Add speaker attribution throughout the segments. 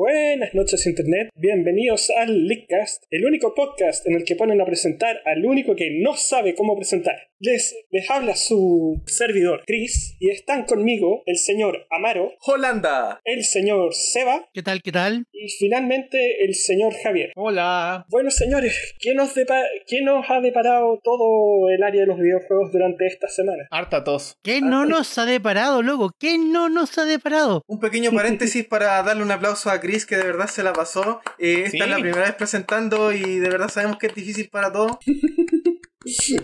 Speaker 1: Buenas noches Internet, bienvenidos al Leakcast, el único podcast en el que ponen a presentar al único que no sabe cómo presentar. Les, les habla su servidor Chris y están conmigo el señor Amaro,
Speaker 2: Holanda.
Speaker 1: el señor Seba
Speaker 3: ¿Qué tal? ¿Qué tal?
Speaker 1: y finalmente el señor Javier.
Speaker 3: Hola.
Speaker 1: Bueno señores, ¿qué nos, depa- qué nos ha deparado todo el área de los videojuegos durante esta semana?
Speaker 4: Harta tos.
Speaker 3: ¿Qué no nos ha deparado, loco? ¿Qué no nos ha deparado?
Speaker 2: Un pequeño paréntesis para darle un aplauso a Chris que de verdad se la pasó. Eh, esta
Speaker 4: Sí.
Speaker 2: es la primera vez presentando y de verdad sabemos que es difícil para todos.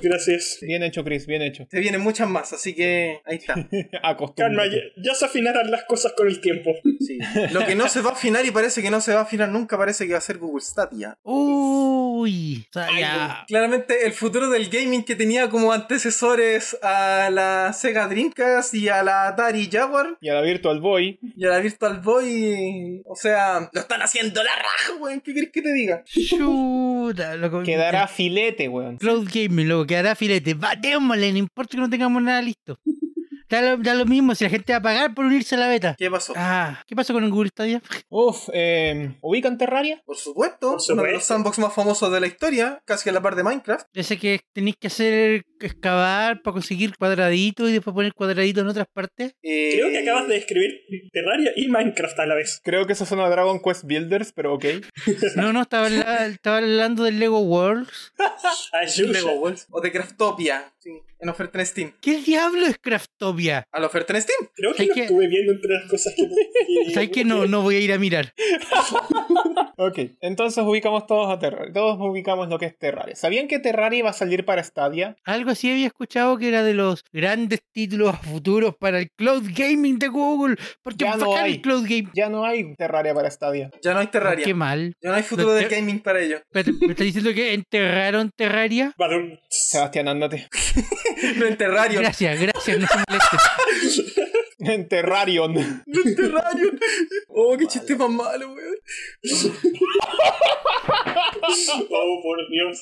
Speaker 1: Gracias.
Speaker 4: Bien hecho, Chris, bien hecho.
Speaker 2: Te vienen muchas más, así que ahí está.
Speaker 1: Calma,
Speaker 4: Acostúmbrate.
Speaker 1: ya, ya se afinarán las cosas con el tiempo.
Speaker 2: Sí. Lo que no se va a afinar y parece que no se va a afinar nunca parece que va a ser Google Stadia.
Speaker 3: Uy. o sea, ya.
Speaker 2: Claramente el futuro del gaming que tenía como antecesores a la Sega Dreamcast y a la Atari Jaguar
Speaker 4: Y a la Virtual Boy.
Speaker 2: y a la Virtual Boy, o sea, lo están haciendo la raja, weón, ¿qué querés que te diga?
Speaker 3: Chuta, loco.
Speaker 4: Quedará filete, weón.
Speaker 3: Cloud Gaming, loco, quedará filete. Batémosle, no importa que no tengamos nada listo. Da lo, da lo mismo si la gente va a pagar por unirse a la beta.
Speaker 2: ¿Qué pasó?
Speaker 3: Ah, ¿qué pasó con el Google Stadia?
Speaker 4: Uf, eh, ¿ubican Terraria?
Speaker 2: Por
Speaker 1: Por
Speaker 2: supuesto, uno de los
Speaker 1: supuesto.
Speaker 2: sandbox más famosos de la historia, casi a la par de Minecraft.
Speaker 3: Ese que tenéis que hacer excavar para conseguir cuadraditos y después poner cuadraditos en otras partes.
Speaker 2: Eh,
Speaker 1: Creo que acabas de escribir Terraria y Minecraft a la vez.
Speaker 4: Creo que esos son los Dragon Quest Builders, pero ok.
Speaker 3: No, no, estaba, habla- estaba hablando del Lego Worlds.
Speaker 1: Ayuda.
Speaker 2: Lego Worlds, o de Craftopia, sí, en oferta en Steam.
Speaker 3: ¿Qué diablo es Craftopia?
Speaker 2: A la oferta en Steam.
Speaker 1: Creo que
Speaker 3: ¿Sabes
Speaker 1: lo
Speaker 3: qué?
Speaker 1: estuve viendo entre las cosas que... que-
Speaker 3: ¿Sabes que no, no voy a ir a mirar?
Speaker 4: Ok, entonces ubicamos todos a Terraria. Todos ubicamos lo que es Terraria. ¿Sabían que Terraria iba a salir para Stadia?
Speaker 3: Algo así había escuchado que era de los grandes títulos futuros para el cloud gaming de Google. Porque
Speaker 4: Ya no
Speaker 3: bacán
Speaker 4: hay.
Speaker 3: el cloud gaming.
Speaker 4: Ya no hay Terraria para Stadia.
Speaker 2: Ya no hay Terraria.
Speaker 3: Qué mal.
Speaker 2: Ya no hay futuro del
Speaker 3: Te-
Speaker 2: gaming para ello.
Speaker 3: Espérate, ¿Me estás diciendo que enterraron Terraria?
Speaker 1: Badum.
Speaker 4: Sebastián, ándate.
Speaker 2: Lo en Terrario.
Speaker 3: Gracias, gracias, no se moleste.
Speaker 4: En Terrarion.
Speaker 2: Lo en Terrario. Oh, qué chiste más malo, weón.
Speaker 1: Oh, por Dios.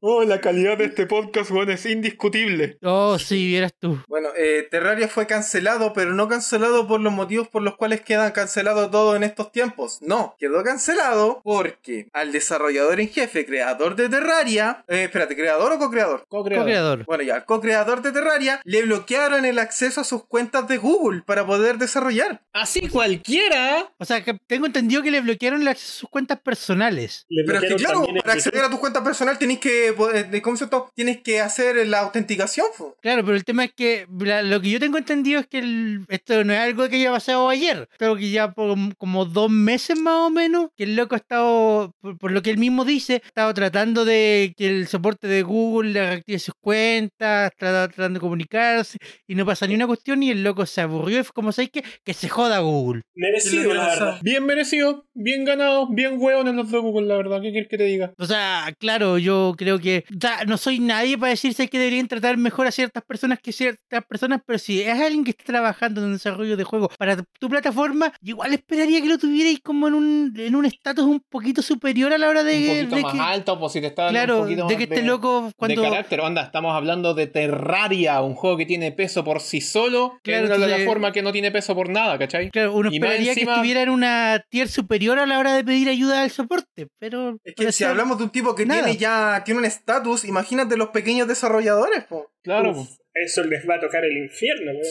Speaker 4: Oh, la calidad de este podcast, weón, es indiscutible.
Speaker 3: Oh, sí, vieras tú.
Speaker 2: Bueno, eh, Terraria fue cancelado, pero no cancelado por los motivos por los cuales quedan cancelado todo en estos tiempos. No, quedó cancelado porque al desarrollador en jefe, creador de Terraria, eh, espérate, creador o co-creador.
Speaker 4: Co-creador.
Speaker 3: Co-creador.
Speaker 2: Bueno, ya, al co-creador de Terraria le bloquearon el acceso a sus cuentas de Google para poder desarrollar.
Speaker 4: Así cualquiera.
Speaker 3: O sea, que tengo entendido que le bloquearon las- sus cuentas personales.
Speaker 1: Le
Speaker 2: Pero es que
Speaker 1: bloquearon
Speaker 2: claro,
Speaker 1: también el
Speaker 2: para acceder
Speaker 1: YouTube.
Speaker 2: a tu cuenta personal tenés que, poder- de- ¿cómo se llama? Tienes que hacer la autenticación. fo.
Speaker 3: Claro, pero el tema es que la- lo que yo tengo entendido es que el- esto no es algo que haya pasado ayer. Creo que ya por como dos meses más o menos, que el loco ha estado, por, por lo que él mismo dice, ha estado tratando de que el soporte de Google le reactive sus cuentas, tra- tratando de comunicarse, y no pasa ni una cuestión, y el loco se aburrió y fue como, ¿sabes qué? Que se joda Google.
Speaker 1: Merecido, la verdad.
Speaker 4: Bien merecido, bien ganado, bien hueones los de Google, la verdad. ¿Qué quieres que te diga?
Speaker 3: O sea, claro, yo creo que da- no soy nadie para decirse que deberían tratar mejor a ciertas personas que ciertas personas, pero si es alguien que está trabajando en un desarrollo de juego para tu plataforma, igual esperaría que lo tuvierais como en un en un estatus un poquito superior a la hora de,
Speaker 4: un poquito
Speaker 3: de
Speaker 4: más
Speaker 3: que
Speaker 4: alto, pues si te está dando un
Speaker 3: claro,
Speaker 4: poquito
Speaker 3: de
Speaker 4: más
Speaker 3: que este loco cuando
Speaker 4: de carácter, onda, estamos hablando de Terraria, un juego que tiene peso por sí solo, que
Speaker 3: Claro,
Speaker 4: es una
Speaker 3: entonces-
Speaker 4: plataforma que no tiene peso por nada, ¿cachai?
Speaker 3: claro, uno
Speaker 4: y más
Speaker 3: esperaría
Speaker 4: encima-
Speaker 3: que estuviera en una tier superior a la hora de pedir ayuda al soporte, pero
Speaker 2: Es que
Speaker 3: parece-
Speaker 2: si hablamos de un tipo que
Speaker 3: nada.
Speaker 2: tiene ya tiene un estatus, imagínate los pequeños desarrolladores. po.
Speaker 4: Claro, pues,
Speaker 1: Uf, Eso les va a tocar el infierno, weón.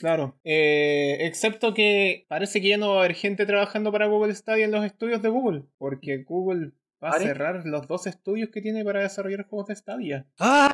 Speaker 4: claro. Eh, excepto que parece que ya no va a haber gente trabajando para Google Stadia en los estudios de Google, porque Google va a
Speaker 2: ¿Are?
Speaker 4: cerrar los dos estudios que tiene para desarrollar juegos de Stadia.
Speaker 3: ¡Ah!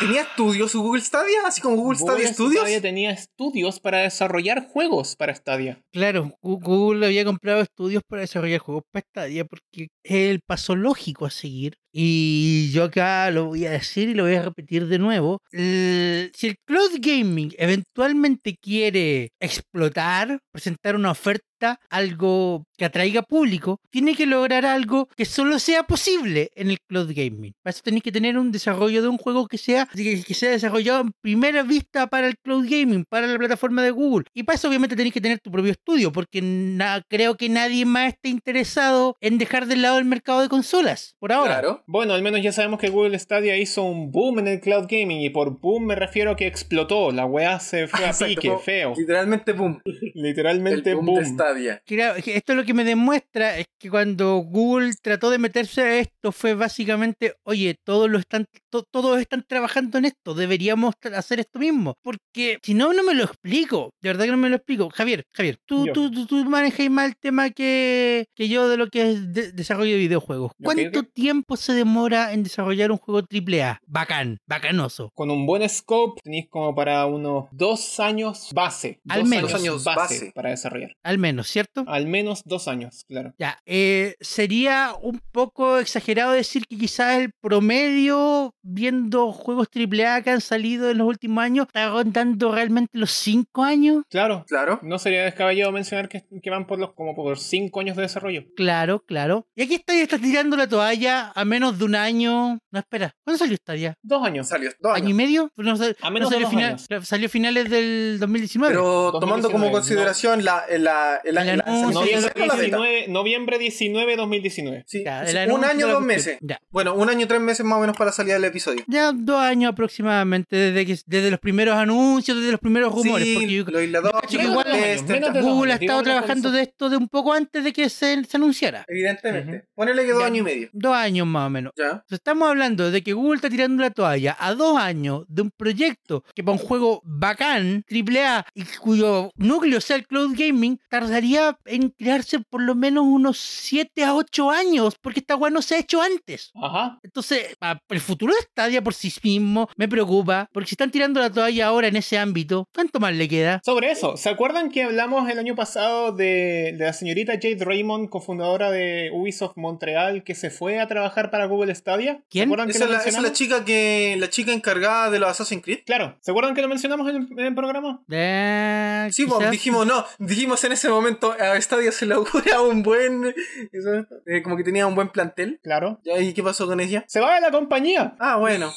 Speaker 2: Te- ¿Tenía estudios su Google Stadia? Así como Google, Stadia Studios.
Speaker 4: Stadia tenía estudios para desarrollar juegos para Stadia.
Speaker 3: Claro, Gu- Google había comprado estudios para desarrollar juegos para Stadia porque es el paso lógico a seguir. Y yo acá lo voy a decir y lo voy a repetir de nuevo. El- si el cloud gaming eventualmente quiere explotar, presentar una oferta, algo que atraiga público, tiene que lograr algo que solo sea posible en el cloud gaming. Para eso tenéis que tener un desarrollo de un juego que sea, que que sea desarrollado en primera vista para el cloud gaming, para la plataforma de Google. Y para eso obviamente tenéis que tener tu propio estudio, porque na- creo que nadie más está interesado en dejar de lado el mercado de consolas, por ahora.
Speaker 2: Claro.
Speaker 4: Bueno, al menos ya sabemos que Google Stadia hizo un boom en el cloud gaming y por boom me refiero a que explotó, la weá se fue a
Speaker 2: Exacto,
Speaker 4: pique,
Speaker 2: como
Speaker 4: feo.
Speaker 2: Literalmente, boom.
Speaker 4: Literalmente
Speaker 2: El boom,
Speaker 4: boom.
Speaker 2: de Stadia.
Speaker 3: Claro, es que esto lo que me demuestra es que cuando Google trató de meterse a esto fue básicamente, oye, todos lo están, to- todos están trabajando en esto, deberíamos tra- hacer esto mismo. Porque si no, no me lo explico. De verdad que no me lo explico. Javier, Javier, tú,
Speaker 4: Yo.
Speaker 3: tú, tú, tú manejas más el tema que, que yo de lo que es de- desarrollo de videojuegos.
Speaker 4: Yo creo
Speaker 3: ¿Cuánto tiempo se demora en desarrollar un juego AAA? Bacán, bacanoso.
Speaker 4: Con un buen scope tenéis como para unos dos años base.
Speaker 3: Al
Speaker 4: dos
Speaker 3: menos.
Speaker 4: años
Speaker 2: Dos años
Speaker 4: base,
Speaker 2: base.
Speaker 4: para desarrollar.
Speaker 3: Al menos, ¿cierto?
Speaker 4: Al menos dos años, claro.
Speaker 3: Ya, eh, sería un poco exagerado decir que quizás el promedio, viendo juegos AAA que han salido en los últimos años, está rondando realmente los 5 años.
Speaker 4: Claro.
Speaker 2: Claro.
Speaker 4: No sería descabellado mencionar que, que van por los como por cinco años de desarrollo.
Speaker 3: Claro, claro. Y aquí está, estás tirando la toalla a menos de un año. No, espera, ¿cuándo salió Stadia?
Speaker 4: Dos años.
Speaker 2: Salió dos
Speaker 3: ¿Año y
Speaker 2: años.
Speaker 3: medio? No sal-
Speaker 4: A menos de
Speaker 3: salió,
Speaker 4: dos
Speaker 3: final-
Speaker 4: años.
Speaker 3: claro, salió finales del 2019.
Speaker 2: Pero
Speaker 4: 2019,
Speaker 2: tomando como
Speaker 4: no.
Speaker 2: consideración la, eh, la, el,
Speaker 3: El
Speaker 2: el-
Speaker 3: anuncio,
Speaker 2: el-
Speaker 4: Noviembre
Speaker 2: el- la beta.
Speaker 4: 19, noviembre 19, 2019.
Speaker 2: Sí,
Speaker 3: Ya,
Speaker 2: sí,
Speaker 3: el
Speaker 2: un
Speaker 3: anuncio
Speaker 2: año,
Speaker 3: de la
Speaker 2: dos
Speaker 3: cuestión.
Speaker 2: meses.
Speaker 3: Ya.
Speaker 2: Bueno, un año, tres meses más o menos para salir del episodio.
Speaker 3: Ya dos años aproximadamente, desde, que, desde los primeros anuncios, desde los primeros rumores. porque
Speaker 2: Sí,
Speaker 3: yo-
Speaker 2: los
Speaker 3: yo
Speaker 2: hiladores,
Speaker 3: cacho que
Speaker 2: los
Speaker 3: igual-
Speaker 2: testers,
Speaker 4: menos de-
Speaker 3: Google ha
Speaker 4: Digo,
Speaker 3: estado
Speaker 4: una
Speaker 3: trabajando
Speaker 4: cosa.
Speaker 3: de esto de un poco antes de que se, se anunciara.
Speaker 2: Evidentemente.
Speaker 4: Ujú.
Speaker 2: Ponele que dos
Speaker 3: Ya.
Speaker 2: años y medio.
Speaker 3: Dos años más o menos.
Speaker 2: Ya.
Speaker 3: Entonces, estamos hablando de que Google está tirando la toalla a dos años de un proyecto que para un juego bacán, AAA, y cuyo núcleo sea el cloud gaming, tardaría en crearse por lo menos unos 7 a 8 años, porque esta weá no se ha hecho antes.
Speaker 4: Ajá.
Speaker 3: Entonces, pa- el futuro de Stadia por sí mismo me preocupa, porque si están tirando la toalla ahora en ese ámbito, ¿cuánto más le queda?
Speaker 4: Sobre eso, ¿se acuerdan que hablamos el año pasado de, de la señorita Jade Raymond, cofundadora de Ubisoft Montreal, que se fue a trabajar para Google Stadia?
Speaker 3: ¿Quién?
Speaker 4: ¿Se acuerdan que
Speaker 2: Esa es,
Speaker 4: lo
Speaker 2: la, esa es la
Speaker 4: mencionamos?
Speaker 2: chica que la chica encargada de los Assassin's Creed.
Speaker 4: Claro, ¿se acuerdan que lo mencionamos en el, en el programa?
Speaker 3: Eh,
Speaker 2: Sí, pues,
Speaker 3: quizás-
Speaker 2: dijimos, no, dijimos en ese momento a Stadia se le augura un buen. eso, eh, como que tenía un buen plantel.
Speaker 4: Claro.
Speaker 2: Ya, ¿Y qué pasó con ella?
Speaker 4: Se va de la compañía.
Speaker 2: Ah, bueno.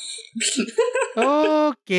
Speaker 3: Ok.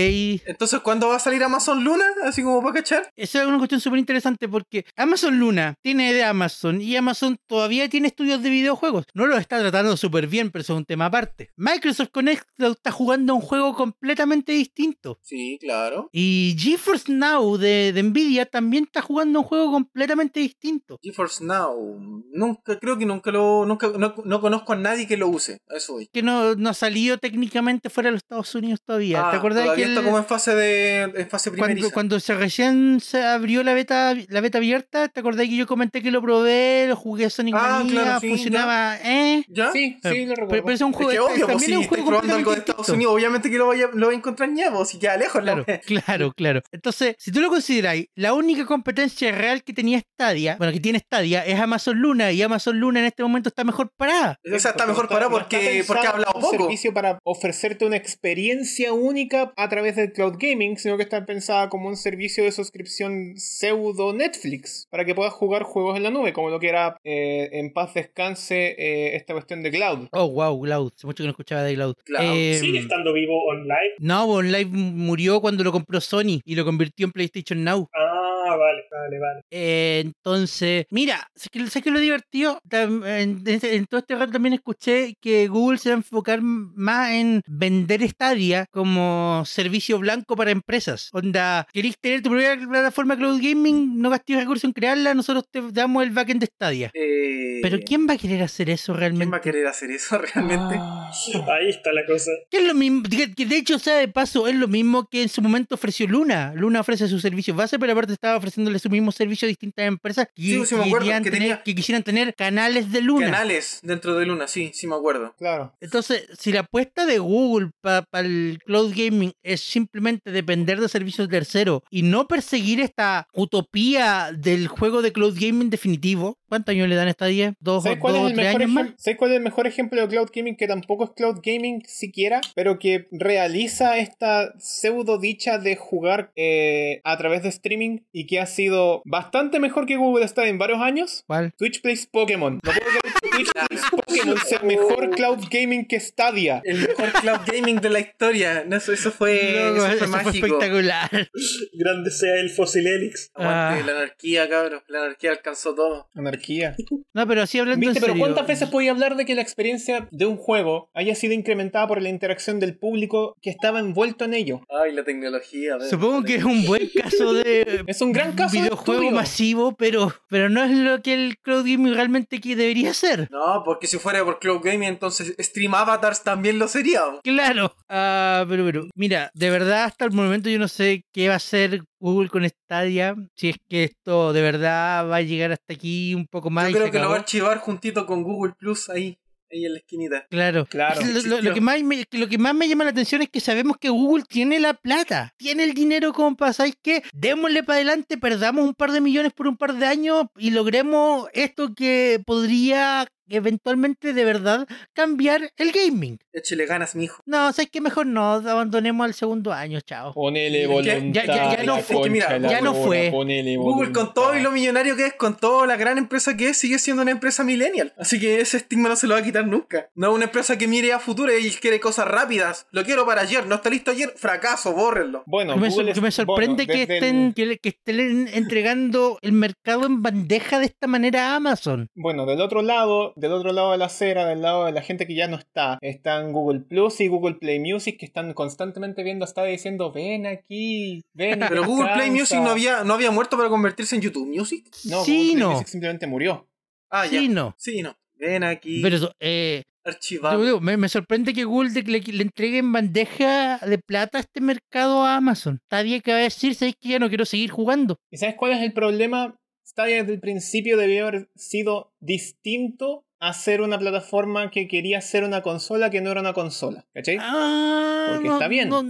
Speaker 2: Entonces, ¿cuándo va a salir Amazon Luna? Así como para cachar.
Speaker 3: Esa es una cuestión súper interesante porque Amazon Luna tiene de Amazon y Amazon todavía tiene estudios de videojuegos. No los está tratando súper bien, pero eso es un tema aparte. Microsoft con Xcloud está jugando a un juego completamente distinto.
Speaker 2: Sí, claro.
Speaker 3: Y GeForce Now de, de Nvidia también está jugando a un juego completamente distinto.
Speaker 2: GeForce Now. Nunca, creo que nunca lo. Nunca, no, no conozco a nadie que lo use. A Eso voy.
Speaker 3: Que no, no ha salido técnicamente fuera de los Estados Unidos todavía.
Speaker 2: Ah,
Speaker 3: ¿Te acuerdas
Speaker 2: todavía
Speaker 3: que
Speaker 2: está
Speaker 3: el-
Speaker 2: como en fase de. en fase primeriza.
Speaker 3: cuando, cuando se recién se abrió la beta la beta abierta, ¿te acordás que yo comenté que lo probé, lo jugué a Sonic
Speaker 2: Ah,
Speaker 3: Mania,
Speaker 2: claro, sí, ya.
Speaker 3: funcionaba, eh?
Speaker 2: ¿Ya?
Speaker 4: Sí, sí, lo
Speaker 3: Pero,
Speaker 4: recuerdo.
Speaker 3: pero es un
Speaker 2: Es
Speaker 3: juego
Speaker 2: que
Speaker 3: es-
Speaker 2: obvio, pues,
Speaker 3: este, también
Speaker 2: si
Speaker 3: es un
Speaker 2: estáis
Speaker 3: juego
Speaker 2: probando algo de
Speaker 3: completamente
Speaker 2: Estados
Speaker 3: distinto.
Speaker 2: Unidos, obviamente que lo, vaya, lo va a encontrar ñavo, si ya lejos. la
Speaker 3: Claro,
Speaker 2: wea.
Speaker 3: claro, claro. Entonces, si tú lo consideráis, la única competencia real que tenía Stadia, bueno, que tiene Stadia, es Amazon Luna, y Amazon Luna en este momento está mejor parada.
Speaker 2: O sea, está mejor
Speaker 4: para
Speaker 2: parado porque, porque ha hablado
Speaker 4: un
Speaker 2: poco.
Speaker 4: servicio para ofrecerte una experiencia única a través del cloud gaming, sino que está pensada como un servicio de suscripción pseudo Netflix, para que puedas jugar juegos en la nube, como lo que era eh, en paz descanse eh, esta cuestión de cloud.
Speaker 3: Oh, wow, Cloud. Hace mucho que no escuchaba de Cloud. Eh,
Speaker 2: Cloud,
Speaker 4: Em.
Speaker 1: Sigue estando vivo online.
Speaker 3: no, Bon Live murió cuando lo compró Sony y lo convirtió en PlayStation Now.
Speaker 1: Ah, vale, vale, vale.
Speaker 3: Eh, entonces, mira, sé que, sé que lo divertido, tam- en, en- en todo este rato también escuché que Google se va a enfocar m- más en vender Stadia como servicio blanco para empresas. Onda, ¿querés tener tu propia plataforma Cloud Gaming? No gastes recursos en crearla, nosotros te damos el backend de Stadia.
Speaker 2: Eh,
Speaker 3: Pero ¿quién va a querer hacer eso
Speaker 2: ¿quién va
Speaker 3: realmente?
Speaker 2: a querer hacer eso realmente?
Speaker 3: Ah,
Speaker 1: Ahí está la cosa.
Speaker 3: Que es lo mismo, que que de hecho, sea de paso, es lo mismo que en su momento ofreció Luna. Luna ofrece sus servicios base, pero aparte estaba ofreciéndole su mismo servicio a distintas empresas que,
Speaker 2: Sí, sí me acuerdo,
Speaker 3: querían
Speaker 2: que
Speaker 3: tener-
Speaker 2: tenía-
Speaker 3: que quisieran tener canales de Luna.
Speaker 2: Canales dentro de Luna, sí, sí me acuerdo.
Speaker 4: Claro.
Speaker 3: Entonces, si la apuesta de Google para el cloud gaming es simplemente depender de servicios terceros y no perseguir esta utopía del juego de cloud gaming definitivo, ¿cuántos años le dan a esta 10? ¿Dos, o
Speaker 4: ¿Sabes cuál,
Speaker 3: dos
Speaker 4: es
Speaker 3: o
Speaker 4: el
Speaker 3: tres
Speaker 4: mejor
Speaker 3: años más?
Speaker 4: ejem- ¿Sabes cuál es el mejor ejemplo de cloud gaming que tampoco es cloud gaming siquiera, pero que realiza esta pseudo dicha de jugar eh, a través de streaming y que ha sido bastante mejor que Google Stadia en varios años?
Speaker 3: ¿Cuál?
Speaker 4: Twitch Plays Pokémon. No puedo creer que Pokémon es el mejor cloud gaming que Stadia.
Speaker 2: El mejor cloud gaming de la historia. No, eso, eso
Speaker 4: Eh,
Speaker 2: fue,
Speaker 3: Loco,
Speaker 2: eso fue
Speaker 3: eso fue
Speaker 2: mágico.
Speaker 3: espectacular.
Speaker 1: Grande sea el Fossil Helix.
Speaker 2: Aguante,
Speaker 3: Ah.
Speaker 2: la anarquía, cabros. La anarquía alcanzó todo.
Speaker 4: Anarquía.
Speaker 3: No, pero sí hablando
Speaker 4: ¿Viste?
Speaker 3: en
Speaker 4: Pero
Speaker 3: serio,
Speaker 4: ¿cuántas veces podía hablar de que la experiencia de un juego haya sido incrementada por la interacción del público que estaba envuelto en ello?
Speaker 2: Ay, la tecnología. ven,
Speaker 3: Supongo
Speaker 2: la
Speaker 3: que es un buen caso de
Speaker 4: Es un gran caso de
Speaker 3: videojuego
Speaker 4: estudio.
Speaker 3: masivo, pero, pero no es lo que el cloud gaming realmente que debería ser.
Speaker 2: No, porque si fuera por Cloud Gaming, entonces Stream Avatars también lo sería. bo.
Speaker 3: Claro. Ah, pero, pero, mira, de verdad hasta el momento yo no sé qué va a hacer Google con Stadia, si es que esto de verdad va a llegar hasta aquí un poco más.
Speaker 2: Yo
Speaker 3: y
Speaker 2: creo
Speaker 3: se
Speaker 2: que lo
Speaker 3: acabó.
Speaker 2: va a archivar juntito con Google Plus ahí, ahí en la esquinita.
Speaker 3: Claro.
Speaker 4: Claro.
Speaker 3: Lo- lo,
Speaker 2: existió.
Speaker 3: lo que más me, lo que más me llama la atención es que sabemos que Google tiene la plata, tiene el dinero como para, ¿sabes qué? Démosle para adelante, perdamos un par de millones por un par de años y logremos esto que podría eventualmente de verdad cambiar el gaming.
Speaker 2: Échele ganas, mijo.
Speaker 3: No, ¿sabes qué? Mejor no, abandonemos al segundo año, chao.
Speaker 2: Ya-
Speaker 4: Ponele
Speaker 2: ya-
Speaker 4: voluntad.
Speaker 3: ya- ya no
Speaker 4: la
Speaker 2: fue, que mira,
Speaker 4: concha de la
Speaker 3: ya no
Speaker 4: lora,
Speaker 3: fue.
Speaker 4: Ponele
Speaker 2: Google,
Speaker 4: voluntad.
Speaker 2: con todo y lo millonario que es, con toda la gran empresa que es, sigue siendo una empresa millennial. Así que ese estigma no se lo va a quitar nunca. No es una empresa que mire a futuro y quiere cosas rápidas. Lo quiero para ayer, no está listo ayer, fracaso, bórrenlo.
Speaker 4: Bueno,
Speaker 3: Que me,
Speaker 4: Google
Speaker 3: sor-
Speaker 4: es-
Speaker 3: que me sorprende
Speaker 4: bueno,
Speaker 3: que,
Speaker 4: desde el-
Speaker 3: estén, que le- que estén entregando el mercado en bandeja de esta manera a Amazon.
Speaker 4: Bueno, del otro lado, del otro lado de la acera, del lado de la gente que ya no está, están Google Plus y Google Play Music que están constantemente viendo, está diciendo, ven aquí, ven. y
Speaker 2: Pero Google Play
Speaker 4: descansa".
Speaker 2: Music no había, no había muerto para convertirse en YouTube Music.
Speaker 4: No, Google
Speaker 3: sí,
Speaker 4: Play
Speaker 3: no.
Speaker 4: Music simplemente murió.
Speaker 2: Ah, ya.
Speaker 3: Sí, no.
Speaker 2: Sí, no. Ven aquí,
Speaker 3: Pero eso, eh,
Speaker 2: archivado.
Speaker 3: Yo digo, me, me sorprende que Google de- le, le entregue en bandeja de plata este mercado a Amazon. Está bien que va a decir, ¿sabes que ya no quiero seguir jugando?
Speaker 4: ¿Y sabes cuál es el problema? Stadia desde el principio debió haber sido distinto a ser una plataforma que quería ser una consola que no era una consola. ¿Cachai?
Speaker 3: Ah,
Speaker 4: Porque
Speaker 3: no,
Speaker 4: está bien.
Speaker 3: no,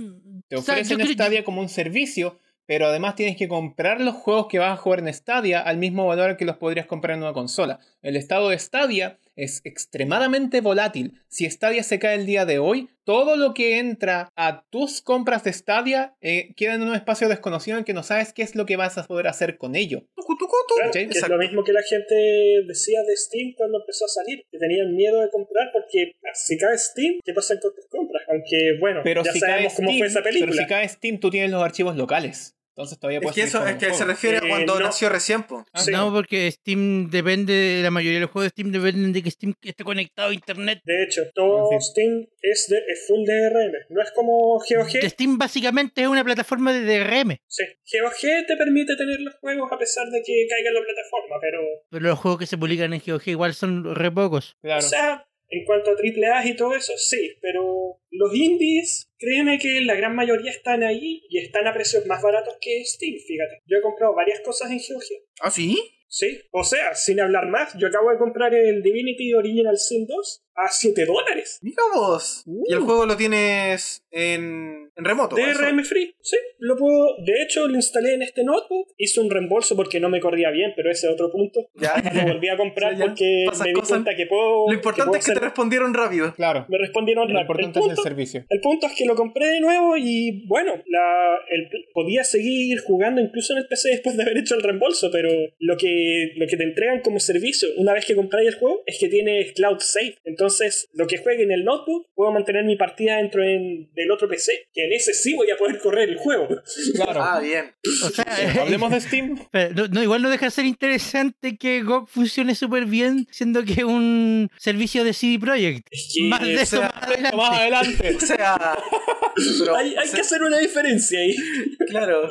Speaker 4: Te
Speaker 3: o sea, yo
Speaker 4: ofrecen
Speaker 3: creo-
Speaker 4: Stadia como un servicio, pero además tienes que comprar los juegos que vas a jugar en Stadia al mismo valor que los podrías comprar en una consola. El estado de Stadia es extremadamente volátil. Si Stadia se cae el día de hoy, todo lo que entra a tus compras de Stadia eh, queda en un espacio desconocido en que no sabes qué es lo que vas a poder hacer con ello.
Speaker 2: Tucu, tucu, tucu.
Speaker 4: Claro,
Speaker 1: Que es
Speaker 2: Exacto.
Speaker 1: lo mismo que la gente decía de Steam cuando empezó a salir, que tenían miedo de comprar porque si cae Steam, ¿qué pasa con tus compras? Aunque bueno,
Speaker 4: Pero
Speaker 1: ya
Speaker 4: si cae
Speaker 1: sabemos cómo
Speaker 4: Steam,
Speaker 1: fue esa película.
Speaker 4: pero si cae Steam, tú tienes los archivos locales. Entonces todavía
Speaker 2: Es
Speaker 4: puedes
Speaker 2: que
Speaker 4: seguir
Speaker 2: eso es
Speaker 4: jugando
Speaker 2: que
Speaker 4: los
Speaker 2: se
Speaker 4: juegos.
Speaker 2: refiere a
Speaker 1: Eh,
Speaker 2: cuando
Speaker 1: no.
Speaker 2: nació recién, po.
Speaker 4: Ah,
Speaker 1: Sí.
Speaker 3: No, porque Steam depende, la mayoría de los juegos de Steam dependen de que Steam esté conectado a Internet.
Speaker 1: De hecho, todo
Speaker 4: Así es.
Speaker 1: Steam es, de, es full DRM. No es como
Speaker 3: Que
Speaker 1: GOG.
Speaker 3: Steam básicamente es una plataforma de DRM,
Speaker 1: Sí, GOG te permite tener los juegos a pesar de que caiga en la plataforma, pero.
Speaker 3: pero los juegos que se publican en GOG igual son re pocos.
Speaker 4: Claro.
Speaker 1: O sea, en cuanto a AAA y todo eso, sí, pero los indies, créeme que la gran mayoría están ahí y están a precios más baratos que Steam, fíjate. Yo he comprado varias cosas en GOG.
Speaker 2: ¿Ah, sí?
Speaker 1: Sí, o sea, sin hablar más, yo acabo de comprar el Divinity Original Sin 2 a 7 dólares.
Speaker 2: Mira vos.
Speaker 4: Uh.
Speaker 2: Y el juego lo tienes en, en remoto.
Speaker 1: DRM
Speaker 2: eso.
Speaker 1: Free, sí, lo puedo. De hecho, lo instalé en este notebook. Hice un reembolso porque no me corría bien, pero ese es otro punto.
Speaker 2: Ya.
Speaker 1: Lo volví a comprar
Speaker 2: Sí, ya.
Speaker 1: porque
Speaker 2: Pasan
Speaker 1: me di
Speaker 2: cosas.
Speaker 1: cuenta que puedo.
Speaker 2: Lo
Speaker 1: puedo
Speaker 2: importante es que te
Speaker 1: hacer-
Speaker 2: respondieron rápido.
Speaker 4: Claro.
Speaker 1: Me respondieron
Speaker 4: Lo
Speaker 1: rápido.
Speaker 4: importante
Speaker 1: el,
Speaker 4: es el
Speaker 1: punto,
Speaker 4: servicio.
Speaker 1: el punto es que lo compré de nuevo y bueno, la- el- podía seguir jugando incluso en el PC después de haber hecho el reembolso, pero lo que, lo que te entregan como servicio una vez que compráis el juego es que tiene cloud save. Entonces, lo que juegue en el notebook, puedo mantener mi partida dentro en- del otro PC, que en ese sí voy a poder correr el juego.
Speaker 4: Claro.
Speaker 2: Ah, bien.
Speaker 3: O sea,
Speaker 4: Hablemos de Steam.
Speaker 3: Pero no, no, igual no deja de ser interesante que GOG funcione súper bien, siendo que es un servicio de CD Projekt.
Speaker 1: Es que
Speaker 3: más
Speaker 4: eh,
Speaker 3: de eso
Speaker 2: sea,
Speaker 3: más adelante.
Speaker 4: Más adelante.
Speaker 2: O sea. pero-
Speaker 1: hay, hay
Speaker 2: o
Speaker 1: que
Speaker 2: sea,
Speaker 1: hacer una diferencia ahí.
Speaker 2: Claro.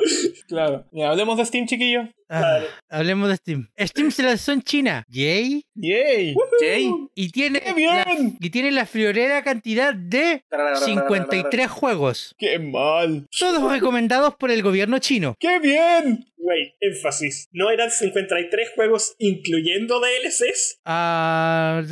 Speaker 4: Claro. Mira, hablemos de Steam, chiquillo.
Speaker 3: Ah, hablemos de Steam. Steam se lanzó en China. Yay.
Speaker 4: ¡Yay!
Speaker 2: Jay.
Speaker 3: Y tiene,
Speaker 4: ¡Qué
Speaker 3: la,
Speaker 4: bien!
Speaker 3: y tiene la friolera cantidad de 53 juegos.
Speaker 4: ¡Qué mal!
Speaker 3: Todos recomendados por el gobierno chino.
Speaker 4: ¡Qué bien!
Speaker 1: Güey, énfasis. ¿No eran 53 juegos incluyendo DLCs?
Speaker 3: Ah,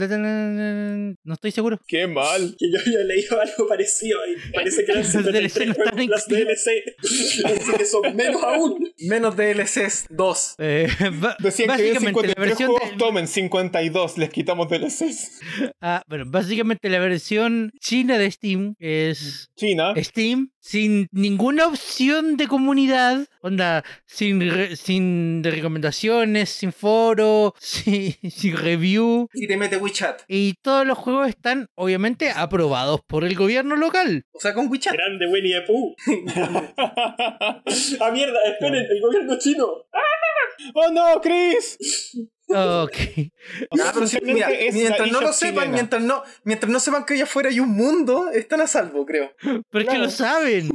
Speaker 3: no estoy seguro.
Speaker 4: ¡Qué mal!
Speaker 1: Que yo había leído algo parecido y parece que eran
Speaker 3: Los DLC
Speaker 1: 53
Speaker 3: no
Speaker 1: juegos
Speaker 3: estaban
Speaker 1: las DLC. Así que son menos aún.
Speaker 2: Menos DLCs, dos.
Speaker 3: Eh, ba-
Speaker 4: Decían que había
Speaker 3: básicamente la
Speaker 4: 53
Speaker 3: versión
Speaker 4: juegos,
Speaker 3: de-
Speaker 4: tomen 52, les quitamos DLCs.
Speaker 3: ah, bueno, básicamente la versión china de Steam es
Speaker 2: Eh,
Speaker 4: China.
Speaker 3: Steam sin ninguna opción de comunidad, onda, sin, re- sin de recomendaciones, sin foro, sin, sin review.
Speaker 2: Y te mete WeChat.
Speaker 3: Y todos los juegos están, obviamente, aprobados por el gobierno local.
Speaker 2: O sea, con WeChat.
Speaker 1: Grande Winnie the Pooh. ah, mierda, esperen, el gobierno chino.
Speaker 4: ¡Oh no, Chris!
Speaker 3: Ok.
Speaker 4: O sea,
Speaker 2: Ah, pero sí, mira,
Speaker 4: simplemente es
Speaker 2: mientras no
Speaker 4: la
Speaker 2: lo
Speaker 4: eShop
Speaker 2: sepan,
Speaker 4: chilena.
Speaker 2: mientras no, mientras no sepan que allá afuera hay un mundo, están a salvo, creo.
Speaker 3: Pero es que
Speaker 4: Claro.
Speaker 3: lo saben.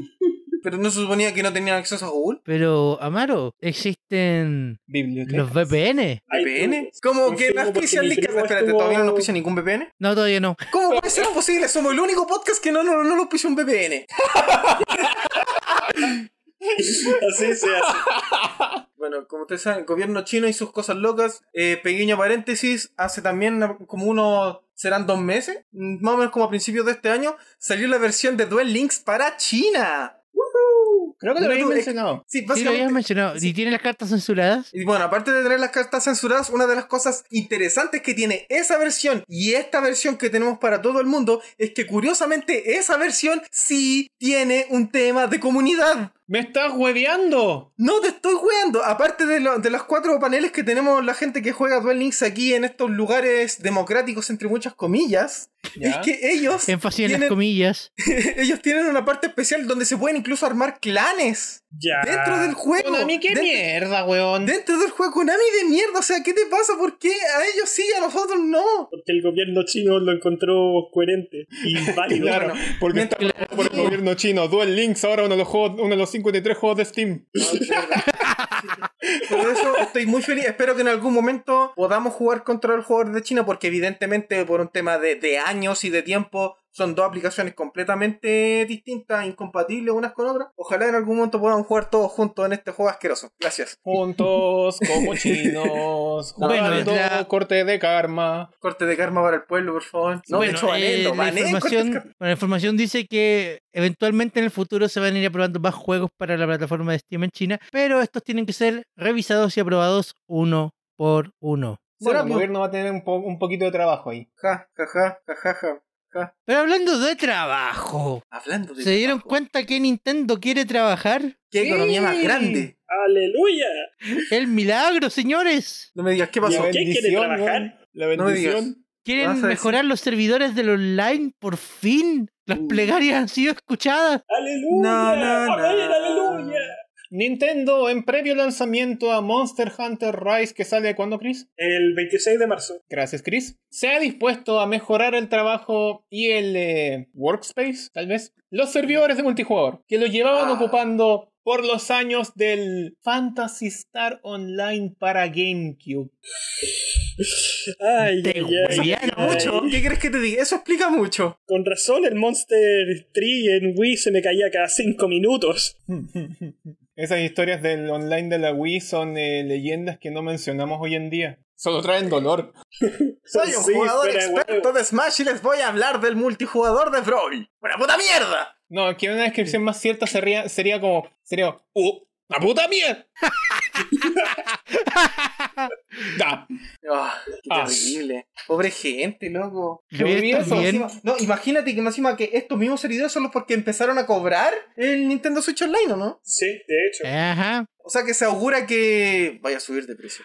Speaker 2: Pero no se suponía que no tenían acceso a Google.
Speaker 3: Pero, Amaro, existen
Speaker 4: Biblioteca.
Speaker 3: los VPN.
Speaker 1: Ay,
Speaker 2: ¿VPN?
Speaker 1: tú.
Speaker 2: Como
Speaker 1: Confirmo
Speaker 2: que no
Speaker 1: porque
Speaker 2: auspician
Speaker 1: mi
Speaker 2: licas.
Speaker 1: primo
Speaker 2: Espérate,
Speaker 1: estuvo-
Speaker 2: ¿todavía no auspician ningún VPN?
Speaker 3: No, todavía no.
Speaker 2: ¿Cómo puede ser posible? Somos el único podcast que no, no, no lo auspicia un VPN.
Speaker 1: Así se hace.
Speaker 2: Bueno, como ustedes saben, el gobierno chino y sus cosas locas, eh, pequeño paréntesis, hace también una- como unos, serán dos meses, Mm, más o menos como a principios de este año, salió la versión de Duel Links para China.
Speaker 4: Creo que te lo habéis
Speaker 2: Mira tú, es-
Speaker 4: mencionado.
Speaker 2: Sí,
Speaker 3: Sí, lo habías
Speaker 2: básicamente.
Speaker 3: mencionado.
Speaker 2: sí.
Speaker 3: ¿Y tiene las cartas censuradas?
Speaker 2: Y bueno, aparte de tener las cartas censuradas, una de las cosas interesantes que tiene esa versión y esta versión que tenemos para todo el mundo es que curiosamente esa versión sí tiene un tema de comunidad.
Speaker 4: ¡Me estás hueveando!
Speaker 2: No te estoy jugando. Aparte de, lo- de los cuatro paneles que tenemos la gente que juega Duel Links aquí en estos lugares democráticos, entre muchas comillas,
Speaker 4: Ya.
Speaker 2: es que ellos,
Speaker 3: Énfasis en las
Speaker 2: Tienen-
Speaker 3: comillas.
Speaker 2: ellos tienen una parte especial donde se pueden incluso armar clanes
Speaker 1: Ya.
Speaker 2: dentro del juego.
Speaker 4: Konami, qué
Speaker 2: Dentro-
Speaker 4: mierda, weón.
Speaker 2: Dentro del juego Konami de mierda, o sea, ¿qué te pasa? ¿Por qué a ellos sí y a nosotros no?
Speaker 1: Porque el gobierno chino lo encontró coherente y válido.
Speaker 4: Claro, porque
Speaker 2: Mientras-
Speaker 4: está aprobado por el gobierno chino. Duel Links ahora uno de los juegos, uno de los 53 juegos de Steam.
Speaker 2: Por eso estoy muy feliz. Espero que en algún momento podamos jugar contra el jugador de China, porque evidentemente por un tema de, de años y de tiempo son dos aplicaciones completamente distintas, incompatibles unas con otras. Ojalá en algún momento podamos jugar todos juntos en este juego asqueroso. Gracias.
Speaker 4: Juntos como chinos,
Speaker 3: Bueno,
Speaker 4: jugando
Speaker 3: la-
Speaker 4: corte de karma.
Speaker 2: Corte de karma para el pueblo, por favor. No, de
Speaker 3: Bueno,
Speaker 2: hecho, anhelo,
Speaker 3: eh, la,
Speaker 2: anhelo cortes de
Speaker 3: información,
Speaker 2: karma.
Speaker 3: bueno, la información dice que eventualmente en el futuro se van a ir aprobando más juegos para la plataforma de Steam en China, pero estos tienen que ser revisados y aprobados uno por uno.
Speaker 2: Será,
Speaker 4: Bueno, el
Speaker 2: pues.
Speaker 4: gobierno va a tener un, po- un poquito de trabajo ahí.
Speaker 2: Ja, ja, ja, ja, ja, ja, ja.
Speaker 3: Pero hablando de trabajo,
Speaker 2: Hablando de
Speaker 3: ¿se dieron
Speaker 2: trabajo,
Speaker 3: cuenta que Nintendo quiere trabajar?
Speaker 2: qué economía más
Speaker 4: Sí.
Speaker 2: grande.
Speaker 1: ¡Aleluya!
Speaker 3: El milagro, señores.
Speaker 2: No me digas qué
Speaker 4: La
Speaker 2: pasó.
Speaker 1: Ya, ¿Qué quiere
Speaker 4: bendición,
Speaker 1: trabajar?
Speaker 4: weón. La
Speaker 2: No me digas.
Speaker 4: bendición.
Speaker 3: Quieren
Speaker 2: Vas a decir-
Speaker 3: mejorar los servidores del online, por fin. Las
Speaker 2: Uh.
Speaker 3: plegarias han sido escuchadas.
Speaker 1: ¡Aleluya!
Speaker 2: No, no, no.
Speaker 1: ¡Amén, aleluya!
Speaker 4: Nintendo en previo lanzamiento a Monster Hunter Rise que sale cuando, Chris?
Speaker 1: El 26 de marzo.
Speaker 4: Gracias, Chris. Se ha dispuesto a mejorar el trabajo y el eh, workspace, tal vez, los servidores de multijugador, que lo llevaban
Speaker 2: Ah.
Speaker 4: ocupando por los años del Fantasy Star Online para GameCube.
Speaker 1: Ay,
Speaker 3: Te
Speaker 1: ay, ay,
Speaker 3: huevearon
Speaker 1: ay.
Speaker 2: Mucho. ¿Qué crees que te diga? Eso explica mucho.
Speaker 1: Con razón el Monster Tree en Wii se me caía cada 5 minutos.
Speaker 4: Esas historias del online de la Wii son eh, leyendas que no mencionamos hoy en día. Solo traen dolor.
Speaker 2: Soy un
Speaker 1: Sí,
Speaker 2: jugador
Speaker 1: fuera de
Speaker 2: experto de Smash y les voy a hablar del multijugador de Brawl. ¡Una puta mierda!
Speaker 4: No, que una descripción más cierta sería, sería como. Sería. ¡Uh! ¡La puta mierda! Da.
Speaker 2: Ah, qué
Speaker 4: Ah.
Speaker 2: terrible. Pobre gente, loco.
Speaker 3: Javier,
Speaker 4: vi eso,
Speaker 3: también.
Speaker 2: Encima- No, imagínate que más encima que estos mismos servidores son los porque empezaron a cobrar el Nintendo Switch Online, ¿o no?
Speaker 1: Sí, de
Speaker 3: Eh.
Speaker 1: hecho.
Speaker 3: Ajá.
Speaker 2: O sea que se augura que vaya a subir de precio.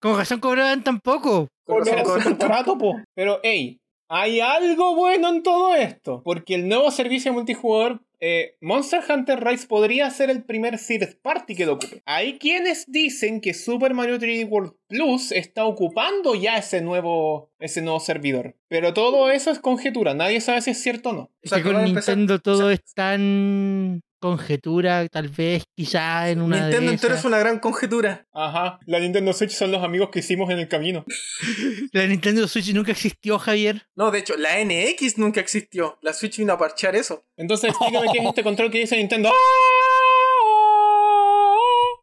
Speaker 3: Con razón cobraban tampoco.
Speaker 2: Con
Speaker 4: Pero
Speaker 2: razón
Speaker 4: era
Speaker 2: cobran
Speaker 4: súper barato, po. Pero, hey, hay algo bueno en todo esto. Porque el nuevo servicio de multijugador. eh, Monster Hunter Rise podría ser el primer third party que lo ocupe. Hay quienes dicen que Super Mario 3D World Plus está ocupando ya ese nuevo, ese nuevo servidor. Pero todo eso es conjetura, nadie sabe si es cierto o no.
Speaker 2: O
Speaker 3: Es
Speaker 2: sea,
Speaker 3: que
Speaker 2: que
Speaker 3: con
Speaker 2: van a empezar-
Speaker 3: Nintendo todo
Speaker 2: o sea-
Speaker 3: es tan conjetura, tal vez, quizá en una
Speaker 2: Nintendo
Speaker 3: de
Speaker 2: entero es
Speaker 3: esas.
Speaker 2: una gran conjetura.
Speaker 4: Ajá, la Nintendo Switch son los amigos que hicimos en el camino.
Speaker 3: La Nintendo Switch nunca existió, Javier.
Speaker 2: No, de hecho, la NX nunca existió. La Switch vino a parchar eso.
Speaker 4: Entonces explícame qué es este control que dice Nintendo. Ah,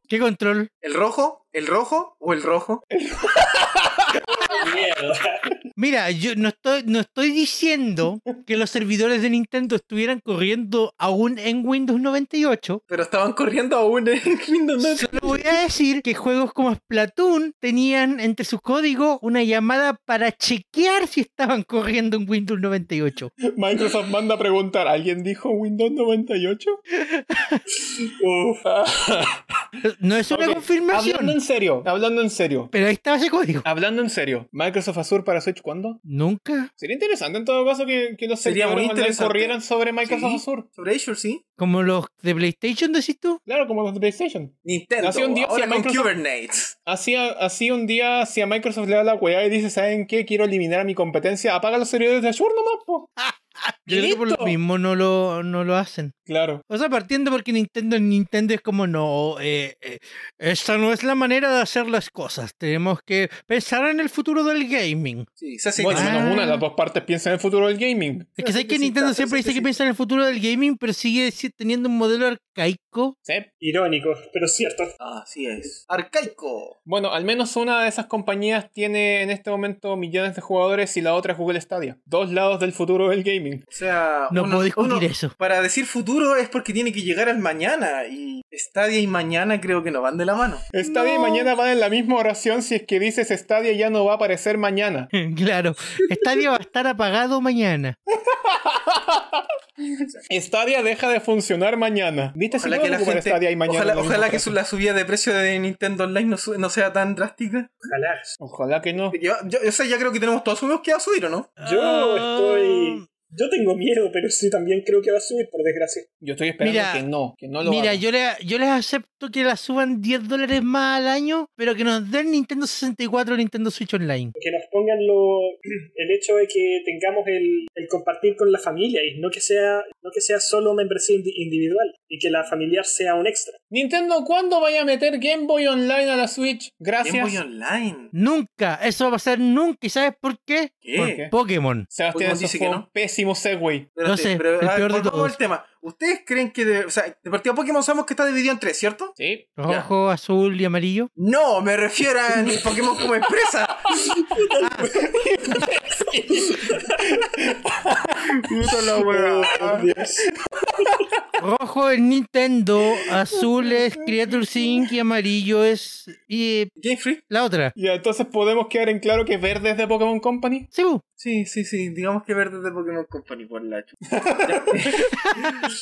Speaker 3: ¿Qué control?
Speaker 2: ¿El rojo? ¿El rojo? ¿O el rojo?
Speaker 1: Mierda.
Speaker 3: Mira, yo no estoy, no estoy diciendo que los servidores de Nintendo estuvieran corriendo aún en Windows 98.
Speaker 2: Pero estaban corriendo aún en Windows 98.
Speaker 3: Solo voy a decir que juegos como Splatoon tenían entre su código una llamada para chequear si estaban corriendo en Windows 98.
Speaker 4: Microsoft manda a preguntar, ¿alguien dijo Windows 98?
Speaker 1: Uf.
Speaker 3: No es una
Speaker 4: Ok, Hablando en
Speaker 3: confirmación,
Speaker 4: serio, hablando en serio.
Speaker 3: pero ahí estaba ese
Speaker 2: Ah.
Speaker 3: código.
Speaker 4: Hablando en serio, Microsoft Azure para Switch, ¿cuándo?
Speaker 3: Nunca,
Speaker 4: Sería interesante en todo caso que, que los
Speaker 2: Sería muy
Speaker 4: servidores online
Speaker 2: interesante.
Speaker 4: corrieran sobre Microsoft
Speaker 2: Sí.
Speaker 4: Azure.
Speaker 2: Sobre Azure, sí.
Speaker 3: como los de PlayStation, decís tú.
Speaker 4: Claro, como los de PlayStation.
Speaker 2: Nintendo.
Speaker 4: Nació un día
Speaker 2: ahora
Speaker 4: sin
Speaker 2: con
Speaker 4: Microsoft.
Speaker 2: Kubernetes.
Speaker 4: Así, a- así un día, si a Microsoft le da la cueva y dice, ¿saben qué? Quiero eliminar a mi competencia, apaga los servidores de Azure nomás, po.
Speaker 3: Yo creo que por lo
Speaker 4: ¡Listo!
Speaker 3: mismo no lo, no lo hacen.
Speaker 4: Claro.
Speaker 3: O sea, partiendo porque Nintendo, Nintendo es como, no, eh, eh, esta no es la manera de hacer las cosas. Tenemos que pensar en el futuro del gaming.
Speaker 2: Sí, se hace
Speaker 4: bueno,
Speaker 3: sí.
Speaker 4: menos
Speaker 3: Ah.
Speaker 4: una de las dos partes piensa en el futuro del gaming.
Speaker 3: Es que
Speaker 2: Así
Speaker 3: sé
Speaker 2: que
Speaker 3: que
Speaker 2: sí,
Speaker 3: Nintendo
Speaker 2: está,
Speaker 3: siempre
Speaker 2: así que
Speaker 3: dice que
Speaker 2: sí.
Speaker 3: piensa en el futuro del gaming, pero sigue si- teniendo un modelo arcaico.
Speaker 4: Sí.
Speaker 1: Irónico, pero cierto.
Speaker 2: Ah, Así es. Arcaico.
Speaker 4: Bueno, al menos una de esas compañías tiene en este momento millones de jugadores y la otra es Google Stadia. Dos lados del futuro del gaming.
Speaker 2: O sea,
Speaker 3: No
Speaker 2: uno-
Speaker 3: puedo discutir
Speaker 2: uno-
Speaker 3: eso.
Speaker 2: Para decir futuro es porque tiene que llegar al mañana. Y Stadia y mañana creo que no van de la mano.
Speaker 4: Stadia y
Speaker 3: No.
Speaker 4: mañana van en la misma oración si es que dices Stadia ya no va a aparecer mañana.
Speaker 3: claro, Stadia va a estar apagado mañana.
Speaker 4: Stadia deja de funcionar mañana. ¿Viste si
Speaker 2: Ojalá
Speaker 4: puedo
Speaker 2: que la
Speaker 4: ocupar
Speaker 2: gente.
Speaker 4: Stadia y mañana?
Speaker 2: ojalá
Speaker 4: la misma
Speaker 2: ojalá que su-
Speaker 4: frase?
Speaker 2: la subida de precio de Nintendo Online no, su- no sea tan drástica.
Speaker 1: Ojalá.
Speaker 4: Ojalá que no.
Speaker 2: Yo, yo- o sea, ya creo que tenemos todos unos que va a subir, ¿o no?
Speaker 1: Yo
Speaker 3: Ah,
Speaker 1: estoy. Yo tengo miedo, pero sí también creo que va a subir, por desgracia.
Speaker 4: Yo estoy esperando
Speaker 3: Mira,
Speaker 4: que no, que no lo
Speaker 3: Mira,
Speaker 4: haga.
Speaker 3: yo, le, yo les acepto que la suban 10 dólares más al año, pero que nos den Nintendo 64 o Nintendo Switch Online.
Speaker 1: Que nos pongan lo, el hecho de que tengamos el, el compartir con la familia y no que sea, no que sea solo membresía indi- individual y que la familiar sea un extra.
Speaker 4: Nintendo, ¿cuándo vaya a meter Game Boy Online a la Switch?
Speaker 2: Game Boy
Speaker 4: Gracias.
Speaker 2: Online.
Speaker 3: Nunca, eso va a pasar nunca. ¿Y sabes por qué?
Speaker 2: ¿Qué?
Speaker 4: ¿Por qué?
Speaker 3: Pokémon.
Speaker 4: Sebastián,
Speaker 2: Pokémon
Speaker 4: eso
Speaker 2: Pues dice
Speaker 4: fue
Speaker 2: que
Speaker 4: un
Speaker 2: no.
Speaker 4: pésimo segue.
Speaker 2: Espérate,
Speaker 3: No sé,
Speaker 2: pero,
Speaker 3: el
Speaker 2: a ver,
Speaker 3: peor de
Speaker 2: volvamos
Speaker 3: todos.
Speaker 2: al tema. ¿Ustedes creen que de, o sea, de partida Pokémon sabemos que está dividido en tres, ¿cierto?
Speaker 4: Sí.
Speaker 3: Rojo, azul y amarillo.
Speaker 2: No, me refiero a ni Pokémon como empresa.
Speaker 4: Puta la
Speaker 2: Ah.
Speaker 1: Por Dios.
Speaker 3: Rojo es Nintendo, azul es Creature Sync y amarillo es y eh,
Speaker 2: Game Freak.
Speaker 3: la otra.
Speaker 4: Ya, entonces podemos quedar en claro que verde es de Pokémon Company.
Speaker 3: Sí, bu.
Speaker 2: Sí, sí, sí. Digamos que verde de Pokémon Company por la chu-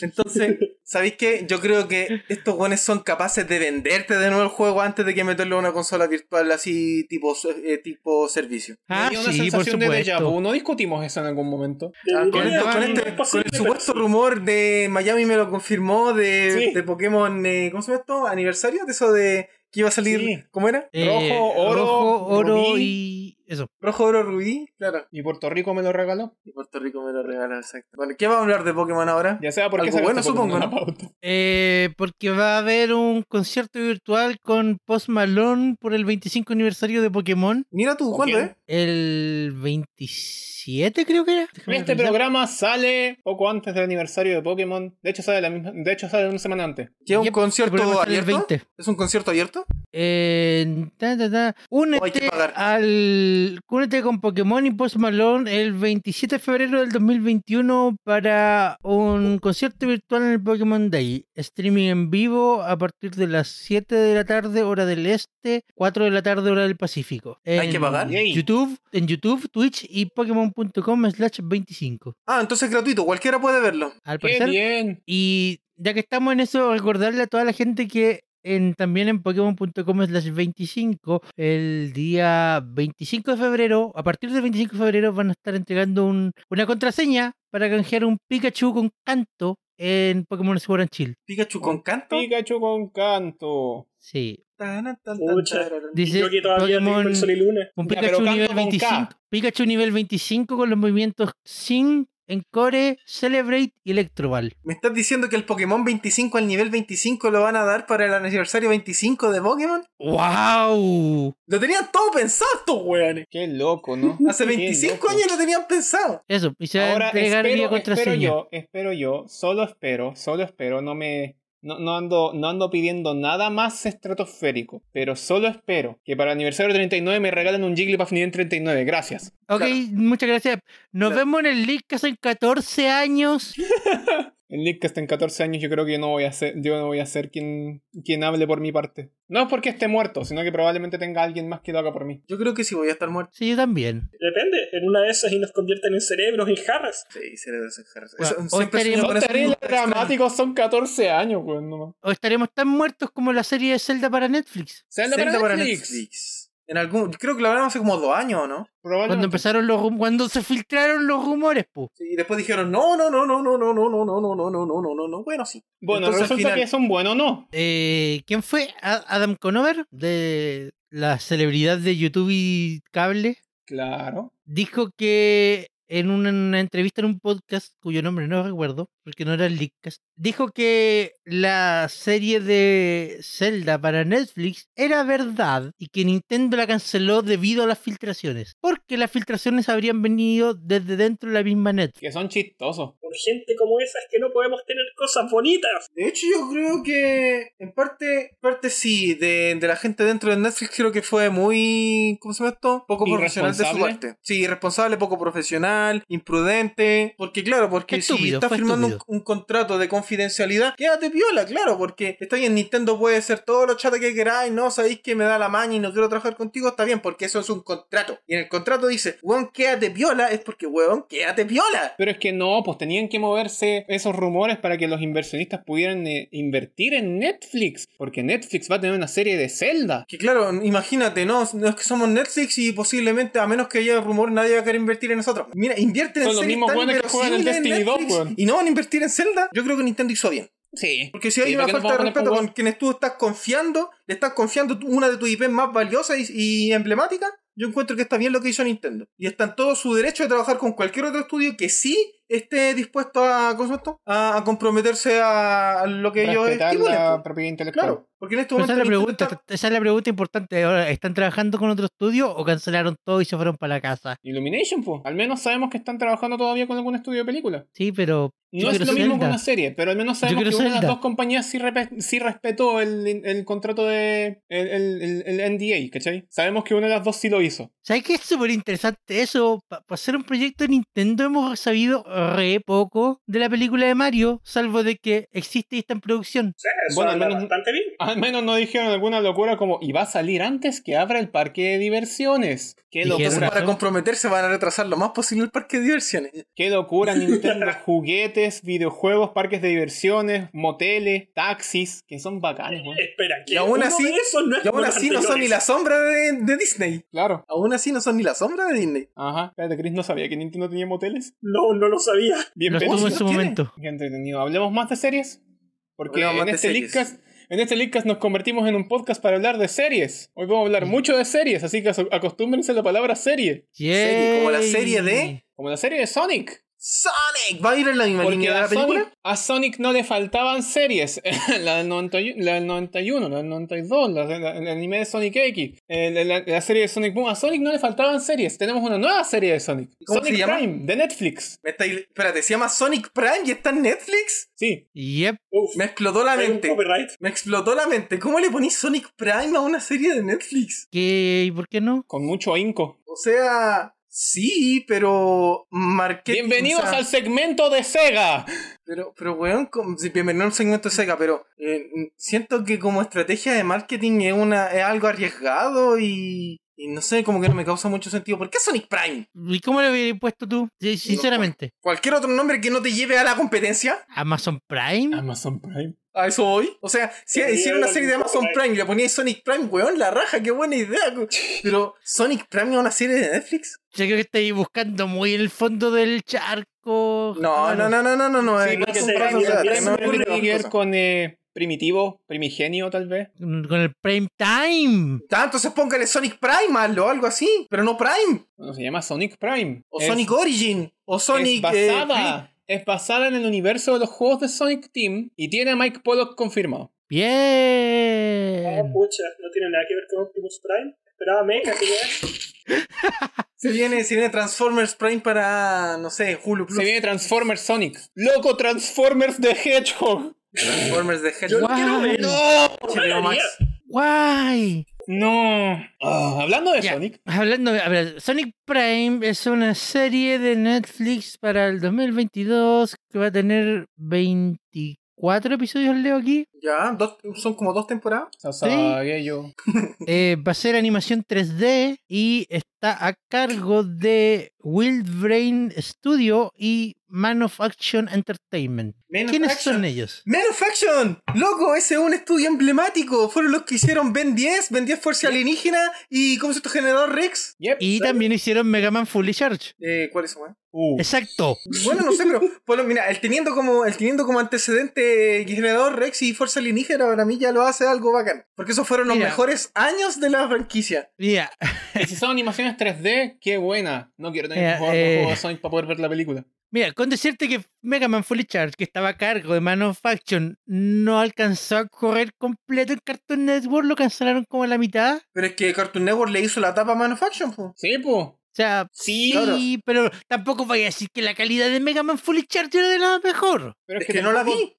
Speaker 2: Entonces, ¿sabéis qué? Yo creo que estos guanes son capaces de venderte de nuevo el juego antes de que meterlo a una consola virtual así tipo, eh, tipo servicio.
Speaker 3: Ah,
Speaker 4: Me dio
Speaker 3: sí, por
Speaker 4: de déjà vu.
Speaker 3: supuesto.
Speaker 4: No discutimos eso en algún momento.
Speaker 2: Ah, con,
Speaker 1: Debería-
Speaker 2: esto- con
Speaker 1: no
Speaker 2: este-
Speaker 1: es
Speaker 2: con
Speaker 1: posible,
Speaker 2: el
Speaker 1: pero
Speaker 2: supuesto rumor de Miami me lo confirmó de,
Speaker 4: Sí.
Speaker 2: de Pokémon, eh, ¿cómo se llama esto? ¿Aniversario? De eso de que iba a salir,
Speaker 4: Sí.
Speaker 2: ¿cómo era?
Speaker 3: Eh,
Speaker 4: Rojo, oro,
Speaker 3: rojo, oro y
Speaker 4: rubí.
Speaker 3: eso.
Speaker 2: Rojo, oro, rubí, claro.
Speaker 4: Y Puerto Rico me lo regaló.
Speaker 2: Y Puerto Rico me lo regaló, exacto. Bueno, ¿qué va a hablar de Pokémon ahora?
Speaker 4: Ya sea porque
Speaker 2: Algo bueno, supongo,
Speaker 4: la
Speaker 2: ¿no?
Speaker 4: pauta.
Speaker 3: Eh, porque va a haber un concierto virtual con Post Malone por el 25 aniversario de Pokémon.
Speaker 2: Mira tú,
Speaker 4: ¿Con
Speaker 2: ¿cuándo eh?
Speaker 4: quién?
Speaker 2: es?
Speaker 3: El 27 creo que era. Déjame
Speaker 4: Este
Speaker 3: revisar.
Speaker 4: programa sale poco antes del aniversario de Pokémon. De hecho, sale la misma, de hecho, sale una semana antes.
Speaker 2: ¿Que es un
Speaker 3: Yep, programa
Speaker 2: concierto
Speaker 3: sale el
Speaker 2: abierto?
Speaker 3: 20.
Speaker 2: ¿Es un concierto abierto?
Speaker 3: Eh, ta, ta, ta.
Speaker 2: hay que
Speaker 3: Únete,
Speaker 2: pagar.
Speaker 3: al, únete con Pokémon y Post Malone el 27 de febrero del 2021 para un concierto virtual en el Pokémon Day. Streaming en vivo a partir de las 7 de la tarde, hora del este, 4 de la tarde, hora del Pacífico.
Speaker 2: Hay que
Speaker 3: En
Speaker 2: pagar.
Speaker 4: Yay.
Speaker 3: YouTube, en YouTube, Twitch y Pokémon.com slash 25.
Speaker 2: Ah, entonces es gratuito, cualquiera puede verlo.
Speaker 3: Al
Speaker 4: ¡Qué
Speaker 3: parecer,
Speaker 4: bien!
Speaker 3: y ya que estamos en eso, recordarle a toda la gente que en, también en Pokémon.com slash 25, el día 25 de febrero, a partir del 25 de febrero van a estar entregando un- una contraseña para canjear un Pikachu con canto en Pokémon Sword and Shield.
Speaker 2: Pikachu con canto.
Speaker 4: Pikachu con canto.
Speaker 3: Sí.
Speaker 2: Tan, tan, tan,
Speaker 1: Pucha.
Speaker 2: tararán.
Speaker 3: Dice
Speaker 1: Yo que todavía tengo
Speaker 3: Pokémon-
Speaker 1: el sol y luna.
Speaker 3: Un
Speaker 4: Ya, pero
Speaker 3: Pikachu
Speaker 4: canto
Speaker 3: nivel
Speaker 4: con
Speaker 3: 25.
Speaker 4: K.
Speaker 3: Pikachu nivel 25 con los movimientos Sing, Encore, Celebrate y Electroball.
Speaker 2: ¿Me estás diciendo que el Pokémon 25 al nivel 25 lo van a dar para el aniversario 25 de Pokémon?
Speaker 3: ¡Wow!
Speaker 2: Lo tenían todo pensado estos weones.
Speaker 4: Qué loco, ¿no?
Speaker 2: Hace
Speaker 4: Qué
Speaker 2: 25
Speaker 4: loco.
Speaker 2: años lo tenían pensado.
Speaker 3: Eso, y se va a
Speaker 4: Ahora
Speaker 3: entregar vía
Speaker 4: espero, espero
Speaker 3: contraseña.
Speaker 4: yo, espero yo, solo espero, solo espero, no me, No, no, ando, no ando pidiendo nada más estratosférico, pero solo espero que para el aniversario 39 me regalen un Jigglypuff nivel 39. Gracias.
Speaker 3: Ok,
Speaker 2: Claro.
Speaker 3: muchas gracias. Nos
Speaker 2: Claro.
Speaker 3: vemos en el Leadcast en 14 años.
Speaker 4: El Nick que está en 14 años, yo creo que yo no voy a ser, yo no voy a ser quien, quien hable por mi parte. No es porque esté muerto, sino que probablemente tenga alguien más que lo haga por mí.
Speaker 2: Yo creo que sí voy a estar muerto.
Speaker 3: Sí, yo también.
Speaker 1: Depende, en una de esas y nos convierten en cerebros, en jarras.
Speaker 2: Sí, cerebros en jarras.
Speaker 3: Bueno,
Speaker 2: Eso-
Speaker 3: hoy
Speaker 2: siempre sueño
Speaker 3: estaría- Pero
Speaker 4: Son
Speaker 2: con esa
Speaker 4: terribles
Speaker 2: pregunta extraña.
Speaker 4: dramáticos, son 14 años, weón. No.
Speaker 3: O estaremos tan muertos como la serie de Zelda para Netflix.
Speaker 4: Zelda
Speaker 2: Zelda
Speaker 4: para Netflix.
Speaker 2: En algún, creo que lo hablamos hace como dos años, ¿no?
Speaker 4: Probablemente.
Speaker 3: Cuando empezaron los rum- cuando se filtraron los rumores, po.
Speaker 2: Sí, y después dijeron, no, no, no, no, no, no, no, no, no, no, no, no, no, no, no, no. Bueno, sí.
Speaker 4: Bueno,
Speaker 2: Entonces, al
Speaker 4: resulta
Speaker 2: final-
Speaker 4: que son buenos o no.
Speaker 3: Eh, ¿Quién fue? A- Adam Conover, de la celebridad de YouTube y cable,
Speaker 4: Claro.
Speaker 3: dijo que en una, una entrevista en un podcast cuyo nombre no recuerdo, porque no era el Leakcast, dijo que la serie de Zelda para Netflix era verdad y que Nintendo la canceló debido a las filtraciones, porque las filtraciones habrían venido desde dentro de la misma Netflix.
Speaker 4: Que son chistosos.
Speaker 1: Por gente como esa es que no podemos tener cosas bonitas.
Speaker 2: De hecho, yo creo que en parte, parte sí, de, de la gente dentro de Netflix creo que fue muy, ¿cómo se llama esto? Poco profesional de su
Speaker 4: Irresponsable.
Speaker 2: parte. Sí, irresponsable, poco profesional, imprudente. Porque claro, porque si
Speaker 3: Estúpido,
Speaker 2: estás
Speaker 3: fue
Speaker 2: firmando un,
Speaker 3: estúpido.
Speaker 2: un contrato de confidencialidad, quédate piola, claro, porque está bien, Nintendo puede ser todo lo chata que queráis, no sabéis que me da la maña y no quiero trabajar contigo, está bien, porque eso es un contrato. Y en el contrato dice, weón, quédate piola, es porque, weón, quédate piola.
Speaker 4: Pero es que no, pues tenían que moverse esos rumores para que los inversionistas pudieran eh, invertir en Netflix. Porque Netflix va a tener una serie de Zelda.
Speaker 2: Que claro, imagínate, no, no es que somos Netflix y posiblemente, a menos que haya rumor, nadie va a querer invertir en nosotros. Mira, invierten en
Speaker 4: Son los
Speaker 2: series
Speaker 4: mismos
Speaker 2: tan
Speaker 4: buenos que juegan el
Speaker 2: inverosímiles en
Speaker 4: Destiny dos,
Speaker 2: Netflix
Speaker 4: weón.
Speaker 2: Y no van a invertir en Zelda. Yo creo que Nintendo hizo bien.
Speaker 4: Sí.
Speaker 2: Porque si hay
Speaker 4: Sí, ¿para
Speaker 2: una
Speaker 4: qué nos
Speaker 2: falta de
Speaker 4: vamos a poner
Speaker 2: respeto
Speaker 4: con
Speaker 2: con quienes tú estás confiando, le estás confiando tú- una de tus IP más valiosas y, y emblemáticas, yo encuentro que está bien lo que hizo Nintendo. Y está en todo su derecho de trabajar con cualquier otro estudio que sí esté dispuesto a, ¿cómo se llama esto? a, a comprometerse a, a lo que ellos
Speaker 4: Respetar la
Speaker 2: estimulen. pues.
Speaker 4: propiedad intelectual.
Speaker 2: Claro, porque en este
Speaker 3: Pero
Speaker 2: momento
Speaker 3: esa es la
Speaker 2: Nintendo
Speaker 3: pregunta,
Speaker 2: está-
Speaker 3: esa es la pregunta importante. Ahora, ¿están trabajando con otro estudio o cancelaron todo y se fueron para la casa?
Speaker 4: Illumination, pues. Al menos sabemos que están trabajando todavía con algún estudio de película.
Speaker 3: Sí, pero Yo
Speaker 4: No es
Speaker 3: quiero
Speaker 4: lo mismo que
Speaker 3: Zelda.
Speaker 4: una serie, pero al menos sabemos que
Speaker 3: quiero
Speaker 4: una de las
Speaker 3: Zelda.
Speaker 4: dos compañías sí, repe- sí respetó el, el contrato de. El, el- el- el NDA, ¿cachai? Sabemos que una de las dos sí lo hizo.
Speaker 3: ¿sabes qué es súper interesante eso? Para hacer un proyecto de Nintendo hemos sabido re poco de la película de Mario, salvo de que existe y está en producción.
Speaker 1: Sí, eso
Speaker 4: Bueno, al
Speaker 1: anda
Speaker 4: menos-
Speaker 1: bastante bien.
Speaker 4: Al menos no dijeron alguna locura como. Y va a salir antes que abra el parque de diversiones. Qué
Speaker 3: Dijeron-
Speaker 4: locura.
Speaker 2: Entonces, para
Speaker 3: Corazón.
Speaker 2: comprometerse van a retrasar lo más posible el parque de diversiones.
Speaker 4: Qué locura, Nintendo. Juguetes, videojuegos, parques de diversiones, moteles, taxis, que son bacanes, weón.
Speaker 1: Espera, que
Speaker 2: Y aún
Speaker 1: uno
Speaker 2: así-
Speaker 1: de esos no es
Speaker 2: Y aún
Speaker 1: como
Speaker 2: así
Speaker 1: los
Speaker 2: no son ni
Speaker 1: anteriores.
Speaker 2: la sombra de, de Disney.
Speaker 4: Claro.
Speaker 2: Aún así no son ni la sombra de Disney.
Speaker 4: Ajá. Espérate, Chris no sabía que Nintendo tenía moteles.
Speaker 1: No, no lo sabía.
Speaker 4: Bien
Speaker 3: No estuvo en
Speaker 4: pensado.
Speaker 3: su
Speaker 2: ¿Tiene?
Speaker 3: momento.
Speaker 4: Qué entretenido. Hablemos más de series. Porque
Speaker 2: Hablemos
Speaker 4: en
Speaker 2: más de
Speaker 4: este,
Speaker 2: series.
Speaker 4: Leadcast, en este Leadcast nos convertimos en un podcast para hablar de series. Hoy vamos a hablar mucho de series, así que aso- acostúmbrense a la palabra serie.
Speaker 2: Serie, como la
Speaker 3: Yay.
Speaker 2: serie de-
Speaker 4: Como la serie de Sonic.
Speaker 2: Sonic va a ir en la misma
Speaker 4: Porque
Speaker 2: línea de
Speaker 4: a
Speaker 2: la película.
Speaker 4: Sonic, a Sonic no le faltaban series. la, del 91, la del 91, la del 92, la, la- el anime de Sonic X, el- la, la serie de Sonic Boom. A Sonic no le faltaban series. Tenemos una nueva serie de Sonic.
Speaker 2: ¿Cómo
Speaker 4: Sonic
Speaker 2: se llama?
Speaker 4: Prime, de Netflix.
Speaker 2: Me estáis- espérate, se llama Sonic Prime y está en Netflix.
Speaker 4: Sí.
Speaker 3: Yep.
Speaker 1: Uf,
Speaker 2: Me explotó la
Speaker 1: hay un
Speaker 2: mente.
Speaker 1: copyright.
Speaker 2: Me explotó la mente. ¿Cómo le ponís Sonic Prime a una serie de Netflix?
Speaker 3: ¿Qué? ¿Y por qué no?
Speaker 4: Con mucho ahínco.
Speaker 2: O sea, sí, pero marketing.
Speaker 4: Bienvenidos
Speaker 2: o sea,
Speaker 4: al segmento de Sega.
Speaker 2: Pero, pero weón, com- sí, bienvenido a un segmento de seca, pero eh, mm, siento que como estrategia de marketing es una es algo arriesgado y, y no sé, como que no me causa mucho sentido. ¿Por qué Sonic Prime?
Speaker 3: ¿Y cómo le hubieras puesto tú? Sí, Sinceramente,
Speaker 2: ¿Cualquier otro nombre que no te lleve a la competencia?
Speaker 3: Amazon Prime.
Speaker 4: Amazon Prime.
Speaker 2: A eso voy. O sea, si
Speaker 1: Debería
Speaker 2: hicieron una
Speaker 1: haber
Speaker 2: serie de
Speaker 1: algún
Speaker 2: Amazon
Speaker 1: copyright.
Speaker 2: Prime y le ponías Sonic Prime, weón, la raja, qué buena idea. co- Pero Sonic Prime es una serie de Netflix.
Speaker 3: Yo creo que estáis buscando muy en el fondo del charco.
Speaker 2: No, no, no,
Speaker 3: hermano.
Speaker 2: no, no, no. no,
Speaker 4: Sí,
Speaker 2: eh,
Speaker 1: no sé,
Speaker 2: no
Speaker 4: porque
Speaker 2: son
Speaker 1: Prime-
Speaker 4: el
Speaker 2: brazos de
Speaker 1: Prime
Speaker 2: edad,
Speaker 1: me ocurre
Speaker 4: Prime tiene
Speaker 2: no
Speaker 4: que ver
Speaker 2: cosas.
Speaker 4: con eh, primitivo, primigenio tal vez.
Speaker 3: Con el Prime Time.
Speaker 2: Ah, entonces póngale Sonic Prime hazlo, o algo así, pero no Prime.
Speaker 4: Bueno, se llama Sonic Prime.
Speaker 2: O
Speaker 4: Es-
Speaker 2: Sonic Origin. O Sonic.
Speaker 4: es
Speaker 2: eh,
Speaker 4: basada, es basada en el universo de los juegos de Sonic Team y tiene a Mike Pollock confirmado.
Speaker 1: No,
Speaker 3: Bien.
Speaker 1: Oh, pucha, no tiene nada que ver con Optimus Prime. Esperaba Mecha, que ya es.
Speaker 2: se, viene, se viene Transformers Prime para, no sé, Hulu Plus.
Speaker 4: Se viene Transformers Sonic. ¡Loco Transformers de Hedgehog!
Speaker 2: Transformers de
Speaker 1: Yo
Speaker 2: Hell.
Speaker 1: no quiero
Speaker 3: Guay.
Speaker 1: ver.
Speaker 2: ¡No!
Speaker 1: Valeria.
Speaker 2: Max.
Speaker 3: Guay.
Speaker 4: No. Ah, hablando de
Speaker 3: Ya,
Speaker 4: Sonic.
Speaker 3: Hablando, a ver, Sonic Prime es una serie de Netflix para el 2022 que va a tener 24 episodios, leo aquí.
Speaker 2: Ya, dos- son como dos temporadas.
Speaker 4: Sasage yo.
Speaker 3: Eh, va a ser animación 3D y está a cargo de Wild Brain Studio y Man of Action Entertainment.
Speaker 2: Man of
Speaker 3: ¿Quiénes
Speaker 2: Action.
Speaker 3: son ellos?
Speaker 2: Man of Action, loco, ese es un estudio emblemático. Fueron los que hicieron Ben 10, Ben 10 Fuerza Alienígena y ¿cómo se llama tu generador Rex?
Speaker 4: Yep.
Speaker 3: Y también hicieron Mega Man Fully Charge.
Speaker 2: Eh, ¿Cuál es su
Speaker 4: Uh.
Speaker 3: Exacto.
Speaker 2: Bueno, no sé, pero por lo- mira, el teniendo como el teniendo como antecedente generador Rex y Fuerza Alienígena para mí ya lo hace algo bacán, porque esos fueron los
Speaker 3: Mira.
Speaker 2: mejores años de la franquicia.
Speaker 3: Mira,
Speaker 4: Y si son animaciones 3D, qué buena. No quiero tener
Speaker 3: Eh,
Speaker 4: que jugar
Speaker 3: eh.
Speaker 4: los juegos de Sonic para poder ver la película.
Speaker 3: Mira, con decirte que Mega Man Fully Charge, que estaba a cargo de Man of Action, no alcanzó a correr completo en Cartoon Network, lo cancelaron como a la mitad. O
Speaker 2: Pero es que Cartoon Network le hizo la tapa a Man of Action, po.
Speaker 4: Sí, po.
Speaker 3: sea,
Speaker 4: Sí.
Speaker 2: Claro.
Speaker 3: pero tampoco vaya a decir que la calidad de Mega Man Fully Charge era de la mejor.
Speaker 4: Pero
Speaker 2: Es que no la
Speaker 4: tampoco
Speaker 2: vi.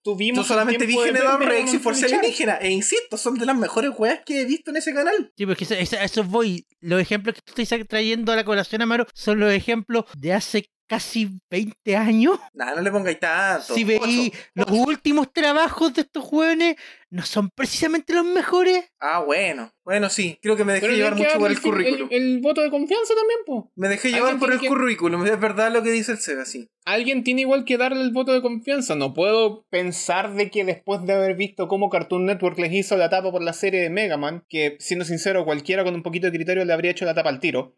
Speaker 2: Yo
Speaker 4: Tuvimos
Speaker 2: solamente vi
Speaker 4: General
Speaker 2: Generador Rex y Fuerza Alienígena, e insisto, son de las mejores weas que he visto en ese canal.
Speaker 3: Sí, porque eso, eso, a eso voy. Los ejemplos que tú estás trayendo a la colación, Amaro, son los ejemplos de hace casi 20 años.
Speaker 2: Nah, no le pongáis tanto.
Speaker 3: Si veí
Speaker 2: Ocho.
Speaker 3: los últimos trabajos de estos jóvenes, no son precisamente los mejores.
Speaker 2: Ah, bueno. Bueno, sí. Creo que me dejé
Speaker 4: Pero
Speaker 2: llevar
Speaker 4: tienen que
Speaker 2: mucho
Speaker 4: dar
Speaker 2: por el
Speaker 4: el-
Speaker 2: currículum.
Speaker 4: El, el voto de confianza también, po.
Speaker 2: Me dejé
Speaker 4: Alguien
Speaker 2: llevar por
Speaker 4: tiene
Speaker 2: el
Speaker 4: que-
Speaker 2: currículum. Es verdad lo que dice el Seba, sí.
Speaker 4: Alguien tiene igual que darle el voto de confianza. No puedo pensar de que después de haber visto cómo Cartoon Network les hizo la tapa por la serie de Mega Man, que siendo sincero, cualquiera con un poquito de criterio le habría hecho la tapa al tiro,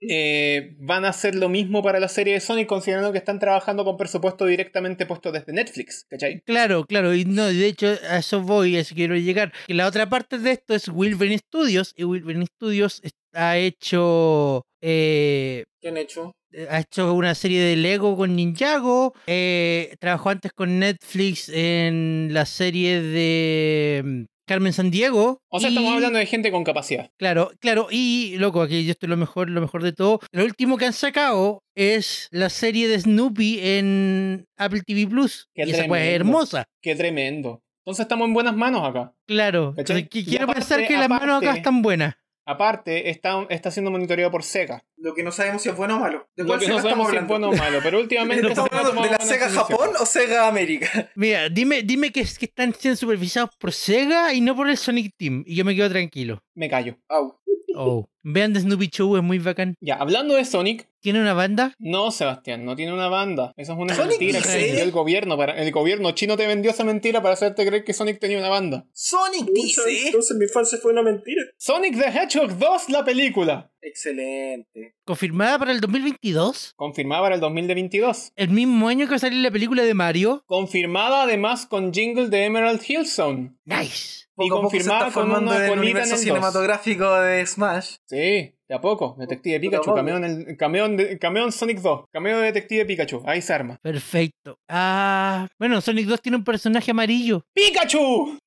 Speaker 4: eh, van a hacer lo mismo para la serie de Sonic, considerando que están trabajando con presupuesto directamente puesto desde Netflix, ¿cachai?
Speaker 3: Claro, claro, y no, de hecho a eso voy, a eso quiero llegar. Que la otra parte de esto es Wilburn Studios, y Wilburn Studios es- ha hecho eh,
Speaker 2: ¿Qué han hecho?
Speaker 3: ha hecho una serie de Lego con Ninjago, eh, trabajó antes con Netflix en la serie de mm, Carmen San Diego.
Speaker 4: O sea, estamos
Speaker 3: y-
Speaker 4: hablando de gente con capacidad.
Speaker 3: Claro, claro, y loco, aquí yo estoy lo mejor, lo mejor de todo. Lo último que han sacado es la serie de Snoopy en Apple TV Plus.
Speaker 4: Qué
Speaker 3: y esa pues es
Speaker 4: tremendo.
Speaker 3: hermosa.
Speaker 4: Qué tremendo. Entonces estamos en buenas manos acá.
Speaker 3: Claro,
Speaker 4: ¿Cachai?
Speaker 3: entonces, que
Speaker 4: Y
Speaker 3: quiero
Speaker 4: aparte-
Speaker 3: pensar que las manos acá
Speaker 4: aparte-
Speaker 3: están buenas.
Speaker 4: Aparte, está, está siendo monitoreado por SEGA.
Speaker 2: Lo que no sabemos si es bueno o malo. ¿De
Speaker 4: Lo
Speaker 2: cuál
Speaker 4: que no
Speaker 2: Sega
Speaker 4: sabemos
Speaker 2: estamos
Speaker 4: si es bueno
Speaker 2: hablando?
Speaker 4: o malo, pero últimamente...
Speaker 2: ¿Estamos
Speaker 4: se ha
Speaker 2: hablando
Speaker 4: tomado
Speaker 2: de la
Speaker 4: buenas
Speaker 2: Sega
Speaker 4: decisiones.
Speaker 2: Japón o Sega América?
Speaker 3: Mira, dime, dime que, es- que están siendo supervisados por Sega y no por el Sonic Team. Y yo me quedo tranquilo.
Speaker 4: Me callo.
Speaker 2: Au.
Speaker 3: Oh. Vean The Snoopy Show, es muy bacán.
Speaker 4: Ya, hablando de Sonic,
Speaker 3: ¿Tiene una banda?
Speaker 4: no, Sebastián, no tiene una banda. Esa es una
Speaker 2: Sonic
Speaker 4: mentira que
Speaker 3: dice-
Speaker 4: te vendió el gobierno. Para, el gobierno chino te vendió esa mentira para hacerte creer que Sonic tenía una banda.
Speaker 2: Sonic
Speaker 1: Entonces,
Speaker 2: dice.
Speaker 1: entonces mi falsa fue una mentira.
Speaker 4: Sonic the Hedgehog 2, la película.
Speaker 2: Excelente.
Speaker 3: ¿Confirmada para el 2022?
Speaker 4: Confirmada para el 2022.
Speaker 3: ¿El mismo año que va a salir la película de Mario?
Speaker 4: Confirmada además con jingle de Emerald Hill Zone.
Speaker 3: Nice.
Speaker 4: Y
Speaker 2: Poco a poco se
Speaker 4: confirmada
Speaker 2: está
Speaker 4: con
Speaker 2: formando
Speaker 4: una
Speaker 2: en el
Speaker 4: colita
Speaker 2: universo
Speaker 4: en el dos.
Speaker 2: cinematográfico de Smash.
Speaker 4: Sí, de a poco. Detective Pikachu,
Speaker 2: Pero
Speaker 4: cameo en, el, cameo, en de- cameo en Sonic 2, cameo de Detective Pikachu, ahí se arma.
Speaker 3: Perfecto. Ah, bueno, Sonic 2 tiene un personaje amarillo.
Speaker 4: ¡Pikachu!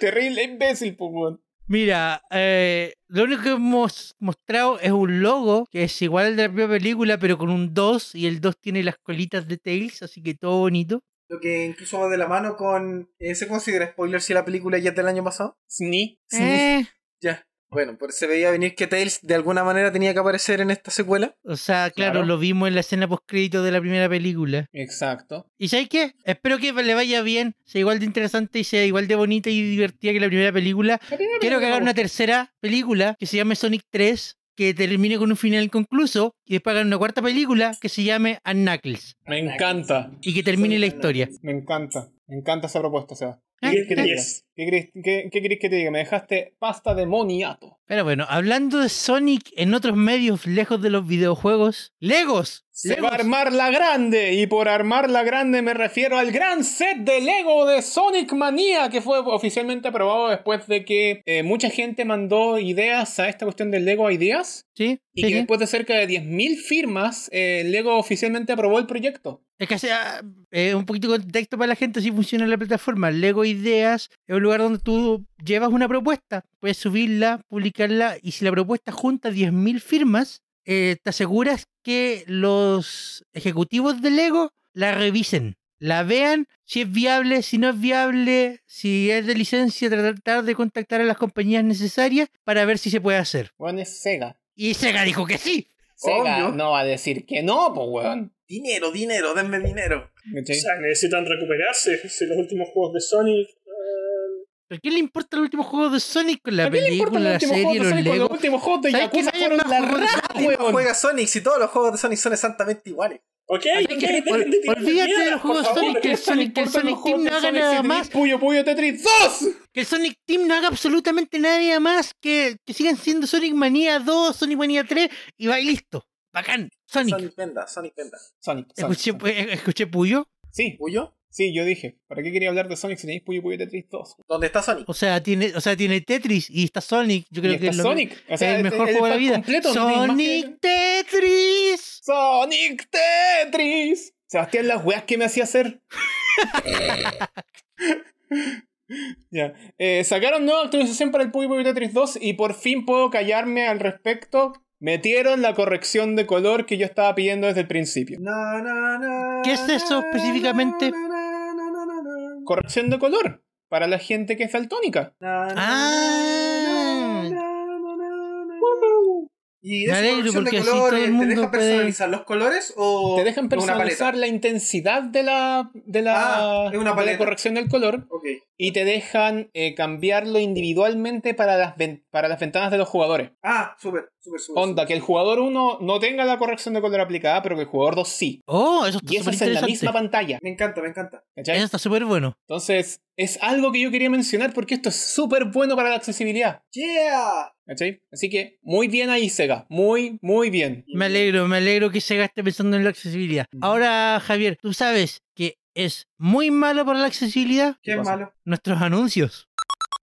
Speaker 4: Terrible imbécil, pues, weón.
Speaker 3: Mira, eh, lo único que hemos mostrado es un logo que es igual al de la primera película, pero con un 2 y el 2 tiene las colitas de Tails, así que todo bonito.
Speaker 2: Lo que incluso va de la mano con. eh, ¿Se considera spoiler si la película ya es del año pasado?
Speaker 4: Sni.
Speaker 3: Eh,
Speaker 2: Ya. Bueno, pues se veía venir que Tails de alguna manera tenía que aparecer en esta secuela.
Speaker 3: O sea, claro,
Speaker 4: Claro.
Speaker 3: lo vimos en la escena postcrédito de la primera película.
Speaker 4: Exacto.
Speaker 3: ¿Y sabes qué? Espero que le vaya bien, sea igual de interesante y sea igual de bonita y divertida que la primera película. Quiero que hagan una tercera película que se llame Sonic 3, que termine con un final concluso, y después hagan una cuarta película que se llame A Knuckles
Speaker 4: Me encanta,
Speaker 3: y que termine
Speaker 2: Sonic
Speaker 3: la
Speaker 2: and
Speaker 3: historia.
Speaker 2: Knuckles.
Speaker 4: me encanta. Me encanta esa propuesta, Seba.
Speaker 3: Ah,
Speaker 1: Diez de
Speaker 3: ah.
Speaker 1: diez.
Speaker 4: ¿Qué querés, qué, qué querés que te diga? Me dejaste pasta de moniato.
Speaker 3: Pero bueno, hablando de Sonic en otros medios lejos de los videojuegos, Legos.
Speaker 4: Se va a
Speaker 3: ¡Legos!
Speaker 4: armar la grande, y por armar la grande me refiero al gran set de Lego de Sonic Manía, que fue oficialmente aprobado después de que eh, mucha gente mandó ideas a esta cuestión del Lego Ideas,
Speaker 3: Sí, sí,
Speaker 4: y que
Speaker 3: sí.
Speaker 4: después de cerca de 10.000 firmas, eh, Lego oficialmente aprobó el proyecto.
Speaker 3: Es que sea eh, un poquito de contexto para la gente si funciona la plataforma. Lego Ideas es un lugar donde tú llevas una propuesta, puedes subirla, publicarla y si la propuesta junta 10.000 firmas, eh, te aseguras que los ejecutivos de Lego la revisen, la vean, si es viable, si no es viable, si es de licencia, tratar de contactar a las compañías necesarias para ver si se puede hacer.
Speaker 4: Weón es Sega.
Speaker 3: Y Sega dijo que sí.
Speaker 4: Sega
Speaker 2: Obvio.
Speaker 4: no va a decir que no, pues weón.
Speaker 2: Dinero, dinero, denme dinero.
Speaker 1: O
Speaker 4: ¿Cachai?
Speaker 1: sea, necesitan recuperarse. Si los últimos juegos de Sonic. eh,
Speaker 3: ¿Pero qué le importa el último juego de Sonic con la
Speaker 4: ¿A quién le importan
Speaker 3: película,
Speaker 4: los
Speaker 3: la
Speaker 4: últimos
Speaker 3: serie,
Speaker 4: juegos de
Speaker 3: los
Speaker 4: Sonic cuando
Speaker 3: Lego?
Speaker 4: los últimos juegos de
Speaker 3: ¿Sabes que
Speaker 4: Yakuza
Speaker 3: nadie
Speaker 4: fueron
Speaker 3: más
Speaker 4: la
Speaker 3: jugó
Speaker 4: raja,
Speaker 2: Nadie más
Speaker 4: weón?
Speaker 2: juega Sonic si todos los juegos de Sonic son exactamente iguales.
Speaker 1: Ok,
Speaker 3: Así
Speaker 1: ok,
Speaker 3: que,
Speaker 1: dejen
Speaker 3: ol-
Speaker 1: de tirarle
Speaker 3: olvídate
Speaker 1: mierda,
Speaker 3: de los
Speaker 1: por
Speaker 3: juegos
Speaker 1: favor.
Speaker 3: Sonic, que el Sonic, que el
Speaker 4: Importan los
Speaker 3: Sonic
Speaker 4: juegos
Speaker 3: Team
Speaker 4: de
Speaker 3: no haga
Speaker 4: Sonic
Speaker 3: nada
Speaker 4: Tetris,
Speaker 3: más,
Speaker 4: Puyo Puyo Tetris 2.
Speaker 3: que el Sonic Team no haga absolutamente nada más, que, que sigan siendo Sonic Manía 2, Sonic Manía 3 y va y listo. Bacán, Sonic.
Speaker 2: Sonic venda, Sonic venda.
Speaker 4: Sonic, Sonic.
Speaker 3: Escuché, eh, pues. escuché Puyo.
Speaker 4: Sí,
Speaker 2: ¿Puyo?
Speaker 4: sí, yo dije. ¿Para qué quería hablar de Sonic si tenéis Puyo Puyo Tetris 2?
Speaker 2: ¿Dónde está Sonic?
Speaker 3: O sea, tiene, o sea, tiene Tetris y está Sonic. Yo creo
Speaker 4: Y
Speaker 3: que
Speaker 4: está
Speaker 3: es lo-
Speaker 4: Sonic. O sea,
Speaker 3: es el
Speaker 4: este-
Speaker 3: mejor
Speaker 4: el
Speaker 3: juego de la
Speaker 4: pack
Speaker 3: vida.
Speaker 4: completo, no tiene más que-
Speaker 3: Sonic Tetris.
Speaker 4: ¡Sonic Tetris! Sebastián, las weas que me hacía hacer. Ya. Eh, sacaron nueva actualización para el Puyo Puyo Tetris 2 y por fin puedo callarme al respecto. Metieron la corrección de color que yo estaba pidiendo desde el principio.
Speaker 2: Na, na, na,
Speaker 3: ¿Qué es eso
Speaker 2: na,
Speaker 3: específicamente?
Speaker 2: na, na, na, na, na, na.
Speaker 4: Corrección de color para la gente que es daltónica.
Speaker 2: Na, na,
Speaker 3: Ah.
Speaker 2: na, na, na, na, na. Y
Speaker 3: Me
Speaker 2: esa
Speaker 3: alegro,
Speaker 2: corrección
Speaker 3: porque
Speaker 2: de
Speaker 3: así todo
Speaker 2: colores,
Speaker 3: el
Speaker 2: ¿te
Speaker 3: mundo
Speaker 2: deja
Speaker 3: puede-
Speaker 2: personalizar los colores o
Speaker 4: Te dejan
Speaker 2: Oh, es una
Speaker 4: personalizar
Speaker 2: paleta?
Speaker 4: la intensidad de la, de la,
Speaker 2: Ah, es una
Speaker 4: de la
Speaker 2: paleta.
Speaker 4: corrección del color
Speaker 2: Ok.
Speaker 4: y te dejan eh, cambiarlo individualmente para las, ven- para las ventanas de los jugadores.
Speaker 2: Ah, súper, súper, súper.
Speaker 4: Onda, que el jugador 1 no tenga la corrección de color aplicada, pero que el jugador 2 sí.
Speaker 3: Oh, eso
Speaker 4: Y
Speaker 3: está
Speaker 4: eso
Speaker 3: súper
Speaker 4: es en la
Speaker 3: interesante.
Speaker 4: misma pantalla.
Speaker 2: Me encanta, me encanta.
Speaker 4: ¿cachai?
Speaker 3: Eso está súper bueno.
Speaker 4: Entonces, es algo que yo quería mencionar porque esto es súper bueno para la accesibilidad.
Speaker 2: ¡Yeah!
Speaker 4: ¿cachai? Así que, muy bien ahí, Sega. Muy, muy bien.
Speaker 3: Me alegro, me alegro que Sega esté pensando en la accesibilidad. Ahora, Javier, tú sabes que es muy malo para la accesibilidad
Speaker 2: Qué
Speaker 4: pasa?
Speaker 2: malo.
Speaker 3: nuestros anuncios.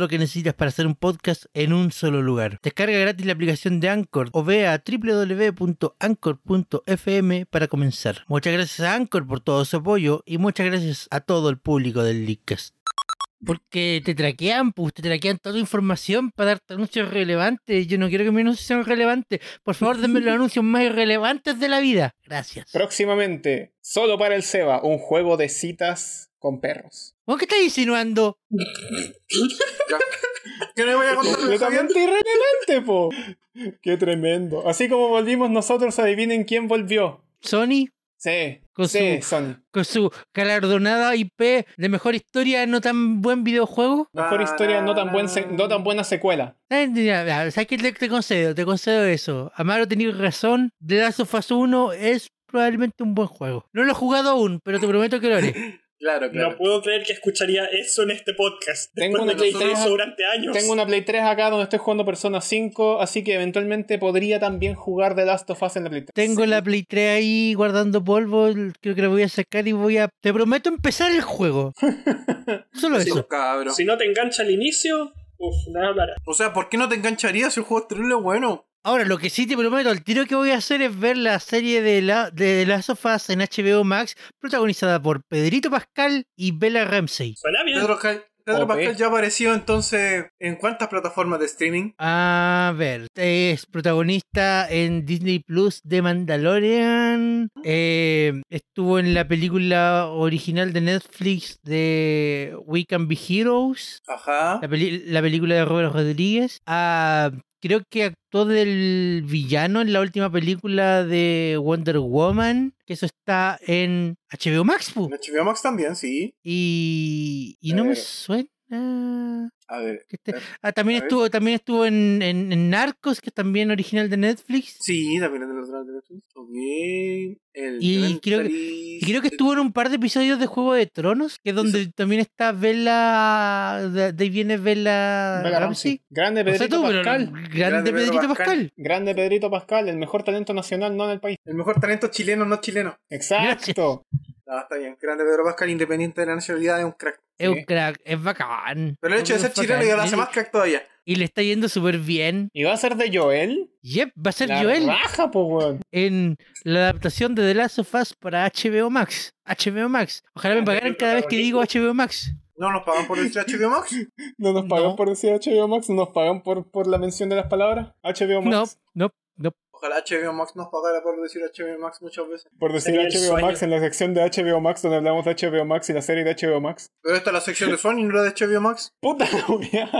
Speaker 3: lo que necesitas para hacer un podcast en un solo lugar. Descarga gratis la aplicación de Anchor o ve a www.anchor.fm para comenzar. Muchas gracias a Anchor por todo su apoyo y muchas gracias a todo el público del Leadcast. Porque te traquean, pues, te traquean toda tu información para darte anuncios relevantes. Yo no quiero que mis anuncios sean relevantes. Por favor, denme los anuncios más irrelevantes de la vida. Gracias.
Speaker 4: Próximamente, solo para el Seba, un juego de citas con perros.
Speaker 3: ¿Vos qué estás insinuando?
Speaker 2: Yo no voy a contar lo
Speaker 4: Completamente irrelevante, po. Qué tremendo. Así como volvimos nosotros, adivinen quién volvió.
Speaker 3: Sony,
Speaker 4: Sí,
Speaker 3: Con
Speaker 4: sí,
Speaker 3: su-
Speaker 4: Sony.
Speaker 3: con su galardonada IP de mejor historia, no tan buen videojuego.
Speaker 4: Mejor historia, no tan, buen se- no tan buena secuela.
Speaker 3: Ay, mira, mira, ¿Sabes qué te, te concedo? Te concedo eso. Amaro tenía razón. The Last of Us 1 es probablemente un buen juego. No lo he jugado aún, pero te prometo que lo haré.
Speaker 2: Claro,
Speaker 1: No puedo creer que escucharía eso en este podcast.
Speaker 4: Tengo
Speaker 1: Después
Speaker 4: una
Speaker 1: de lo que
Speaker 4: Play
Speaker 1: hizo
Speaker 4: 3.
Speaker 1: durante años.
Speaker 4: Tengo una Play 3 acá donde estoy jugando Persona 5, así que eventualmente podría también jugar The Last of Us en la Play 3.
Speaker 3: Tengo la Play 3 ahí guardando polvo. el- Creo que la voy a sacar y voy a. Te prometo empezar el juego. Solo eso.
Speaker 2: cabro.
Speaker 1: Si no te engancha al inicio, uff, nada hablará.
Speaker 2: O sea, ¿por qué no te engancharías si el juego es terrible bueno?
Speaker 3: Ahora, lo que sí te prometo, el tiro que voy a hacer es ver la serie de, la, de The Last of Us en HBO Max, protagonizada por Pedrito Pascal y Bella Ramsey.
Speaker 1: Suena bien.
Speaker 2: Pedro, Ca- Pedro
Speaker 4: Ok.
Speaker 2: Pascal ya apareció entonces en cuántas plataformas de streaming?
Speaker 3: A ver, es protagonista en Disney Plus de Mandalorian. eh, estuvo en la película original de Netflix de We Can Be Heroes,
Speaker 2: Ajá.
Speaker 3: la, peli- la película de Robert Rodríguez. Ah, creo que actuó del villano en la última película de Wonder Woman, que eso está en HBO Max. pu.
Speaker 2: En HBO Max también, sí.
Speaker 3: Y, y no me
Speaker 4: Eh,
Speaker 3: suena Ah,
Speaker 2: A ver.
Speaker 3: que este-
Speaker 2: Eh,
Speaker 3: ah, también
Speaker 2: a ver.
Speaker 3: estuvo, también estuvo en, en- en Narcos, que es también original de Netflix.
Speaker 2: Sí, también es de los de Netflix. Ok. El
Speaker 3: Y
Speaker 2: Gran
Speaker 3: creo que-
Speaker 2: Talis-
Speaker 3: Y creo que estuvo en un par de episodios de Juego de Tronos, que es donde también está Vela. De, de ahí viene Vela,
Speaker 4: Bella
Speaker 3: Ramsey.
Speaker 4: Ramsey. Grande
Speaker 3: O sea,
Speaker 4: Pedrito
Speaker 3: tú, pero-
Speaker 4: Pascal.
Speaker 3: grande
Speaker 2: Pedro
Speaker 3: Pedrito
Speaker 2: Pascal.
Speaker 3: Pascal.
Speaker 4: Grande Pedrito Pascal, el mejor talento nacional no en el país.
Speaker 2: El mejor talento chileno, no chileno.
Speaker 4: Exacto.
Speaker 2: No, está bien. Grande Pedro Pascal, independiente de la nacionalidad, es un crack.
Speaker 3: Es un
Speaker 4: Sí.
Speaker 3: crack, es bacán.
Speaker 2: Pero el hecho de
Speaker 3: Es
Speaker 2: ser
Speaker 3: bacán.
Speaker 2: chileno ya lo hace
Speaker 3: Y-
Speaker 2: más crack todavía.
Speaker 3: Y le está yendo súper bien.
Speaker 4: ¿Y va a ser de Joel?
Speaker 3: Yep, va a ser
Speaker 4: La
Speaker 3: Joel
Speaker 4: Raja, po, weón.
Speaker 3: en la adaptación de The Last of Us para HBO Max. HBO Max. Ojalá me
Speaker 1: Ah,
Speaker 3: pagaran
Speaker 1: pero
Speaker 3: cada vez que digo
Speaker 1: protagonista.
Speaker 3: HBO Max.
Speaker 2: No nos pagan por el HBO Max.
Speaker 4: No nos pagan
Speaker 3: No.
Speaker 4: por decir HBO Max, no nos pagan por, por la mención de las palabras. HBO
Speaker 3: No,
Speaker 4: Max.
Speaker 3: no, no.
Speaker 2: Ojalá HBO Max nos pagara por decir HBO Max muchas veces.
Speaker 4: Por decir
Speaker 1: Sería el
Speaker 4: HBO
Speaker 1: sueño.
Speaker 4: Max en la sección de HBO Max donde hablamos de HBO Max y la serie de HBO Max.
Speaker 2: Pero esta es la sección de Sony, no la de HBO Max.
Speaker 4: Puta la weá.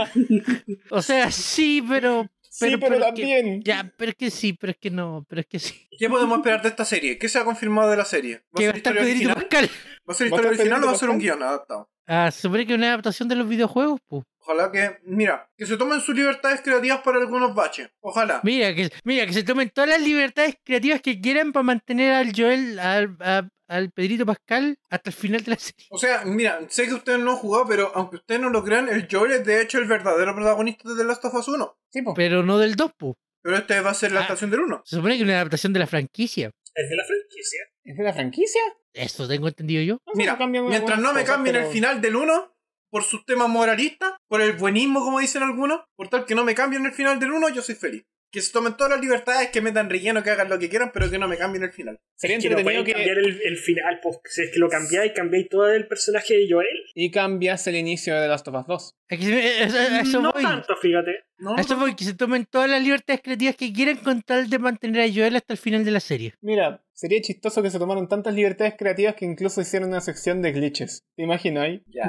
Speaker 3: O sea, sí, pero.
Speaker 4: Sí,
Speaker 3: Pero-
Speaker 4: pero,
Speaker 3: pero es que-
Speaker 4: también.
Speaker 3: Ya, pero es que sí, pero es que no, pero es que sí.
Speaker 2: ¿Qué podemos esperar de esta serie? ¿Qué se ha confirmado de la serie? ¿Va
Speaker 3: Que
Speaker 2: a
Speaker 3: va a
Speaker 2: ser
Speaker 3: estar
Speaker 2: historia
Speaker 3: Pedrito
Speaker 2: original?
Speaker 3: Pascal.
Speaker 2: ¿Va a ser
Speaker 4: ¿Va a
Speaker 2: historia
Speaker 4: estar
Speaker 2: original o va a
Speaker 4: Pedrito
Speaker 2: ser un
Speaker 4: Pascal?
Speaker 2: guión adaptado?
Speaker 3: Ah, se supone que es una adaptación de los videojuegos, pues.
Speaker 2: Ojalá que, mira, que se tomen sus libertades creativas para algunos baches. Ojalá.
Speaker 3: Mira que, mira, que se tomen todas las libertades creativas que quieran para mantener al Joel, al, a- al Pedrito Pascal hasta el final de la serie.
Speaker 2: O sea, mira, sé que ustedes no han jugado, pero aunque ustedes no lo crean, el Joel es de hecho el verdadero protagonista de The Last of Us 1.
Speaker 4: Sí, po.
Speaker 3: Pero no del 2, pues.
Speaker 2: Pero este va a ser la
Speaker 3: Ah.
Speaker 2: estación del 1.
Speaker 3: Se supone que es una adaptación de la franquicia.
Speaker 1: Es de la franquicia.
Speaker 4: ¿Es de la franquicia?
Speaker 3: Eso tengo entendido yo.
Speaker 4: No sé,
Speaker 2: Mira,
Speaker 4: no cambian
Speaker 2: mientras
Speaker 4: algunas
Speaker 2: no me
Speaker 4: cosas,
Speaker 2: cambien
Speaker 4: pero-
Speaker 2: el final del 1, por sus temas moralistas, por el buenismo, como dicen algunos, por tal que no me cambien el final del 1, yo soy feliz. Que se tomen todas las libertades, que metan relleno, que hagan lo que quieran, pero que no me cambien el final.
Speaker 4: Sería
Speaker 1: Es que no
Speaker 4: entretenido
Speaker 1: pueden
Speaker 4: que,
Speaker 1: cambiar el, el final, pues, si es que lo cambiáis, cambiáis todo el personaje de Joel.
Speaker 4: Y cambias el inicio de Last of Us 2.
Speaker 3: Es que se me- a- a- a eso
Speaker 1: no
Speaker 3: voy.
Speaker 1: tanto, fíjate.
Speaker 2: No,
Speaker 3: A eso voy, que se tomen todas las libertades creativas que quieran con tal de mantener a Joel hasta el final de la serie.
Speaker 4: Mira, sería chistoso que se tomaron tantas libertades creativas que incluso hicieron una sección de glitches. ¿Te imagináis?
Speaker 2: Ya.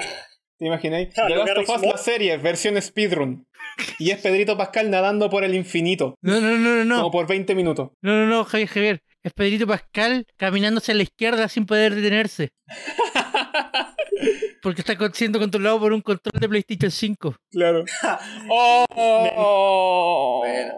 Speaker 4: ¿Te imagináis?
Speaker 1: Ah,
Speaker 4: The
Speaker 1: lo
Speaker 4: Last
Speaker 1: Garry's
Speaker 4: of Us,
Speaker 1: Mod.
Speaker 4: la serie, versión speedrun. Y es Pedrito Pascal nadando por el infinito.
Speaker 3: No, no, no, no,
Speaker 4: Como
Speaker 3: no.
Speaker 4: por 20 minutos.
Speaker 3: No, no, no, Javier, Javier. Es Pedrito Pascal caminándose a la izquierda sin poder detenerse. Porque está con- siendo controlado por un control de PlayStation 5.
Speaker 4: Claro. ¡Oh!
Speaker 2: Bueno.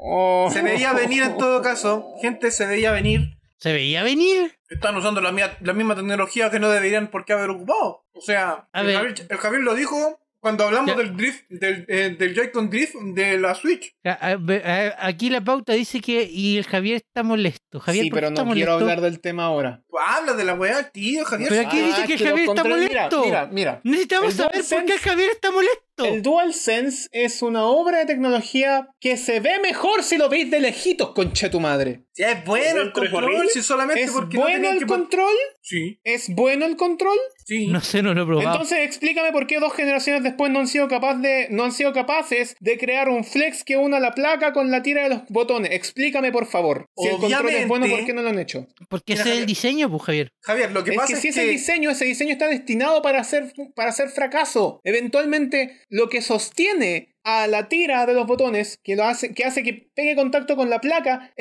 Speaker 4: Oh.
Speaker 2: Se veía venir en todo caso, gente, se veía venir.
Speaker 3: ¿Se veía venir?
Speaker 2: Están usando la, mía- la misma tecnología que no deberían por qué haber ocupado. O sea,
Speaker 3: A
Speaker 2: el
Speaker 3: ver.
Speaker 2: Javier, el Javier lo dijo cuando hablamos
Speaker 3: Ya.
Speaker 2: del drift, del, eh, del Joy-Con Drift de la Switch.
Speaker 3: A- a- ve- a- Aquí la pauta dice que y el Javier está molesto. Javier,
Speaker 4: sí,
Speaker 3: ¿por qué
Speaker 4: pero
Speaker 3: está
Speaker 4: no quiero
Speaker 3: molesto?
Speaker 4: hablar del tema ahora.
Speaker 2: Pues Habla de la weá, tío, Javier.
Speaker 3: Pero aquí
Speaker 4: Ah,
Speaker 3: dice que
Speaker 4: los
Speaker 3: Javier está
Speaker 4: controles- mira,
Speaker 3: molesto.
Speaker 4: Mira, mira.
Speaker 3: Necesitamos
Speaker 4: El
Speaker 3: saber por qué
Speaker 4: DualSense-
Speaker 3: Javier está molesto.
Speaker 4: El DualSense es una obra de tecnología que se ve mejor si lo veis de lejitos, concha tu madre.
Speaker 2: Si es bueno el
Speaker 1: Dentro es
Speaker 2: control,
Speaker 1: horrible.
Speaker 2: si solamente
Speaker 4: ¿Es
Speaker 2: porque no
Speaker 4: bueno
Speaker 2: tenían
Speaker 4: el
Speaker 2: que... pon-
Speaker 4: control?
Speaker 2: Sí,
Speaker 4: ¿Es bueno el control?
Speaker 2: sí.
Speaker 3: No sé, no lo he probado.
Speaker 4: Entonces explícame por qué dos generaciones después no han sido capaz de no han sido capaces de crear un flex que una la placa con la tira de los botones. Explícame por favor. Si el control es bueno,
Speaker 2: Obviamente.
Speaker 4: ¿por qué no lo han hecho?
Speaker 3: Porque
Speaker 2: Mira,
Speaker 3: ese es el
Speaker 2: Javier.
Speaker 3: diseño, pues, Javier.
Speaker 2: Javier, lo que
Speaker 4: Es
Speaker 2: pasa
Speaker 4: que
Speaker 2: es
Speaker 4: si
Speaker 2: que...
Speaker 4: ese diseño, ese diseño está destinado para hacer, para hacer fracaso. Eventualmente, lo que sostiene a la tira de los botones, que, lo hace, que hace que pegue contacto con la placa,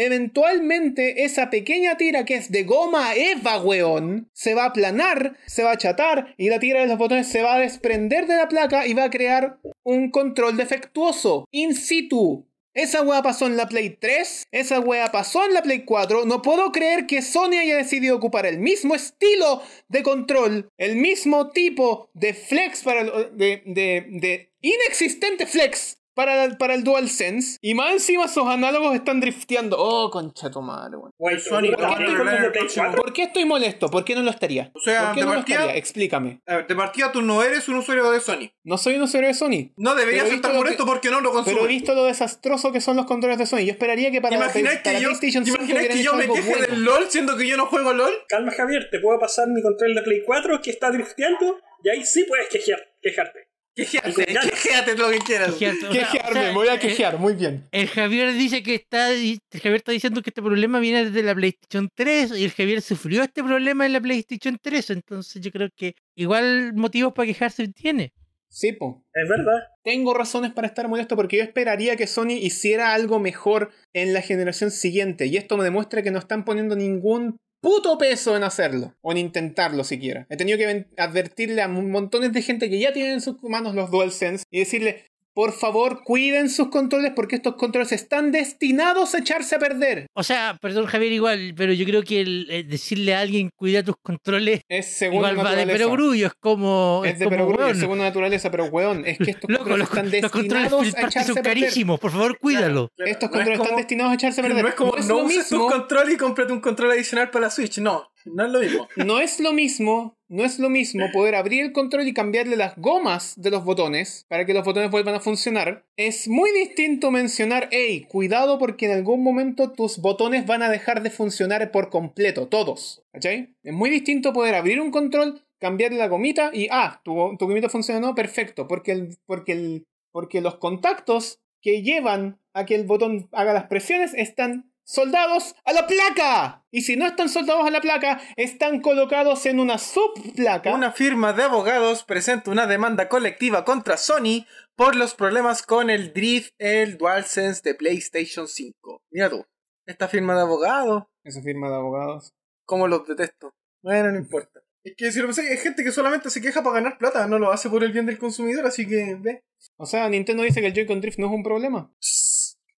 Speaker 4: eventualmente esa pequeña tira que es de goma Eva, weón, se va a aplanar, se va a achatar y la tira de los botones se va a desprender de la placa y va a crear un control defectuoso, in situ. Esa wea pasó en la Play 3, esa wea pasó en la Play 4. No puedo creer que Sony haya decidido ocupar el mismo estilo de control, el mismo tipo de flex para el- de, de- de inexistente flex para el, para el DualSense. Y más encima esos análogos están drifteando. Oh, concha tu madre, weón.
Speaker 2: Guay, Sony,
Speaker 1: ¿Por
Speaker 2: lo
Speaker 1: qué
Speaker 2: van a
Speaker 1: no
Speaker 2: arreglar en el
Speaker 1: lo tengo?
Speaker 2: próximo-
Speaker 4: ¿Por qué estoy molesto? ¿Por qué no lo estaría?
Speaker 2: O sea,
Speaker 4: ¿Por qué
Speaker 2: de
Speaker 4: no lo
Speaker 2: partida-
Speaker 4: estaría? Explícame.
Speaker 2: A ver, de partida tú no eres un usuario de Sony.
Speaker 4: No soy un usuario de Sony.
Speaker 2: No deberías
Speaker 4: Pero he
Speaker 2: estar
Speaker 4: visto lo
Speaker 2: molesto
Speaker 4: que-
Speaker 2: porque no lo
Speaker 4: Pero he
Speaker 2: consumes.
Speaker 4: visto lo desastroso que son los controles de Sony. Yo esperaría que para, la
Speaker 2: ¿Imagináis
Speaker 4: Play- para
Speaker 2: que yo,
Speaker 4: PlayStation 5
Speaker 2: imagináis
Speaker 4: hubieran
Speaker 2: que
Speaker 4: hecho
Speaker 2: yo me
Speaker 4: algo
Speaker 2: queje
Speaker 4: bueno.
Speaker 2: del LOL siendo que yo no juego LOL?
Speaker 1: Calma, Javier, te puedo pasar mi control de Play 4 que está drifteando y ahí sí puedes quejar- quejarte.
Speaker 2: Quejéate,
Speaker 1: Ganas.
Speaker 2: quejéate lo que quieras.
Speaker 3: Quejarte, o sea- o
Speaker 4: Quejearme,
Speaker 3: sea,
Speaker 4: me voy a
Speaker 3: eh,
Speaker 4: quejear, muy bien.
Speaker 3: El Javier dice que está, di- el Javier está diciendo que este problema viene desde la PlayStation 3 y el Javier sufrió este problema en la PlayStation 3, entonces yo creo que igual motivos para quejarse tiene.
Speaker 4: Sí, po.
Speaker 1: Es verdad.
Speaker 4: Tengo razones para estar molesto porque yo esperaría que Sony hiciera algo mejor en la generación siguiente. Y esto me demuestra que no están poniendo ningún puto peso en hacerlo o en intentarlo siquiera. He tenido que ven- advertirle a mon- montones de gente que ya tienen en sus manos los DualSense y decirle, por favor, cuiden sus controles porque estos controles están destinados a echarse a perder.
Speaker 3: O sea, perdón Javier igual, pero yo creo que el, eh, decirle a alguien cuida tus controles
Speaker 4: Es según
Speaker 3: igual
Speaker 4: la
Speaker 3: va de
Speaker 4: naturaleza.
Speaker 3: perogrullo, es como...
Speaker 4: es de
Speaker 3: como,
Speaker 4: perogrullo,
Speaker 3: weón,
Speaker 4: es según la naturaleza, pero weón, es que estos
Speaker 3: Loco,
Speaker 4: controles
Speaker 3: los,
Speaker 4: están
Speaker 3: los controles
Speaker 4: destinados a
Speaker 3: filtrantes
Speaker 4: echarse
Speaker 3: son
Speaker 4: a perder.
Speaker 3: carísimos, por favor cuídalo.
Speaker 2: Claro,
Speaker 4: Estos
Speaker 2: no es
Speaker 4: controles están
Speaker 2: como-
Speaker 4: destinados a echarse a perder.
Speaker 2: No es como no,
Speaker 4: lo
Speaker 2: uses
Speaker 4: mismo-
Speaker 2: tus controles y cómprate un control adicional para la Switch. No, no es lo mismo.
Speaker 4: no es lo mismo, no es lo mismo poder abrir el control y cambiarle las gomas de los botones para que los botones vuelvan a funcionar. Es muy distinto mencionar, hey, cuidado porque en algún momento tus botones van a dejar de funcionar por completo, todos. ¿Cachai? Es muy distinto poder abrir un control, cambiarle la gomita y, ah, tu, tu gomita funcionó, perfecto, porque, el, porque, el, porque los contactos que llevan a que el botón haga las presiones están soldados a la placa. Y si no están soldados a la placa, están colocados en una subplaca.
Speaker 2: Una firma de abogados presenta una demanda colectiva contra Sony por los problemas con el Drift, el DualSense de PlayStation 5. Mira tú, esta firma de abogados,
Speaker 4: Esa firma de abogados.
Speaker 2: como los detesto. Bueno, no importa. Es que si lo pensé, hay gente que solamente se queja para ganar plata, no lo hace por el bien del consumidor, así que ve.
Speaker 4: O sea, Nintendo dice que el Joy-Con Drift no es un problema.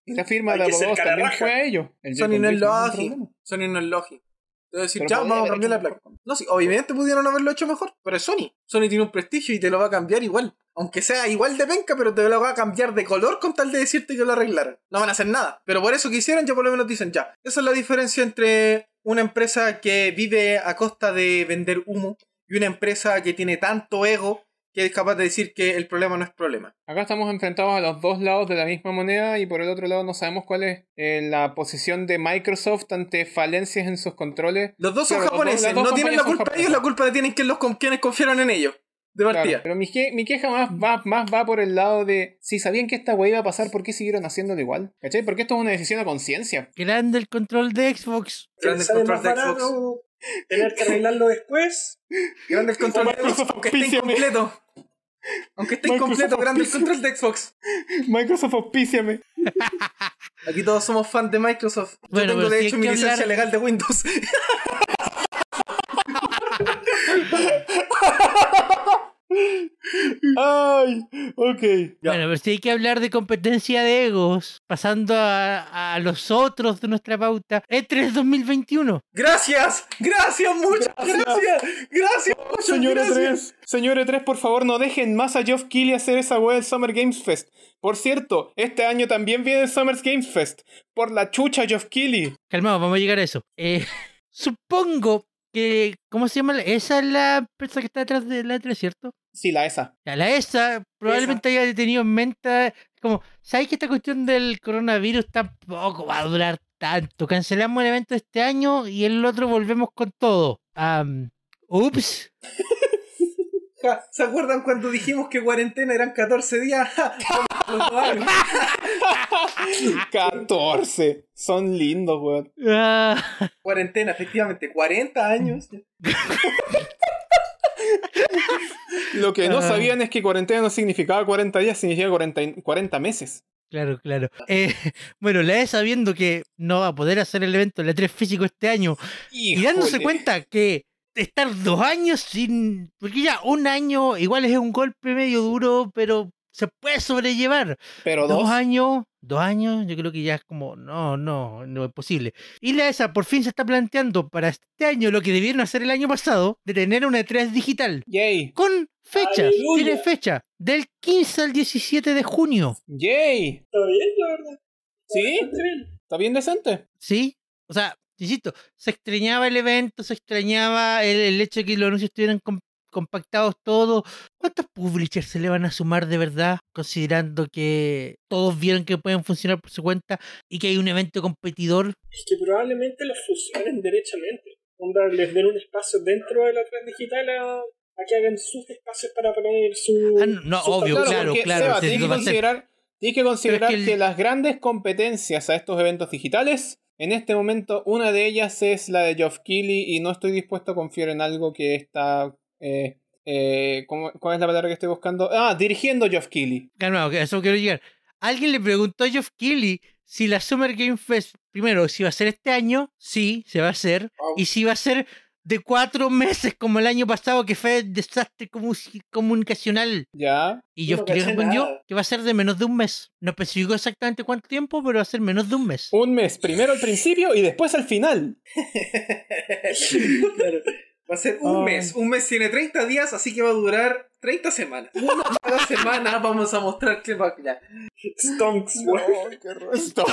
Speaker 4: Y la firma
Speaker 1: Hay
Speaker 4: de
Speaker 1: que ser
Speaker 4: abogados también
Speaker 1: cararraja.
Speaker 4: fue a ello. El
Speaker 2: Sony
Speaker 4: Joy-Con
Speaker 2: no es
Speaker 4: Drift un
Speaker 2: lógico.
Speaker 4: problema.
Speaker 2: Sony no es lógico. Te decir,
Speaker 4: Pero
Speaker 2: ya,
Speaker 4: podría
Speaker 2: vamos a
Speaker 4: haber
Speaker 2: cambiar la
Speaker 4: hecho
Speaker 2: placa. No, sí, obviamente pudieron haberlo hecho mejor, pero es Sony. Sony tiene un prestigio y te lo va a cambiar igual. Aunque sea igual de penca, pero te lo va a cambiar de color con tal de decirte que lo arreglaron. No van a hacer nada. Pero por eso que hicieron, ya por lo menos dicen ya. Esa es la diferencia entre una empresa que vive a costa de vender humo y una empresa que tiene tanto ego que es capaz de decir que el problema no es problema.
Speaker 4: Acá estamos enfrentados a los dos lados de la misma moneda y por el otro lado no sabemos cuál es eh, la posición de Microsoft ante falencias en sus controles.
Speaker 2: Los dos son
Speaker 4: Claro, los dos-
Speaker 2: japoneses,
Speaker 4: las dos
Speaker 2: no tienen la
Speaker 4: compañías son
Speaker 2: culpa ellos,
Speaker 4: japonesas.
Speaker 2: la culpa la tienen que los con quienes confiaron en ellos. De partida.
Speaker 4: Claro, pero mi, que- mi queja más va, más va por el lado de si sabían que esta weá iba a pasar, ¿por qué siguieron haciéndolo igual? ¿Cachai? Porque esto es una decisión a conciencia.
Speaker 3: Grande el control de Xbox.
Speaker 1: ¿Quién
Speaker 2: Grande
Speaker 1: sabe
Speaker 2: control
Speaker 1: más
Speaker 2: de Xbox.
Speaker 1: barato tener que arreglarlo después?
Speaker 2: Grande el control de
Speaker 4: Microsoft
Speaker 2: Xbox, aunque esté
Speaker 4: auspíciame.
Speaker 2: incompleto. Aunque esté
Speaker 4: Microsoft
Speaker 2: incompleto, grande el
Speaker 4: auspíciame.
Speaker 2: control de Xbox.
Speaker 4: Microsoft, auspíciame.
Speaker 2: Aquí todos somos fans de Microsoft.
Speaker 3: Bueno,
Speaker 2: Yo tengo
Speaker 3: pero
Speaker 2: de
Speaker 3: si
Speaker 2: hecho
Speaker 3: hay
Speaker 2: mi
Speaker 3: que
Speaker 2: licencia
Speaker 3: hablar-
Speaker 2: legal de Windows.
Speaker 4: Ay, ok.
Speaker 2: Ya.
Speaker 3: Bueno, pero si hay que hablar de competencia de egos, pasando a, a los otros de nuestra pauta, E E3 2021.
Speaker 2: gracias, gracias, muchas
Speaker 4: Gracias. Oh,
Speaker 2: gracias. Gracias, muchas
Speaker 4: Señor
Speaker 2: gracias.
Speaker 4: E3, señor E3, por favor no dejen más a Geoff Keighley hacer esa web del Summer Games Fest. Por cierto, este año también viene el Summer Games Fest. Por la chucha, Geoff Keighley.
Speaker 3: Calmado, vamos a llegar a eso. Eh, supongo que, ¿cómo se llama? Esa es la empresa que está detrás de la E3, ¿cierto?
Speaker 4: Sí, la esa.
Speaker 3: Ya, la ESA probablemente haya tenido en mente, como, ¿sabéis que esta cuestión del coronavirus tampoco va a durar tanto? Cancelamos el evento este año y el otro volvemos con todo. Am, ups.
Speaker 2: Ja, ¿Se acuerdan cuando dijimos que cuarentena eran 14 días? Ja, los dos años.
Speaker 4: 14. Son lindos, weón.
Speaker 3: Ah.
Speaker 2: cuarentena, efectivamente, 40 años.
Speaker 4: Lo que no
Speaker 3: Ay.
Speaker 4: sabían es que cuarentena no significaba 40 días, significaba 40, y- 40 meses.
Speaker 3: Claro, claro. Eh, bueno, la ESA viendo que no va a poder hacer el evento de la 3 físico este año y dándose
Speaker 4: Híjole.
Speaker 3: cuenta que estar dos años sin... Porque ya un año igual es un golpe medio duro, pero se puede sobrellevar.
Speaker 4: Pero
Speaker 3: Dos
Speaker 4: dos.
Speaker 3: años, dos años, yo creo que ya es como, no, no, no es posible. Y la ESA por fin se está planteando para este año lo que debieron hacer el año pasado, de tener una E3 digital.
Speaker 4: Yay.
Speaker 3: Con fechas,
Speaker 1: ¡Aleluya!
Speaker 3: tiene fecha, del 15 al 17 de junio.
Speaker 4: Yay.
Speaker 1: Está bien, la verdad.
Speaker 4: ¿Sí?
Speaker 1: Está bien.
Speaker 4: Está bien decente.
Speaker 3: ¿Sí? O sea, insisto, se extrañaba el evento, se extrañaba el, el hecho de que los anuncios estuvieran com- compactados todos. ¿Cuántos publishers se le van a sumar de verdad, considerando que todos vieron que pueden funcionar por su cuenta y que hay un evento competidor?
Speaker 1: Es que probablemente los fusionen derechamente. Onda, les den un espacio dentro de la red digital a, a que hagan sus espacios para poner su.
Speaker 3: Ah, no, no,
Speaker 1: sus
Speaker 3: obvio,
Speaker 1: catálogos.
Speaker 3: claro,
Speaker 4: porque,
Speaker 3: claro,
Speaker 4: Seba,
Speaker 3: sí,
Speaker 4: tienes
Speaker 3: lo
Speaker 4: que
Speaker 3: va a hacer.
Speaker 4: considerar, tienes que, considerar
Speaker 3: Pero es que
Speaker 4: que
Speaker 3: el-
Speaker 4: las grandes competencias a estos eventos digitales, en este momento, una de ellas es la de Geoff Keighley y no estoy dispuesto a confiar en algo que está. eh, eh, ¿cómo- ¿Cuál es la palabra que estoy buscando? Ah, dirigiendo Geoff Keighley.
Speaker 3: Calmado, que a eso quiero llegar. Alguien le preguntó a Geoff Keighley si la Summer Game Fest, primero, si va a ser este año, sí, se va a hacer.
Speaker 4: Wow.
Speaker 3: Y si va a ser de cuatro meses, como el año pasado, que fue desastre comu- comunicacional.
Speaker 4: Ya.
Speaker 3: Y
Speaker 1: Yo
Speaker 3: yo
Speaker 1: no caché
Speaker 3: respondió
Speaker 1: nada.
Speaker 3: que va a ser de menos de un mes. No especificó exactamente cuánto tiempo, pero va a ser menos de un mes.
Speaker 4: Un mes, primero al principio y después al final.
Speaker 2: Claro. Va a ser un
Speaker 4: Ay.
Speaker 2: mes. Un mes tiene 30 días, así que va a durar 30 semanas. Una cada semana vamos a mostrar que va ya.
Speaker 1: Stonks, weón.
Speaker 4: Esto.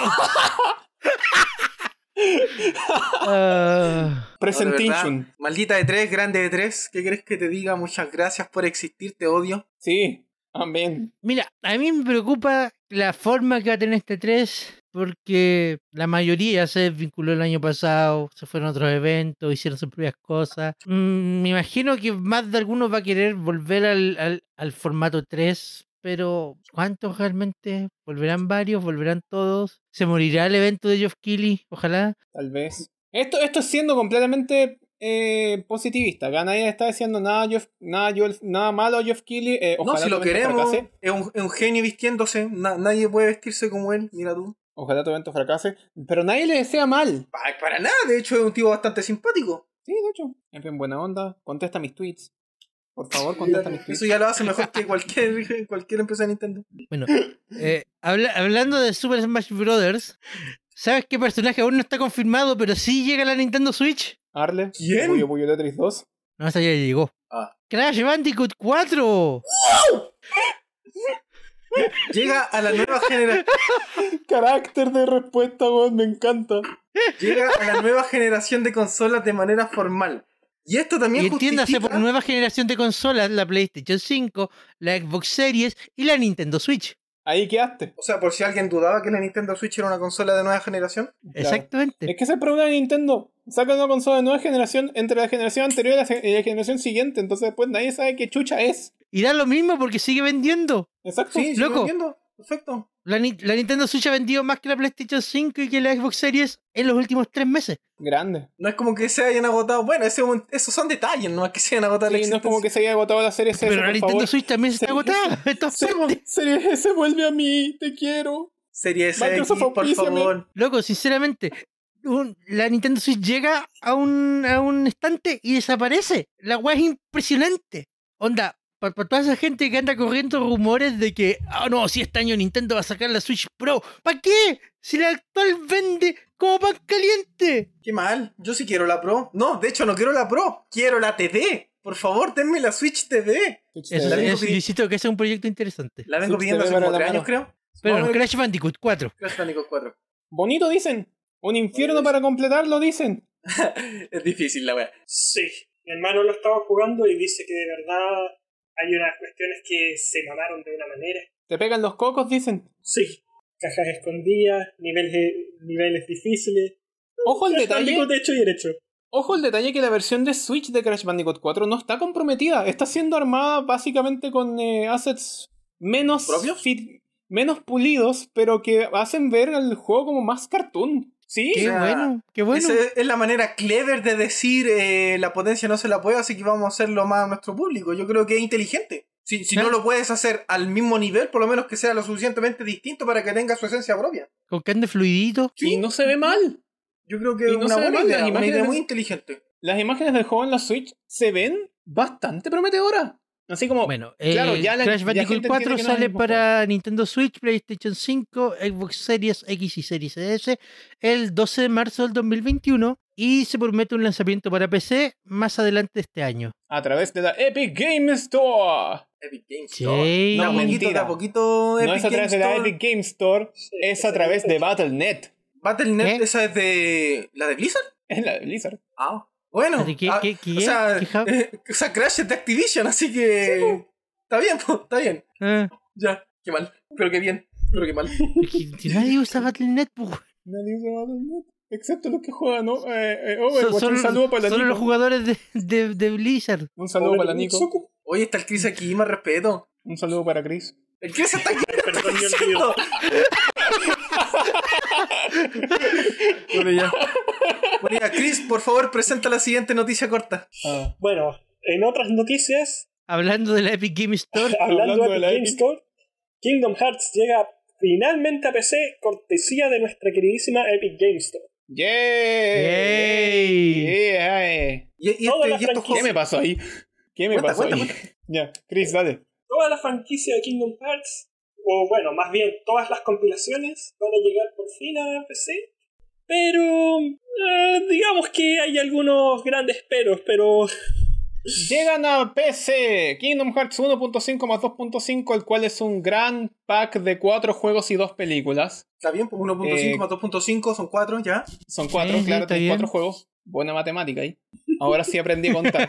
Speaker 3: Ah,
Speaker 2: No, de verdad.
Speaker 4: Presentation.
Speaker 2: Maldita de tres, grande de tres. ¿Qué crees que te diga? Muchas gracias por existir, te odio.
Speaker 4: Sí. Amén.
Speaker 3: mira, a mí me preocupa la forma que va a tener este 3, porque la mayoría se desvinculó el año pasado, se fueron a otros eventos, hicieron sus propias cosas. Mm, me imagino que más de algunos va a querer volver al, al, al formato 3. Pero, ¿cuántos realmente? ¿Volverán varios? ¿Volverán todos? ¿Se morirá el evento de Geoff Keighley? Ojalá.
Speaker 4: Tal vez. Esto, esto es siendo completamente eh, positivista. Acá nadie está diciendo nada, Jeff- nada, Joel- nada malo a Jeff Keighley. eh,
Speaker 2: no,
Speaker 4: ojalá
Speaker 2: si lo
Speaker 4: tu evento
Speaker 2: queremos,
Speaker 4: fracase.
Speaker 2: es un, es un genio vistiéndose. na- nadie puede vestirse como él, mira tú.
Speaker 4: Ojalá tu evento fracase. Pero nadie le desea mal.
Speaker 2: Pa- para nada, de hecho es un tipo bastante simpático.
Speaker 4: Sí, de hecho. Es bien buena onda. Contesta mis tweets. Por favor, contesta mis tweets.
Speaker 2: Eso ya lo hace mejor que cualquier, cualquier empresa de Nintendo.
Speaker 3: Bueno, eh, habla- hablando de Super Smash Brothers, ¿sabes qué personaje aún no está confirmado, pero sí llega a la Nintendo Switch?
Speaker 4: Arle.
Speaker 2: ¿Quién?
Speaker 4: Puyo Puyo Tetris 2.
Speaker 3: No, esa ya llegó.
Speaker 2: Ah.
Speaker 3: Crash Bandicoot 4.
Speaker 2: Llega a la nueva generación.
Speaker 4: Carácter de respuesta, weón. Me encanta.
Speaker 2: llega a la nueva generación de consolas de manera formal. Y esto también
Speaker 3: Y entiéndase por
Speaker 2: justifica-
Speaker 3: nueva generación de consolas, la PlayStation 5, la Xbox Series y la Nintendo Switch.
Speaker 4: Ahí quedaste.
Speaker 2: O sea, por si alguien dudaba que la Nintendo Switch era una consola de nueva generación.
Speaker 4: Claro.
Speaker 3: Exactamente.
Speaker 4: Es que ese es el problema de Nintendo. Sacan una consola de nueva generación entre la generación anterior y la, se- y la generación siguiente. Entonces, después nadie sabe qué chucha es.
Speaker 3: Y da lo mismo porque sigue vendiendo.
Speaker 4: Exacto.
Speaker 2: Sí, sí,
Speaker 3: Loco.
Speaker 2: lo entiendo. Perfecto.
Speaker 3: La, Ni- la Nintendo Switch ha vendido más que la PlayStation 5 y que la Xbox Series en los últimos tres meses.
Speaker 4: Grande.
Speaker 2: No es como que se hayan agotado. Bueno, ese es un- esos son detalles, no es que se hayan agotado la
Speaker 4: Sí, no es como que
Speaker 2: existencia.
Speaker 4: se haya agotado la serie S.
Speaker 3: Pero la
Speaker 4: por
Speaker 3: Nintendo
Speaker 4: favor.
Speaker 3: Switch también se está
Speaker 4: Sí.
Speaker 3: agotada. Entonces,
Speaker 4: Sí, Serie S vuelve a mí. Te quiero.
Speaker 2: Serie S, X,
Speaker 4: Microsoft,
Speaker 2: por
Speaker 4: auspíciame.
Speaker 2: favor.
Speaker 3: Loco, sinceramente, un- la Nintendo Switch llega a un, a un estante y desaparece. La weá es impresionante. Onda, para toda esa gente que anda corriendo rumores de que, ah, no, si este año Nintendo va a sacar la Switch Pro. ¿Para qué? Si la actual vende como pan caliente.
Speaker 2: Qué mal. Yo sí quiero la Pro. No, de hecho no quiero la Pro. Quiero la TV. Por favor, denme la Switch TV.
Speaker 4: Switch
Speaker 3: Eso,
Speaker 2: la
Speaker 4: TV.
Speaker 2: vengo
Speaker 3: eso,
Speaker 2: pidi-
Speaker 3: yo insisto que ese es un proyecto interesante.
Speaker 2: La vengo
Speaker 4: Switch
Speaker 2: pidiendo
Speaker 4: TV
Speaker 2: hace
Speaker 4: para
Speaker 2: como
Speaker 4: la
Speaker 2: tres
Speaker 4: mano.
Speaker 2: años, creo.
Speaker 3: Pero
Speaker 2: Vamos a ver
Speaker 3: Crash Bandicoot 4.
Speaker 2: Crash Bandicoot 4.
Speaker 4: Bonito dicen. Un infierno para completarlo dicen.
Speaker 2: Es difícil la wea.
Speaker 1: Sí, mi hermano lo estaba jugando y dice que de verdad hay unas cuestiones que se mamaron de una manera.
Speaker 4: Te pegan los cocos dicen.
Speaker 1: Sí, cajas escondidas, niveles, niveles difíciles.
Speaker 4: Ojo al
Speaker 1: Crash
Speaker 4: detalle.
Speaker 1: Bandicoot hecho y derecho.
Speaker 4: Ojo al detalle que la versión de Switch de Crash Bandicoot 4 no está comprometida. Está siendo armada básicamente con eh, assets menos
Speaker 2: ¿Propios?
Speaker 4: fit- menos pulidos, pero que hacen ver el juego como más cartoon. Sí.
Speaker 3: Qué
Speaker 2: O sea,
Speaker 3: bueno, qué bueno.
Speaker 2: Esa es la manera clever de decir eh, la potencia no se la puede, así que vamos a hacerlo más a nuestro público. Yo creo que es inteligente. Si, si no
Speaker 3: Claro.
Speaker 2: lo puedes hacer al mismo nivel, por lo menos que sea lo suficientemente distinto para que tenga su esencia propia.
Speaker 3: Con que ande fluidito.
Speaker 4: Y no se ve mal.
Speaker 2: Yo creo que
Speaker 4: Y
Speaker 2: es
Speaker 4: no
Speaker 2: una
Speaker 4: se
Speaker 2: buena
Speaker 4: ven las
Speaker 2: idea, una
Speaker 4: imágenes
Speaker 2: idea
Speaker 4: de-
Speaker 2: muy inteligente.
Speaker 4: Las imágenes del juego en la Switch se ven bastante prometedoras. Así como
Speaker 3: Bueno,
Speaker 4: Claro,
Speaker 3: eh,
Speaker 4: ya la-
Speaker 3: Crash
Speaker 4: ya
Speaker 3: Bandicoot
Speaker 4: gente
Speaker 3: 4
Speaker 4: entiende que no es el
Speaker 3: sale
Speaker 4: mismo
Speaker 3: para Nintendo Switch, PlayStation 5, Xbox Series X y Series S el 12 de marzo del 2021 y se promete un lanzamiento para PC más adelante este año.
Speaker 4: a través de la Epic Game Store.
Speaker 2: Epic Games
Speaker 3: Sí.
Speaker 2: Store. De a
Speaker 4: No,
Speaker 2: poquito, de
Speaker 4: mentira.
Speaker 2: a poquito Oh, Epic
Speaker 4: no es a
Speaker 2: Games
Speaker 4: través de la
Speaker 2: Store.
Speaker 4: Epic Game Store,
Speaker 1: Sí,
Speaker 4: es a través de Battle.net.
Speaker 2: Battle.net,
Speaker 3: ¿Qué?
Speaker 2: esa es de... ¿La de Blizzard?
Speaker 4: Es la de Blizzard.
Speaker 2: Ah, bueno.
Speaker 3: Así que-
Speaker 2: ah,
Speaker 3: que- que-
Speaker 2: o, sea,
Speaker 3: que-
Speaker 2: eh, o sea, Crash es de Activision, así que... está bien, po, está bien.
Speaker 3: Ah,
Speaker 2: Ya, qué mal. Pero qué bien, pero qué mal.
Speaker 3: porque si nadie usa Battle.net, pues,
Speaker 4: Nadie usa Battle.net. Excepto los que juegan, ¿no? Eh, eh,
Speaker 3: son,
Speaker 4: Overwatch. un
Speaker 3: son-
Speaker 4: saludo para la
Speaker 3: son
Speaker 4: Nico.
Speaker 3: los jugadores de, de- de Blizzard.
Speaker 4: Un saludo para la Nico.
Speaker 1: Soco.
Speaker 2: Oye, está el Chris aquí, más respeto.
Speaker 4: Un saludo para Chris.
Speaker 2: El Chris está aquí.
Speaker 1: Ay, Perdón, yo olvido.
Speaker 2: diciendo? bueno, ya. Bueno, ya, Chris, por favor, presenta la siguiente noticia corta.
Speaker 4: Ah.
Speaker 1: Bueno, en otras noticias,
Speaker 3: Hablando de la Epic Game Store,
Speaker 1: hablando,
Speaker 4: Hablando
Speaker 1: de
Speaker 4: de la
Speaker 1: Game
Speaker 4: Epic.
Speaker 1: Store, Kingdom Hearts llega finalmente a PC, cortesía de nuestra queridísima Epic Games Store.
Speaker 4: ¡Yay!
Speaker 3: Yay.
Speaker 4: Yeah. eh.
Speaker 2: Y, y
Speaker 1: Todas
Speaker 2: este-
Speaker 1: las
Speaker 2: y estos
Speaker 4: ¿Qué
Speaker 2: juegos.
Speaker 4: me pasó ahí? ¿Qué me
Speaker 2: Cuenta,
Speaker 4: pasó
Speaker 2: cuenta,
Speaker 4: ahí? Ya, Chris, dale.
Speaker 1: Toda la franquicia de Kingdom Hearts, o bueno, más bien todas las compilaciones, van a llegar por fin a PC. Pero eh, digamos que hay algunos grandes peros, pero
Speaker 4: Llegan a PC Kingdom Hearts 1.5 más 2.5, el cual es un gran pack de cuatro juegos y dos películas.
Speaker 2: Está bien, pues 1.5
Speaker 4: Eh,
Speaker 2: más 2.5 son 4 ya.
Speaker 4: Son cuatro,
Speaker 3: Sí, sí,
Speaker 4: claro,
Speaker 3: Mm, está
Speaker 4: tienen
Speaker 3: bien.
Speaker 4: cuatro juegos. Buena matemática ahí. Ahora sí aprendí a contar.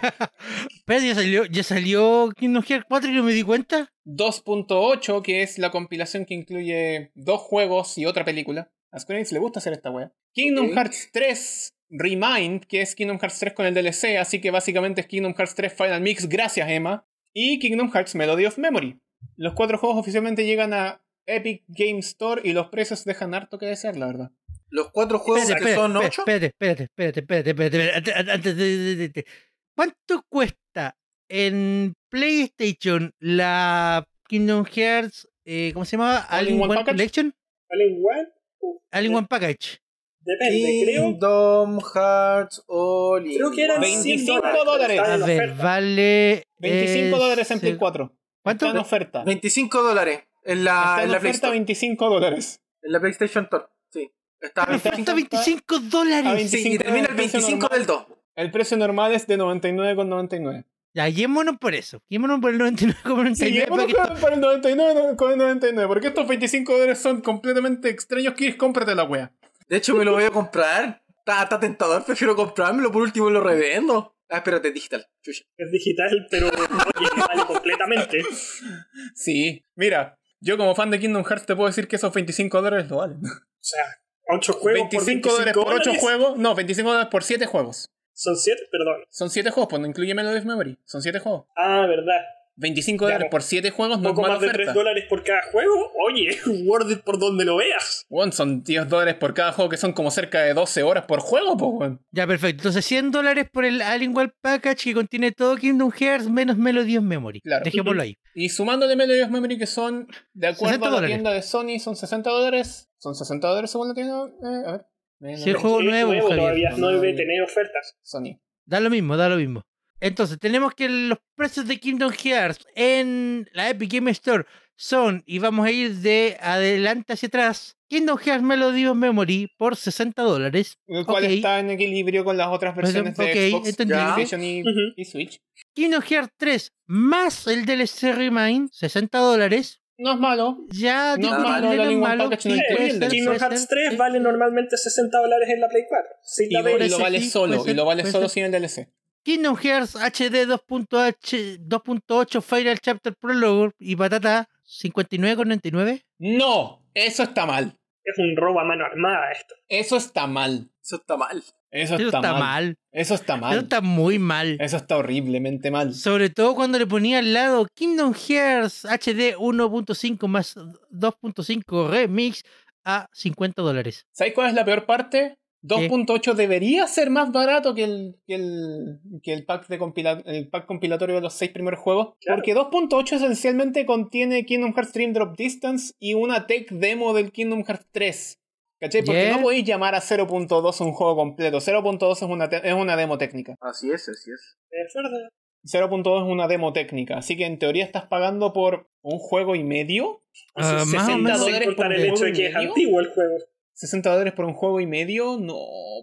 Speaker 3: Espérate, ya salió, ya salió Kingdom Hearts 4 y no me di cuenta.
Speaker 4: 2.8, que es la compilación que incluye dos juegos y otra película. A Square Enix le gusta hacer esta wea. Kingdom
Speaker 2: Ok.
Speaker 4: Hearts 3 Remind, que es Kingdom Hearts 3 con el DLC, así que básicamente es Kingdom Hearts 3 Final Mix, gracias Emma. Y Kingdom Hearts Melody of Memory. Los cuatro juegos oficialmente llegan a Epic Game Store y los precios dejan harto que desear, la verdad.
Speaker 2: Los 4 juegos
Speaker 3: Espérate,
Speaker 2: que
Speaker 3: espérate,
Speaker 2: son
Speaker 3: espérate,
Speaker 2: 8.
Speaker 3: Espérate, espérate, espérate, espérate, espérate, espérate, antes de- de- de- de- ¿Cuánto cuesta en PlayStation la Kingdom Hearts, eh, ¿cómo se llamaba?
Speaker 4: All in
Speaker 3: Alien
Speaker 4: One
Speaker 3: One,
Speaker 4: Package.
Speaker 3: Collection?
Speaker 1: Alien One
Speaker 3: Alien One Package.
Speaker 1: depende, creo.
Speaker 2: Kingdom Hearts All in
Speaker 1: Creo que eran
Speaker 2: One.
Speaker 4: 25
Speaker 1: 100
Speaker 4: dólares.
Speaker 1: Estaba
Speaker 3: A
Speaker 1: en
Speaker 3: ver,
Speaker 1: oferta.
Speaker 3: vale...
Speaker 4: 25
Speaker 3: eh,
Speaker 4: dólares en Play
Speaker 3: se-
Speaker 4: 4. Está
Speaker 3: ¿Cuánto?
Speaker 4: en oferta.
Speaker 2: 25 dólares en la,
Speaker 4: Está
Speaker 2: en
Speaker 4: en
Speaker 2: Ah, la, Play
Speaker 4: oferta
Speaker 2: Store,
Speaker 4: 25 dólares.
Speaker 2: en la PlayStation Store. Sí. Está a
Speaker 3: Me
Speaker 2: 25.
Speaker 3: falta 25
Speaker 4: A
Speaker 3: dólares.
Speaker 4: 20.
Speaker 2: Sí, y termina el 25 del 2.
Speaker 4: El precio normal es de 99,99.
Speaker 3: Ya, yémonos por eso. Yémonos por el 99,99.
Speaker 4: Sí, lleguemos
Speaker 3: para que esto-
Speaker 4: con- para el 99, con el 99, porque estos 25 dólares son completamente extraños. Chris, cómprate la wea.
Speaker 2: De hecho, me lo voy a comprar. Está, está tentador, prefiero comprármelo. Por último, lo revendo. Ah, espérate, digital. Chucha.
Speaker 1: Es digital, pero oye, vale completamente.
Speaker 4: Sí. Mira, yo como fan de Kingdom Hearts te puedo decir que esos 25 dólares lo valen.
Speaker 1: O sea, 8 juegos
Speaker 4: 25
Speaker 1: por
Speaker 4: dólares por 8
Speaker 1: dólares.
Speaker 4: juegos. No, 25 dólares por 7 juegos.
Speaker 1: Son 7, perdón.
Speaker 4: Son 7 juegos, pues no incluye Melody of Memory. Son 7 juegos.
Speaker 1: Ah, verdad.
Speaker 4: 25
Speaker 1: Ya,
Speaker 4: dólares
Speaker 1: po-
Speaker 4: por 7 juegos no es
Speaker 1: Poco
Speaker 4: mala
Speaker 1: más de 3
Speaker 4: oferta.
Speaker 1: dólares por cada juego. Oye, worth it por donde lo veas.
Speaker 4: Weón, son 10 dólares por cada juego, que son como cerca de 12 horas por juego, pues, weón.
Speaker 3: Ya, perfecto. Entonces, 100 dólares por el Alien One Package que contiene todo Kingdom Hearts menos Melody of Memory.
Speaker 4: Claro.
Speaker 3: Dejémoslo ahí.
Speaker 4: Y sumándole Melody of Memory, que son, de acuerdo
Speaker 3: 60
Speaker 4: a la
Speaker 3: dólares.
Speaker 4: tienda de Sony, son 60 dólares. Son 60 dólares según la tienda. eh, a ver. Melody
Speaker 3: Sí, el
Speaker 4: of
Speaker 3: juego
Speaker 1: Es
Speaker 3: nuevo, Javier.
Speaker 1: todavía no debe
Speaker 4: Ay.
Speaker 1: tener ofertas.
Speaker 4: Sony.
Speaker 3: Da lo mismo, da lo mismo. Entonces, tenemos que los precios de Kingdom Hearts en la Epic Game Store son, y vamos a ir de adelante hacia atrás, Kingdom Hearts Melody of Memory por 60 dólares.
Speaker 4: El cual
Speaker 3: Ok.
Speaker 4: está en equilibrio con las otras versiones de
Speaker 3: Ok,
Speaker 4: Xbox,
Speaker 3: entendí.
Speaker 4: PlayStation y,
Speaker 1: Ujú.
Speaker 4: y Switch.
Speaker 3: Kingdom Hearts 3 más el DLC Remind, 60 dólares.
Speaker 4: No es malo.
Speaker 3: Ya
Speaker 4: No,
Speaker 3: digo,
Speaker 2: no,
Speaker 3: Marlene,
Speaker 4: no, la
Speaker 3: es
Speaker 4: lengua
Speaker 3: malo,
Speaker 4: package no
Speaker 3: sí,
Speaker 4: incluye
Speaker 3: puede
Speaker 4: el
Speaker 3: ser,
Speaker 4: DLC.
Speaker 3: puede
Speaker 1: Eh, Kingdom Hearts
Speaker 3: ser,
Speaker 1: 3
Speaker 3: sí.
Speaker 1: vale normalmente 60 dólares en la Play 4. Sin
Speaker 4: Y,
Speaker 1: la
Speaker 4: lo- y
Speaker 1: de-
Speaker 4: lo
Speaker 3: DLC
Speaker 4: vale
Speaker 3: sí,
Speaker 4: solo,
Speaker 3: puede ser,
Speaker 4: y lo vale
Speaker 3: puede ser.
Speaker 4: solo sin el DLC.
Speaker 3: Kingdom Hearts HD 2.h 2.8 Final Chapter Prologue y patata 59,99.
Speaker 4: ¡No! Eso está mal.
Speaker 1: Es un robo a mano armada esto.
Speaker 4: Eso está mal.
Speaker 2: Eso está mal.
Speaker 4: Eso
Speaker 3: Eso
Speaker 4: está,
Speaker 3: está
Speaker 4: mal.
Speaker 3: mal.
Speaker 4: Eso está mal.
Speaker 3: Eso está muy mal.
Speaker 4: Eso está horriblemente mal.
Speaker 3: Sobre todo cuando le ponía al lado Kingdom Hearts HD 1.5 más 2.5 Remix a 50 dólares.
Speaker 4: ¿Sabes cuál es la peor parte? 2.8 debería ser más barato que el, que el, que el pack de compila- el pack compilatorio de los seis primeros juegos.
Speaker 1: Claro.
Speaker 4: Porque 2.8 esencialmente contiene Kingdom Hearts Dream Drop Distance y una tech demo del Kingdom Hearts 3. ¿Cachai? Porque
Speaker 3: Yeah.
Speaker 4: no podéis llamar a 0.2 un juego completo. 0.2 es una, te- es una demo técnica.
Speaker 2: Así es, así es.
Speaker 1: Es verdad.
Speaker 4: 0.2 es una demo técnica. Así que en teoría estás pagando por un juego y medio.
Speaker 3: Ah, más o
Speaker 4: 60
Speaker 3: menos.
Speaker 1: Sin
Speaker 4: dólares por
Speaker 1: contar
Speaker 4: un
Speaker 1: el hecho
Speaker 4: juego
Speaker 1: de
Speaker 4: y
Speaker 1: que es
Speaker 4: medio.
Speaker 1: antiguo el juego.
Speaker 4: 60 dólares por un juego y medio, no,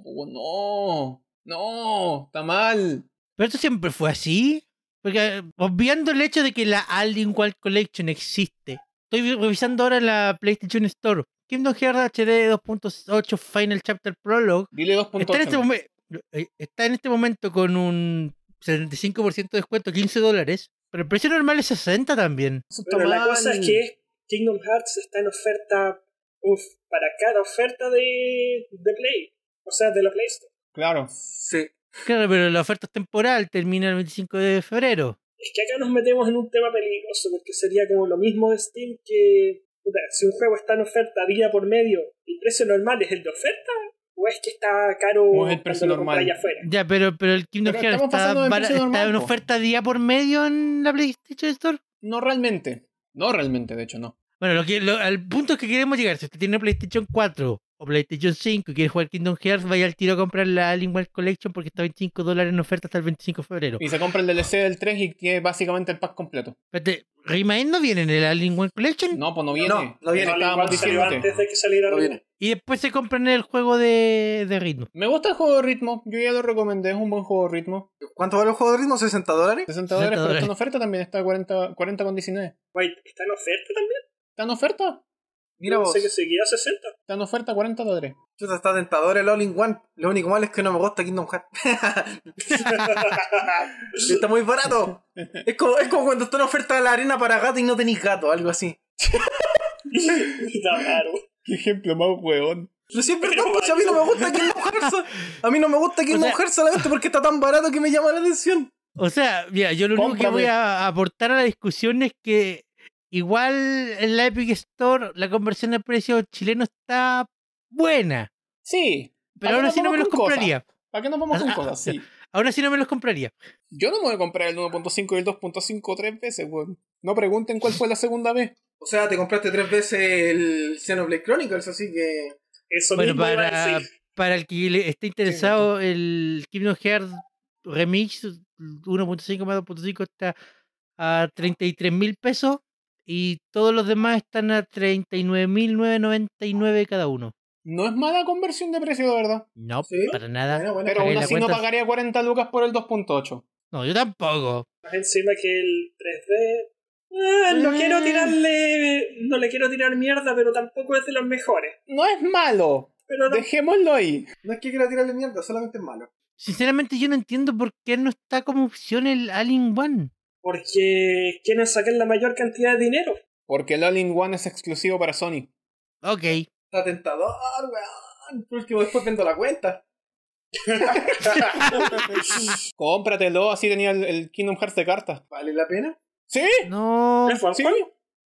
Speaker 4: po, no, no, está mal.
Speaker 3: Pero esto siempre fue así. Porque eh, obviando el hecho de que la Alien Wild Collection existe. Estoy revisando ahora la PlayStation Store. Kingdom Hearts HD 2.8 Final Chapter Prologue.
Speaker 4: Dile
Speaker 3: Está en, este
Speaker 4: 2.8.
Speaker 3: momen- eh, está en este momento con un 75% de descuento, 15 dólares. Pero el precio normal es 60 también.
Speaker 4: Eso está
Speaker 1: Pero la
Speaker 4: mal.
Speaker 1: cosa es que Kingdom Hearts está en oferta, uf, para cada oferta de, de Play. O sea, de la Play Store.
Speaker 4: Claro,
Speaker 2: Sí.
Speaker 3: Claro, pero la oferta es temporal, termina el 25 de febrero.
Speaker 1: Es que acá nos metemos en un tema peligroso, porque sería como lo mismo de Steam que puta, si un juego está en oferta día por medio, ¿el precio normal es el de oferta? ¿O es que está caro
Speaker 4: O es el precio
Speaker 1: cuando lo compras
Speaker 4: normal.
Speaker 1: allá afuera?
Speaker 3: Ya, pero, pero el Kingdom
Speaker 4: Pero
Speaker 3: Hearts
Speaker 4: estamos
Speaker 3: está,
Speaker 4: pasando del
Speaker 3: bara-
Speaker 4: precio
Speaker 3: está
Speaker 4: normal,
Speaker 3: en
Speaker 4: po.
Speaker 3: oferta día por medio en la PlayStation Store.
Speaker 4: no realmente, no realmente, de hecho no.
Speaker 3: Bueno, lo que, lo- al punto que queremos llegar, si usted tiene PlayStation 4 o PlayStation 5 y quiere jugar Kingdom Hearts, vaya al tiro a comprar la Alien World Collection porque está a 25 dólares en oferta hasta el 25 de febrero.
Speaker 4: Y se compra el DLC del 3 y tiene básicamente el pack completo.
Speaker 3: Espérate, ¿Remain no viene en el Alien World Collection?
Speaker 4: No, pues no viene.
Speaker 2: No, no viene.
Speaker 1: Alien
Speaker 4: Estábamos
Speaker 1: World salió
Speaker 4: diciéndote.
Speaker 1: antes de que saliera
Speaker 2: No
Speaker 1: Alien
Speaker 2: viene.
Speaker 3: Y después se compran el juego de, de ritmo.
Speaker 4: Me gusta el juego de ritmo. Yo ya lo recomendé. Es un buen juego de ritmo.
Speaker 2: ¿Cuánto vale el juego de ritmo? ¿60 dólares?
Speaker 4: 60 dólares, pero
Speaker 3: dólares.
Speaker 4: está en oferta también. Está a 40, 40 con 19.
Speaker 1: Wait, ¿está en oferta también?
Speaker 4: ¿Está en oferta?
Speaker 2: Mira vos.
Speaker 1: Pensé que seguía a 60.
Speaker 4: Está en oferta 40 dólares.
Speaker 2: Chuta, está tentador el All in One. Lo único malo es que no me gusta Kingdom Hearts. está muy barato. Es como, es como cuando está en oferta la arena para gato y no tenéis gato, algo así.
Speaker 1: Está raro.
Speaker 4: Qué ejemplo más hueón.
Speaker 2: Pero sí es verdad, pues, a mí no me gusta Kingdom Hearts. A mí no me gusta Kingdom
Speaker 3: O sea-
Speaker 2: Hearts solamente porque está tan barato que me llama la atención.
Speaker 3: O sea, mira, yo lo único que
Speaker 4: Cómprame.
Speaker 3: voy a aportar a la discusión es que igual en la Epic Store la conversión de precio chileno está buena.
Speaker 4: Sí.
Speaker 3: Pero
Speaker 4: Ahora
Speaker 3: ahora sí no me
Speaker 4: vamos
Speaker 3: los
Speaker 4: con cosas.
Speaker 3: compraría.
Speaker 4: ¿Para qué nos vamos con
Speaker 3: Ah,
Speaker 4: cosas? Sí.
Speaker 3: Ahora sí no me los compraría.
Speaker 4: Yo no me voy a comprar el 1.5 y el 2.5 tres veces, weón. No pregunten cuál fue la segunda vez.
Speaker 2: O sea, te compraste tres veces el Xenoblade Chronicles, así que.
Speaker 1: Eso
Speaker 3: Bueno,
Speaker 1: mismo iba a
Speaker 3: para,
Speaker 1: decir.
Speaker 3: para el que le esté interesado, el Kingdom Hearts Remix 1.5 más 2.5 está a 33 mil pesos y todos los demás están a 39.999 cada uno.
Speaker 4: No es mala conversión de precio, de verdad.
Speaker 3: No,
Speaker 2: Sí.
Speaker 3: para nada.
Speaker 2: Bueno, bueno,
Speaker 4: Pero
Speaker 3: Saqué
Speaker 4: aún
Speaker 3: la
Speaker 4: así no
Speaker 3: cuenta.
Speaker 4: pagaría 40 lucas por el 2.8.
Speaker 3: No, yo tampoco.
Speaker 1: Más encima que el 3D. Ah, no
Speaker 3: Mm.
Speaker 1: quiero tirarle. No le quiero tirar mierda, pero tampoco es de los mejores.
Speaker 4: No es malo.
Speaker 1: Pero no-
Speaker 4: Dejémoslo ahí.
Speaker 2: No es que quiera tirarle mierda, solamente es malo.
Speaker 3: Sinceramente yo no entiendo por qué no está como opción el Alien One.
Speaker 1: porque quieren sacar la mayor cantidad de dinero.
Speaker 4: Porque el All in One es exclusivo para Sony.
Speaker 3: Ok.
Speaker 2: Está tentador, weón. Por último, después vendo la cuenta.
Speaker 4: Cómpratelo, así tenía el, el Kingdom Hearts de cartas.
Speaker 2: ¿Vale la pena?
Speaker 4: ¿Sí?
Speaker 3: No.
Speaker 1: ¿Es por
Speaker 4: ¿Sí?
Speaker 1: cuál?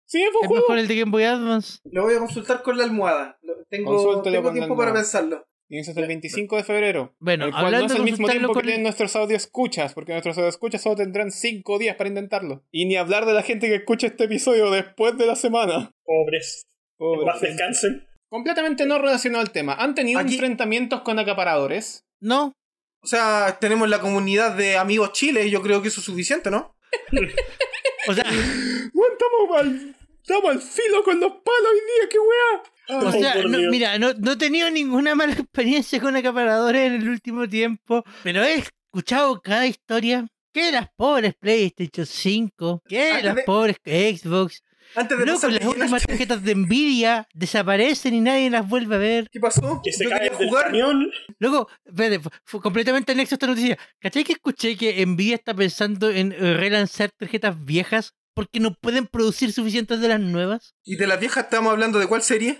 Speaker 4: Sí, fue un
Speaker 3: Es
Speaker 4: juego.
Speaker 3: mejor el de Game Boy Advance.
Speaker 2: Lo voy a consultar con la almohada. Lo- Tengo,
Speaker 4: Consúltelo
Speaker 2: tengo
Speaker 4: con la
Speaker 2: tiempo para
Speaker 4: almohada.
Speaker 2: pensarlo.
Speaker 4: Y eso es el 25 de febrero.
Speaker 3: Bueno,
Speaker 4: el cual no
Speaker 3: hablando
Speaker 4: es el
Speaker 3: de
Speaker 4: mismo
Speaker 3: consultarlo
Speaker 4: tiempo que
Speaker 3: con-
Speaker 4: tienen nuestros audio escuchas, porque nuestros audio escuchas solo tendrán 5 días para intentarlo. Y ni hablar de la gente que escucha este episodio después de la semana.
Speaker 1: Pobres.
Speaker 4: Pobre.
Speaker 1: Más descansen.
Speaker 4: Completamente no relacionado al tema. ¿Han tenido
Speaker 2: Aquí-
Speaker 4: enfrentamientos con acaparadores?
Speaker 3: No.
Speaker 2: O sea, tenemos la comunidad de amigos Chile y yo creo que eso es suficiente, ¿no?
Speaker 3: O sea,
Speaker 4: Bueno, estamos al, estamos al filo con los palos hoy día, qué weá.
Speaker 3: O
Speaker 1: Oh,
Speaker 3: sea,
Speaker 1: por
Speaker 3: no-
Speaker 1: Dios.
Speaker 3: mira, no, no he tenido ninguna mala experiencia con acaparadores en el último tiempo, pero he escuchado cada historia. Que las pobres PlayStation 5, que
Speaker 2: Antes
Speaker 3: las
Speaker 2: de-
Speaker 3: pobres Xbox,
Speaker 2: Antes de
Speaker 3: loco,
Speaker 2: pasar,
Speaker 3: las
Speaker 2: ¿qué-
Speaker 3: últimas tarjetas de Nvidia desaparecen y nadie las vuelve a ver.
Speaker 2: ¿qué pasó?
Speaker 1: Que se
Speaker 2: yo
Speaker 1: cae
Speaker 2: quería
Speaker 1: del
Speaker 2: jugar.
Speaker 1: camión.
Speaker 3: Luego, espérate, fu- fu- completamente anexo a esta noticia. ¿Cachai que escuché que Nvidia está pensando en eh, relanzar tarjetas viejas porque no pueden producir suficientes de las nuevas?
Speaker 2: ¿Y de las viejas estábamos hablando de cuál serie?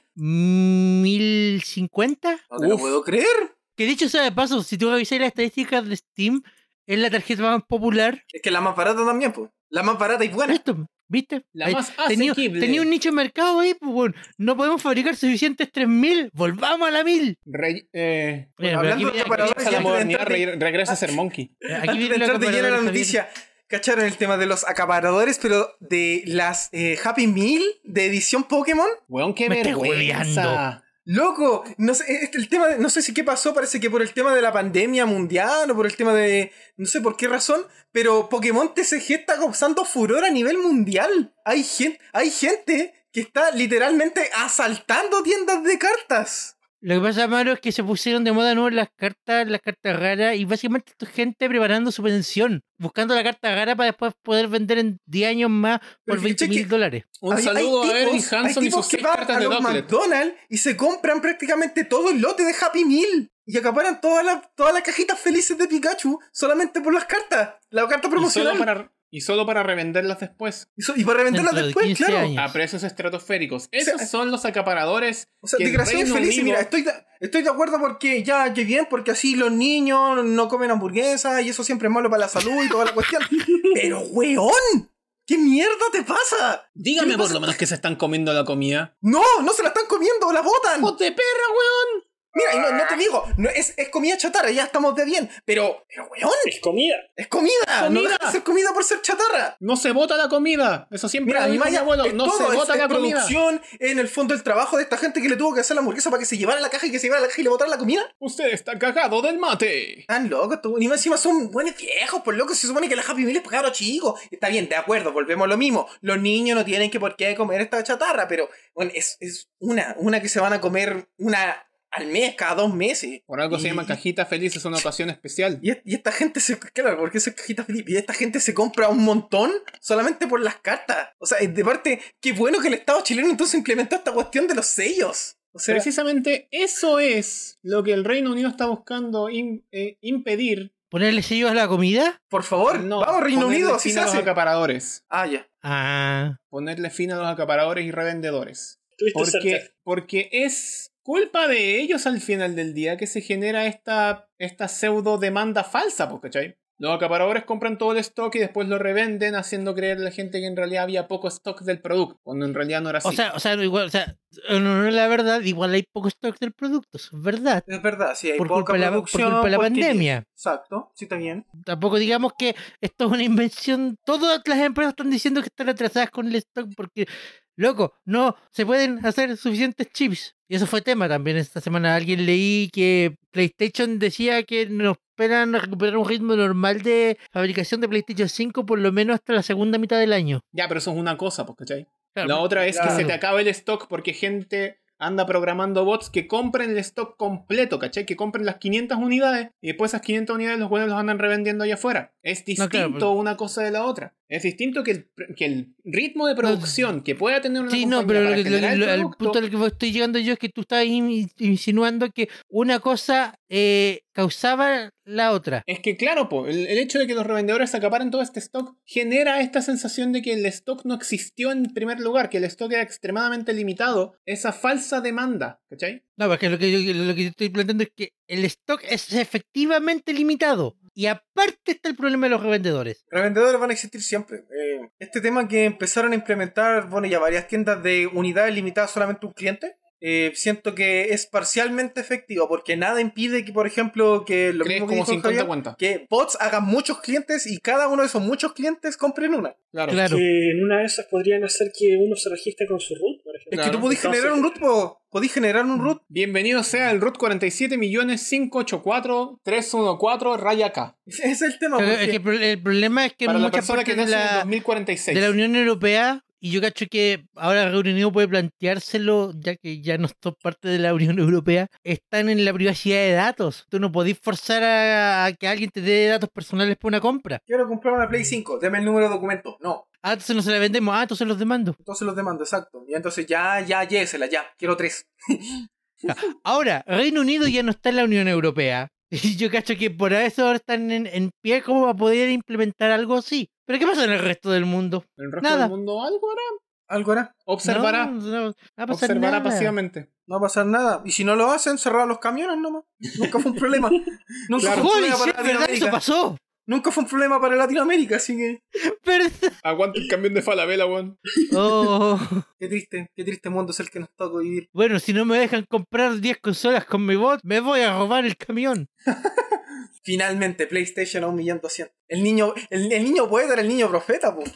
Speaker 3: ¿1050?
Speaker 2: No te lo
Speaker 4: Uf.
Speaker 2: puedo creer.
Speaker 3: Que dicho sea de paso, si tú revisas las estadísticas de Steam, es la tarjeta más popular.
Speaker 2: Es que la más barata también, pues. La más barata y buena.
Speaker 3: Esto, ¿viste?
Speaker 4: La
Speaker 3: Ahí,
Speaker 4: más
Speaker 3: tenía,
Speaker 4: asequible.
Speaker 3: tenía un nicho de mercado ahí, pues, bueno, no podemos fabricar suficientes 3000, volvamos a la 1000.
Speaker 4: Re- eh,
Speaker 3: Mira, pero
Speaker 2: hablando de
Speaker 3: viene-
Speaker 2: acaparadores,
Speaker 4: regresa
Speaker 2: antes
Speaker 4: la
Speaker 2: de
Speaker 4: modernidad,
Speaker 2: entrar de-
Speaker 4: re- regresa a ser Monkey.
Speaker 3: aquí
Speaker 2: Antes de
Speaker 3: viene la
Speaker 2: entrar de lleno a la
Speaker 3: comparadora,
Speaker 2: noticia, ¿cacharon el tema de los acaparadores, pero de las eh, Happy Meal de edición Pokémon?
Speaker 4: Weón, qué
Speaker 3: Me estás
Speaker 4: vergüenza.
Speaker 2: Loco, no sé, este, el tema, de- no sé si qué pasó, parece que por el tema de la pandemia mundial o por el tema de, no sé por qué razón, pero Pokémon TCG está causando furor a nivel mundial. Hay gente, hay gente que está literalmente asaltando tiendas de cartas.
Speaker 3: Lo que pasa, Maro, es que se pusieron de moda nuevo las cartas, las cartas raras, y básicamente esto es gente preparando su pensión, buscando la carta rara para después poder vender en 10 años más
Speaker 2: Pero
Speaker 3: por
Speaker 2: que
Speaker 3: 20
Speaker 2: cheque-
Speaker 3: mil dólares.
Speaker 2: Hay-
Speaker 4: Un
Speaker 2: hay
Speaker 4: saludo a Erwin
Speaker 2: tipos-
Speaker 4: Hanson
Speaker 2: hay
Speaker 4: y
Speaker 2: tipos
Speaker 4: sus
Speaker 2: que
Speaker 4: seis
Speaker 2: van
Speaker 4: cartas
Speaker 2: a
Speaker 4: de
Speaker 2: los
Speaker 4: Doublet.
Speaker 2: McDonald's y se compran prácticamente todo el lote de Happy Meal y acaparan todas las todas las cajitas felices de Pikachu solamente por las cartas, la carta
Speaker 4: Y solo,
Speaker 2: promocional.
Speaker 4: para, y solo para revenderlas después.
Speaker 2: Y, so- y para revenderlas
Speaker 3: Dentro de
Speaker 2: después,
Speaker 3: 15
Speaker 2: claro.
Speaker 3: años.
Speaker 4: A precios estratosféricos. Esos
Speaker 2: sea,
Speaker 4: son los acaparadores.
Speaker 2: O sea,
Speaker 4: que el
Speaker 2: desgraciados
Speaker 4: Reino
Speaker 2: felices,
Speaker 4: Unido-
Speaker 2: mira, estoy de, estoy de acuerdo porque ya, qué bien, porque así los niños no comen hamburguesas y eso siempre es malo para la salud y toda la cuestión. Pero, weón, ¿qué mierda te pasa?
Speaker 4: Dígame
Speaker 2: ¿Qué
Speaker 4: por
Speaker 2: pasa?
Speaker 4: lo menos que se están comiendo la comida.
Speaker 2: No, no se la están comiendo, la botan.
Speaker 4: ¡Hijos de perra, weón!
Speaker 2: Mira, y no, no te digo, no, es, es comida chatarra, ya estamos de bien, pero, pero weón,
Speaker 1: Es comida.
Speaker 2: es comida, no
Speaker 4: comida.
Speaker 2: deja de ser comida por ser chatarra.
Speaker 4: No se bota la comida. Eso siempre
Speaker 2: Mira,
Speaker 4: lo
Speaker 2: mi
Speaker 4: dijo mi
Speaker 2: Maya,
Speaker 4: abuelo.
Speaker 2: es
Speaker 4: No
Speaker 2: todo,
Speaker 4: se
Speaker 2: es,
Speaker 4: bota
Speaker 2: es
Speaker 4: la comida.
Speaker 2: producción, en el fondo el trabajo de esta gente que le tuvo que hacer la hamburguesa para que se llevara la caja y que se llevara la caja y le botara la comida.
Speaker 4: Usted está cagado del mate.
Speaker 2: Tan loco, tú. Y más encima son buenos viejos, por loco. Se supone que la Happy Meal es para cabros chicos. Está bien, de acuerdo, volvemos a lo mismo. Los niños no tienen que por qué comer esta chatarra, pero bueno, es, es una, una que se van a comer una al mes, cada dos meses.
Speaker 4: Por algo se
Speaker 2: Y-
Speaker 4: llama cajita feliz, es una ocasión especial.
Speaker 2: Y, y esta gente se. Claro, porque eso es cajita feliz. Y esta gente se compra un montón solamente por las cartas. O sea, de parte, qué bueno que el Estado chileno entonces implementó esta cuestión de los sellos. O sea,
Speaker 4: Precisamente eso es lo que el Reino Unido está buscando im- eh, impedir.
Speaker 3: ¿Ponerle sellos a la comida?
Speaker 2: por favor,
Speaker 4: No,
Speaker 2: vamos, Reino
Speaker 4: ponerle
Speaker 2: Unido, si
Speaker 4: fin
Speaker 2: se
Speaker 4: a los
Speaker 2: hace.
Speaker 4: acaparadores.
Speaker 2: Ah, ya.
Speaker 3: Ah,
Speaker 4: Ponerle fin a los acaparadores y revendedores.
Speaker 1: Estuviste cerca.
Speaker 4: Porque, porque es culpa de ellos al final del día que se genera esta, esta pseudo demanda falsa, pues, ¿cachai? Los acaparadores compran todo el stock y después lo revenden, haciendo creer a la gente que en realidad había poco stock del producto, cuando en realidad no era así.
Speaker 3: o sea, o sea, no, igual, o sea, en honor a la verdad, igual hay poco stock del producto, eso es verdad.
Speaker 2: Es verdad, sí, hay
Speaker 3: Por
Speaker 2: poca
Speaker 3: culpa de la- por
Speaker 2: producción,
Speaker 3: culpa de la
Speaker 2: porque-
Speaker 3: pandemia.
Speaker 2: Exacto, sí, está bien.
Speaker 3: Tampoco digamos que esto es una invención. Todas las empresas están diciendo que están atrasadas con el stock porque, loco, no se pueden hacer suficientes chips. Y eso fue tema también esta semana. Alguien leí que PlayStation decía que nos esperan recuperar un ritmo normal de fabricación de PlayStation 5 por lo menos hasta la segunda mitad del año.
Speaker 4: Ya, pero eso es una cosa, pues, ¿cachai?
Speaker 3: Claro,
Speaker 4: La otra es
Speaker 2: claro.
Speaker 4: que se te acaba el stock porque gente anda programando bots que compren el stock completo, ¿cachai? Que compren las 500 unidades y después esas 500 unidades los buenos los andan revendiendo allá afuera. Es
Speaker 3: No,
Speaker 4: distinto
Speaker 3: claro,
Speaker 4: una cosa de la otra. Es distinto que el, que el ritmo de producción que pueda tener una
Speaker 3: Sí,
Speaker 4: compañía
Speaker 3: no, pero lo
Speaker 4: para
Speaker 3: que- lo
Speaker 4: generar
Speaker 3: que-
Speaker 4: el
Speaker 3: lo- al
Speaker 4: producto-
Speaker 3: punto al que vos estoy llegando yo es que tú estabas in- insinuando que una cosa eh, causaba la otra.
Speaker 4: Es que claro, po, el, el hecho de que los revendedores acaparen todo este stock genera esta sensación de que el stock no existió en primer lugar, que el stock era extremadamente limitado, esa falsa demanda, ¿cachai?
Speaker 3: No, porque lo que, yo, lo que yo estoy planteando es que el stock es efectivamente limitado. Y aparte está el problema de los revendedores.
Speaker 2: Revendedores van a existir siempre. Eh, este tema que empezaron a implementar, bueno, ya varias tiendas de unidades limitadas solamente a un cliente, eh, siento que es parcialmente efectivo, porque nada impide que, por ejemplo, que lo
Speaker 4: Crees
Speaker 2: mismo que
Speaker 4: como
Speaker 2: dijo
Speaker 4: 50
Speaker 2: Javier,
Speaker 4: cuentas.
Speaker 2: que bots hagan muchos clientes y cada uno de esos muchos clientes compren una.
Speaker 3: Claro.
Speaker 1: Que en una de esas podrían hacer que uno se registre con su root, por
Speaker 2: Es
Speaker 1: ejemplo.
Speaker 4: Claro.
Speaker 2: que tú podés
Speaker 1: Entonces-
Speaker 2: generar un root, po. podés generar un root.
Speaker 4: Bienvenido sea el root 47 millones 584 314 raya K.
Speaker 2: Ese es el tema.
Speaker 3: Pero
Speaker 2: porque-
Speaker 3: es que el, pro- el problema es que
Speaker 4: Para la
Speaker 3: muchas
Speaker 4: persona que
Speaker 3: partes de
Speaker 4: nace en el
Speaker 3: la,
Speaker 4: 2046.
Speaker 3: de la Unión Europea, y yo cacho que ahora Reino Unido puede planteárselo, ya que ya no son parte de la Unión Europea, están en la privacidad de datos. Tú no podés forzar a, a que alguien te dé datos personales por una compra.
Speaker 2: Quiero comprar una Play 5, deme el número de documento. No,
Speaker 3: Ah, entonces no se la vendemos. Ah, entonces los demando.
Speaker 2: entonces los demando, exacto. Y entonces ya, ya, llévesela, ya. Quiero tres.
Speaker 3: Ahora, Reino Unido ya no está en la Unión Europea. Y yo cacho que por eso ahora están en, en pie como para poder implementar algo así. Pero ¿qué pasa en el resto del mundo?
Speaker 4: el resto
Speaker 3: nada.
Speaker 4: del mundo algo hará.
Speaker 2: ¿Algo era?
Speaker 4: Observará.
Speaker 3: No, no va a pasar
Speaker 4: observará
Speaker 3: nada.
Speaker 4: pasivamente.
Speaker 2: No va a pasar nada. Y si no lo hacen, cerrar los camiones nomás. Nunca fue un problema. Nunca,
Speaker 4: Claro.
Speaker 2: fue un
Speaker 3: Holy
Speaker 2: problema
Speaker 3: shit,
Speaker 2: para
Speaker 3: ¿verdad? Eso
Speaker 2: Latinoamérica.
Speaker 3: pasó.
Speaker 2: Nunca fue un problema para Latinoamérica, así que.
Speaker 3: ¿Verdad?
Speaker 4: Aguanta el camión de Falabella, weón.
Speaker 3: Oh.
Speaker 2: Qué triste, qué triste mundo es el que nos toca vivir.
Speaker 3: Bueno, si no me dejan comprar 10 consolas con mi bot, me voy a robar el camión.
Speaker 2: Finalmente, PlayStation a 1.200.000. El niño, el, el niño poeta era el niño profeta, pues.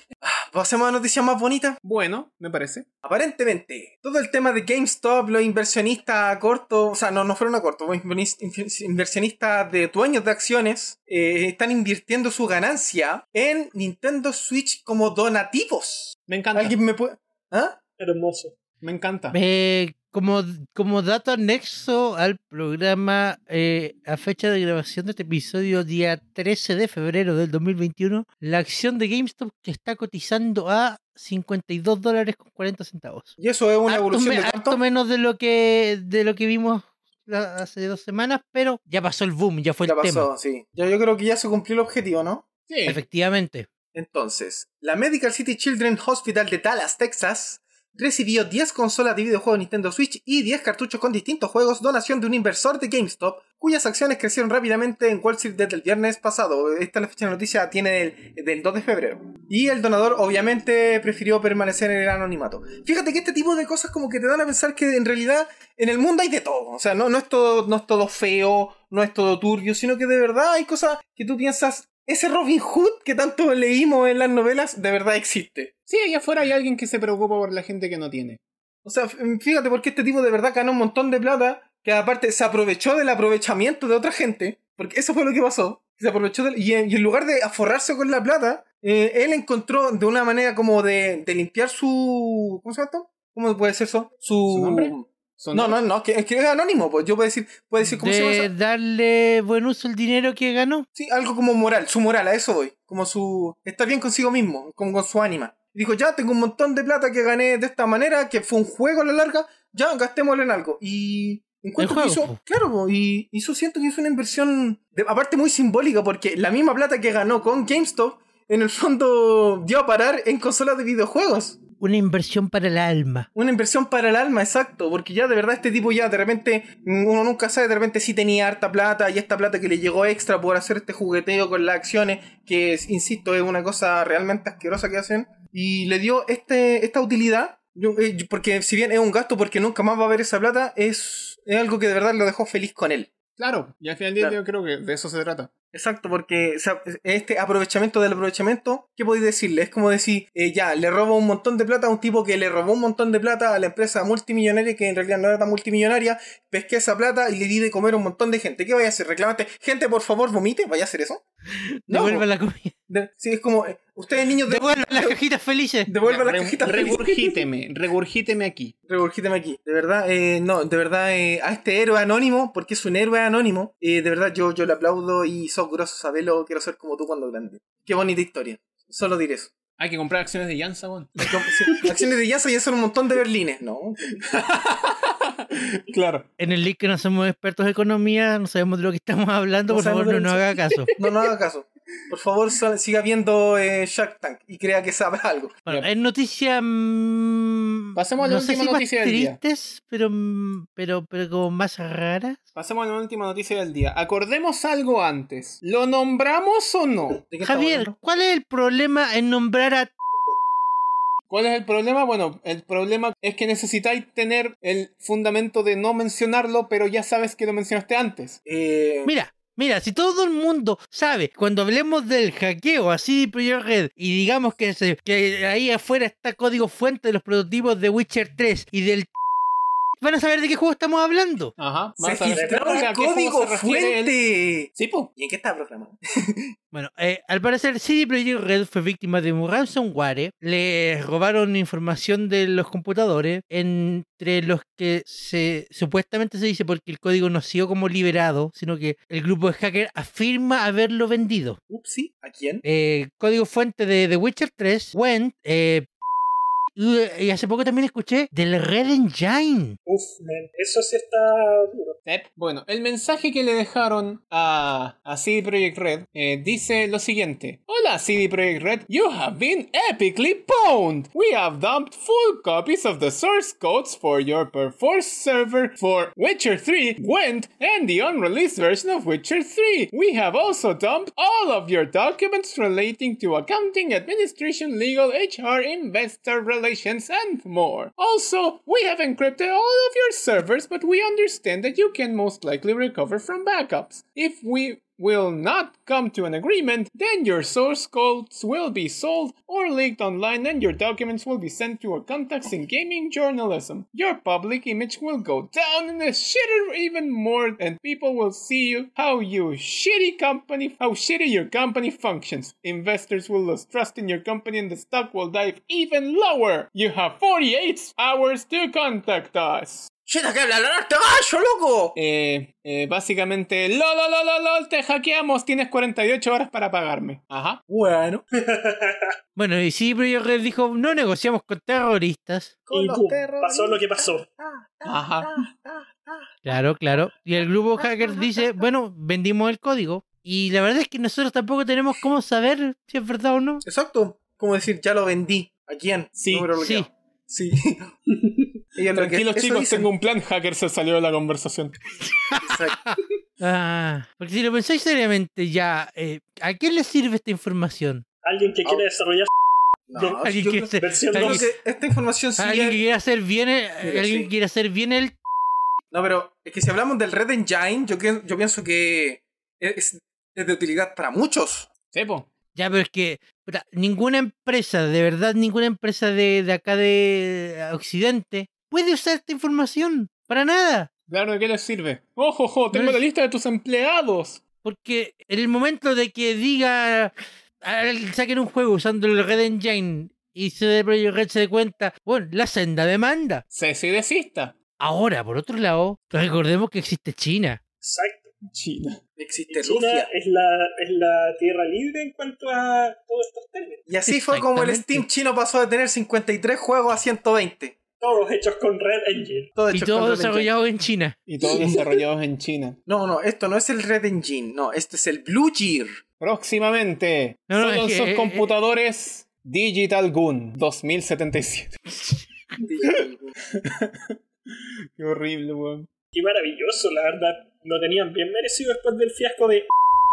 Speaker 2: Pasemos a noticias más bonitas.
Speaker 4: Bueno, me parece.
Speaker 2: Aparentemente, todo el tema de GameStop, los inversionistas a corto, o sea, no, no fueron a corto, fueron inversionis- inver- inversionistas de dueños de acciones, eh, están invirtiendo su ganancia en Nintendo Switch como donativos.
Speaker 4: Me encanta.
Speaker 2: ¿Alguien me puede.? ¿Ah?
Speaker 1: Hermoso.
Speaker 4: Me encanta.
Speaker 3: Eh, como, como dato anexo al programa, eh, a fecha de grabación de este episodio, día 13 de febrero del 2021, la acción de GameStop que está cotizando a 52 dólares con 40 centavos.
Speaker 2: ¿Y eso es una
Speaker 3: Harto
Speaker 2: evolución
Speaker 3: me-
Speaker 2: de
Speaker 3: harto
Speaker 2: cuánto?
Speaker 3: menos de lo que de lo que vimos la- hace dos semanas, pero ya pasó el boom, ya fue
Speaker 2: Ya
Speaker 3: el tema.
Speaker 2: pasó, sí. Ya yo creo que ya se cumplió el objetivo, ¿no?
Speaker 4: Sí.
Speaker 3: Efectivamente.
Speaker 2: Entonces, la Medical City Children's Hospital de Dallas, Texas, recibió 10 consolas de videojuegos Nintendo Switch y 10 cartuchos con distintos juegos, donación de un inversor de GameStop, cuyas acciones crecieron rápidamente en Wall Street desde el viernes pasado. Esta es la fecha de noticia, tiene el, del 2 de febrero. Y el donador obviamente prefirió permanecer en el anonimato. Fíjate que este tipo de cosas como que te dan a pensar que en realidad en el mundo hay de todo. O sea, no, no, es, todo, no es todo feo, no es todo turbio, sino que de verdad hay cosas que tú piensas, ese Robin Hood que tanto leímos en las novelas de verdad existe.
Speaker 4: Sí, allá afuera hay alguien que se preocupa por la gente que no tiene.
Speaker 2: O sea, f- fíjate porque este tipo de verdad ganó un montón de plata, que aparte se aprovechó del aprovechamiento de otra gente, porque eso fue lo que pasó. Se aprovechó del- y, en, y en lugar de aforrarse con la plata, eh, él encontró de una manera como de, de limpiar su... ¿Cómo se llama esto? ¿Cómo puede ser eso? Su,
Speaker 4: ¿Su nombre? Son-
Speaker 2: No, no, no, que, es que es anónimo, pues yo puedo decir, puedo decir cómo se llama
Speaker 3: de
Speaker 2: eso?
Speaker 3: darle buen uso al dinero que ganó.
Speaker 2: Sí, algo como moral, su moral, a eso voy. Como su. Está bien consigo mismo, como con su ánima. Y dijo, ya tengo un montón de plata que gané de esta manera, que fue un juego a la larga, ya gastémoslo en algo. Y. Encuentro
Speaker 3: El
Speaker 2: que
Speaker 3: juego,
Speaker 2: hizo.
Speaker 3: po.
Speaker 2: Claro, po, y hizo, siento que hizo una inversión. de- aparte, muy simbólica, porque la misma plata que ganó con GameStop, en el fondo dio a parar en consolas de videojuegos.
Speaker 3: Una inversión para el alma.
Speaker 2: Una inversión para el alma, exacto, porque ya de verdad este tipo ya de repente, mm, uno nunca sabe, de repente sí tenía harta plata y esta plata que le llegó extra por hacer este jugueteo con las acciones, que es, insisto, es una cosa realmente asquerosa que hacen, y le dio este, esta utilidad, yo- eh, yo- porque si bien es un gasto porque nunca más va a haber esa plata, es, es algo que de verdad lo dejó feliz con él.
Speaker 4: Claro, y al final del día
Speaker 2: Claro.
Speaker 4: yo creo que de eso se trata.
Speaker 2: Exacto, porque o sea, este aprovechamiento del aprovechamiento, ¿qué podéis decirle? Es como decir, eh, ya, le robo un montón de plata a un tipo que le robó un montón de plata a la empresa multimillonaria que en realidad no era tan multimillonaria, pesqué esa plata y le di de comer a un montón de gente. ¿Qué vaya a hacer? ¿Reclamante? Gente, por favor, vomite, vaya a hacer eso. No,
Speaker 3: Devuelva la comida.
Speaker 2: de- sí, es como, eh, ustedes niños, de-
Speaker 3: Devuelva las cajitas felices.
Speaker 2: devuelvan
Speaker 4: Ya,
Speaker 2: las
Speaker 4: re-
Speaker 2: cajitas felices.
Speaker 4: Regurgíteme, regurgíteme aquí.
Speaker 2: Regurgíteme aquí. De verdad, eh, no, de verdad, eh, a este héroe anónimo, porque es un héroe anónimo, eh, de verdad yo, yo le aplaudo y sos grosso, sabelo, quiero ser como tú cuando grande. Qué bonita historia. Solo diré eso.
Speaker 4: Hay que comprar acciones de Jansa, weón.
Speaker 2: Yo- sí, Acciones de Yasa ya son un montón de berlines, ¿no?
Speaker 4: Claro.
Speaker 3: En el link que no somos expertos de economía, no sabemos de lo que estamos hablando,
Speaker 2: No
Speaker 3: por
Speaker 2: sabemos
Speaker 3: favor no
Speaker 2: de lo
Speaker 3: nos
Speaker 2: que-
Speaker 3: haga caso.
Speaker 2: No, no haga caso. Por favor, sal- siga viendo eh, Shark Tank y crea que sabe algo.
Speaker 3: Bueno,
Speaker 4: Ya.
Speaker 3: en noticias. mm,
Speaker 4: Pasemos a la
Speaker 3: no sé
Speaker 4: última
Speaker 3: si más
Speaker 4: noticia del día.
Speaker 3: tristes, pero, mm, pero, pero como más raras.
Speaker 4: Pasemos a la última noticia del día. Acordemos algo antes. ¿Lo nombramos o no?
Speaker 2: ¿De qué estamos
Speaker 3: Javier,
Speaker 2: hablando?
Speaker 3: ¿cuál es el problema en nombrar a.
Speaker 4: ¿Cuál es el problema? Bueno, el problema es que necesitáis tener el fundamento de no mencionarlo, pero ya sabes que lo mencionaste antes.
Speaker 2: Eh,
Speaker 3: Mira. Mira, si todo el mundo sabe, cuando hablemos del hackeo así de Project Red y digamos que, se- que ahí afuera está código fuente de los prototipos de Witcher 3 y del... Van a saber de qué juego estamos hablando.
Speaker 4: Ajá.
Speaker 2: se
Speaker 4: vas a ver.
Speaker 2: filtró
Speaker 4: ¿A
Speaker 2: el
Speaker 4: qué juego
Speaker 2: código
Speaker 4: se refiere el-
Speaker 2: fuente.
Speaker 4: Sí, po.
Speaker 2: ¿Y en qué está programado?
Speaker 3: Bueno, eh, al parecer CD Projekt Red fue víctima de un ransomware. Les robaron información de los computadores, entre los que se supuestamente se dice porque el código no ha sido como liberado, sino que el grupo de hackers afirma haberlo vendido.
Speaker 2: Upsi, ¿a quién?
Speaker 3: Eh, código fuente de The Witcher 3, Went, eh, y y hace poco también escuché del Red Engine.
Speaker 1: Uf, man, eso sí está duro.
Speaker 4: Eh, Bueno, el mensaje que le dejaron a, a CD Projekt Red eh, dice lo siguiente: Hola CD Projekt Red, you have been epically pwned. We have dumped full copies of the source codes for your Perforce server for Witcher 3, Gwent, and the unreleased version of Witcher 3. We have also dumped all of your documents relating to accounting, administration, legal, HR, investor relations, and more. Also, we have encrypted all of your servers, but we understand that you can most likely recover from backups. If we will not come to an agreement, then your source codes will be sold or leaked online and your documents will be sent to your contacts in gaming journalism. Your public image will go down in the shitter even more and people will see you how you shitty company how shitty your company functions. Investors will lose trust in your company and the stock will dive even lower. You have 48 hours to contact us.
Speaker 2: ¡Cheta que habla la gallo, loco!
Speaker 4: Eh, eh, básicamente, lol, lol, lol, lol, lol, te hackeamos, tienes 48 horas para pagarme. Ajá.
Speaker 2: Bueno,
Speaker 3: Bueno, y CD Projekt Red dijo, no negociamos con terroristas.
Speaker 2: con
Speaker 1: Y
Speaker 2: los
Speaker 1: pum,
Speaker 2: perros.
Speaker 1: pasó lo que pasó.
Speaker 4: Ajá.
Speaker 3: Claro, claro. Y el grupo hacker dice, bueno, vendimos el código. Y la verdad es que nosotros tampoco tenemos cómo saber si es verdad o no.
Speaker 2: Exacto. Como decir, ya lo vendí. ¿A quién?
Speaker 4: Sí,
Speaker 2: Número bloqueado.
Speaker 3: Sí.
Speaker 2: Sí.
Speaker 4: Ellos
Speaker 2: lo que-
Speaker 4: Tranquilos
Speaker 2: eso
Speaker 4: chicos,
Speaker 2: dicen.
Speaker 4: tengo un plan hacker, se salió de la conversación.
Speaker 2: Exacto.
Speaker 3: Ah, porque si lo pensáis seriamente, ya, eh, ¿a quién le sirve esta información?
Speaker 1: Alguien que quiere
Speaker 2: Ah.
Speaker 1: desarrollar
Speaker 2: No,
Speaker 3: ¿Alguien
Speaker 2: yo
Speaker 3: quiere
Speaker 2: creo-
Speaker 3: hacer,
Speaker 1: versión
Speaker 2: yo
Speaker 3: alguien-
Speaker 2: creo que esta información sí
Speaker 3: alguien
Speaker 2: es-
Speaker 3: que quiera hacer bien el,
Speaker 2: Mira,
Speaker 3: alguien
Speaker 2: sí.
Speaker 3: que quiera hacer bien el
Speaker 2: No, pero es que si hablamos del Red Engine, yo, que- yo pienso que es, es de utilidad para muchos.
Speaker 4: Sí, po.
Speaker 3: Ya, pero es que puta, ninguna empresa, de verdad, ninguna empresa de, de acá de eh, Occidente puede usar esta información. Para nada.
Speaker 4: Claro, ¿de qué les sirve? ¡Ojo, ojo! Tengo
Speaker 3: No
Speaker 4: la
Speaker 3: es-
Speaker 4: lista de tus empleados.
Speaker 3: Porque en el momento de que diga, al- saquen un juego usando el Red Engine y se Red se dé cuenta, bueno, la senda demanda.
Speaker 4: Cese y desista.
Speaker 3: Ahora, por otro lado, recordemos que existe China.
Speaker 1: Exacto.
Speaker 4: China.
Speaker 2: Existe
Speaker 1: China
Speaker 2: Rusia.
Speaker 1: es la, es la tierra libre en cuanto a todos estos términos.
Speaker 2: Y así fue como el
Speaker 3: Exactamente.
Speaker 2: Steam chino pasó de tener 53 juegos a 120.
Speaker 1: Todos hechos con Red Engine.
Speaker 2: Todo
Speaker 3: Y
Speaker 2: hecho
Speaker 3: todo
Speaker 2: con Red Engine.
Speaker 3: desarrollado en China.
Speaker 4: Y todos desarrollados en China.
Speaker 2: No, no, esto no es el Red Engine, no, esto es el Blue Gear.
Speaker 4: Próximamente,
Speaker 3: No, no,
Speaker 4: solo
Speaker 3: es
Speaker 4: en
Speaker 3: que-
Speaker 4: sus
Speaker 3: eh, eh,
Speaker 4: computadores, Digital Gun 2077. Qué horrible, weón.
Speaker 1: Qué maravilloso, la verdad. Lo tenían bien merecido después del fiasco de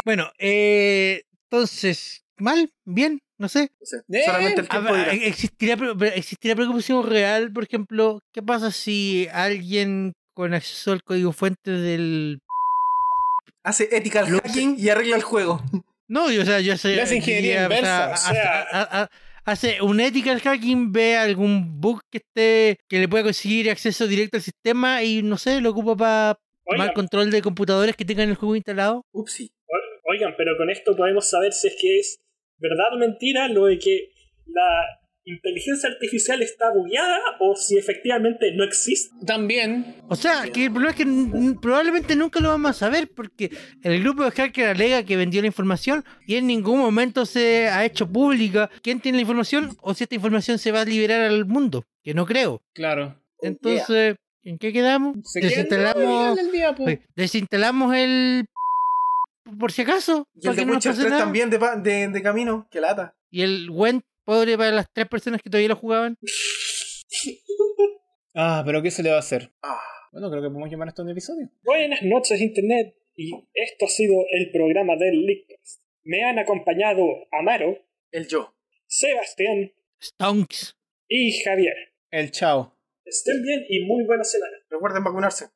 Speaker 3: Bueno, eh, entonces, mal, bien, no sé.
Speaker 2: O sea,
Speaker 4: Eh,
Speaker 2: solamente el tiempo
Speaker 3: Habrá-
Speaker 2: dirá.
Speaker 3: ¿Existirá, pre- pre- existirá preocupación real, por ejemplo, qué pasa si alguien con acceso al código fuente del...
Speaker 2: Hace ethical hacking y arregla el juego.
Speaker 3: No, yo, o sea, yo sé...
Speaker 4: Le hace ingeniería
Speaker 3: diría,
Speaker 4: inversa,
Speaker 1: o sea.
Speaker 3: hace- ha- ha- Hace un ethical hacking, ve algún bug que esté que le pueda conseguir acceso directo al sistema y no sé, lo ocupa para
Speaker 1: Oigan,
Speaker 3: mal control de computadores que tengan el juego instalado.
Speaker 2: Upsi.
Speaker 1: o- oigan, pero con esto podemos saber si es que es verdad o mentira lo de que la inteligencia artificial está bugueada o si efectivamente no existe.
Speaker 4: También,
Speaker 3: O sea, que el problema es que n- n- probablemente nunca lo vamos a saber porque el grupo de hacker alega que vendió la información y en ningún momento se ha hecho pública quién tiene la información o si esta información se va a liberar al mundo, que no creo.
Speaker 4: claro.
Speaker 3: Entonces, ¿en qué quedamos?
Speaker 4: Oh, Se quedan todo el día
Speaker 3: Desinstalamos,
Speaker 4: del día, po.
Speaker 3: oye, desinstalamos el por si acaso.
Speaker 2: Y el
Speaker 3: para
Speaker 2: de
Speaker 3: que no nos
Speaker 2: Witcher
Speaker 3: pase
Speaker 2: 3
Speaker 3: nada.
Speaker 2: también de, pa- de, de camino. Qué lata.
Speaker 3: Y el buen pobre para las tres personas que todavía lo jugaban.
Speaker 4: Ah, pero ¿qué se le va a hacer?
Speaker 2: Ah.
Speaker 4: Bueno, creo que podemos llamar a esto un episodio.
Speaker 1: Buenas noches, Internet. Y esto ha sido el programa del Leakcast. Me han acompañado Amaro,
Speaker 2: El yo.
Speaker 1: Sebastián
Speaker 3: Stonks.
Speaker 1: y Javier.
Speaker 4: El chao.
Speaker 1: Estén bien y muy buena semana.
Speaker 2: Recuerden vacunarse.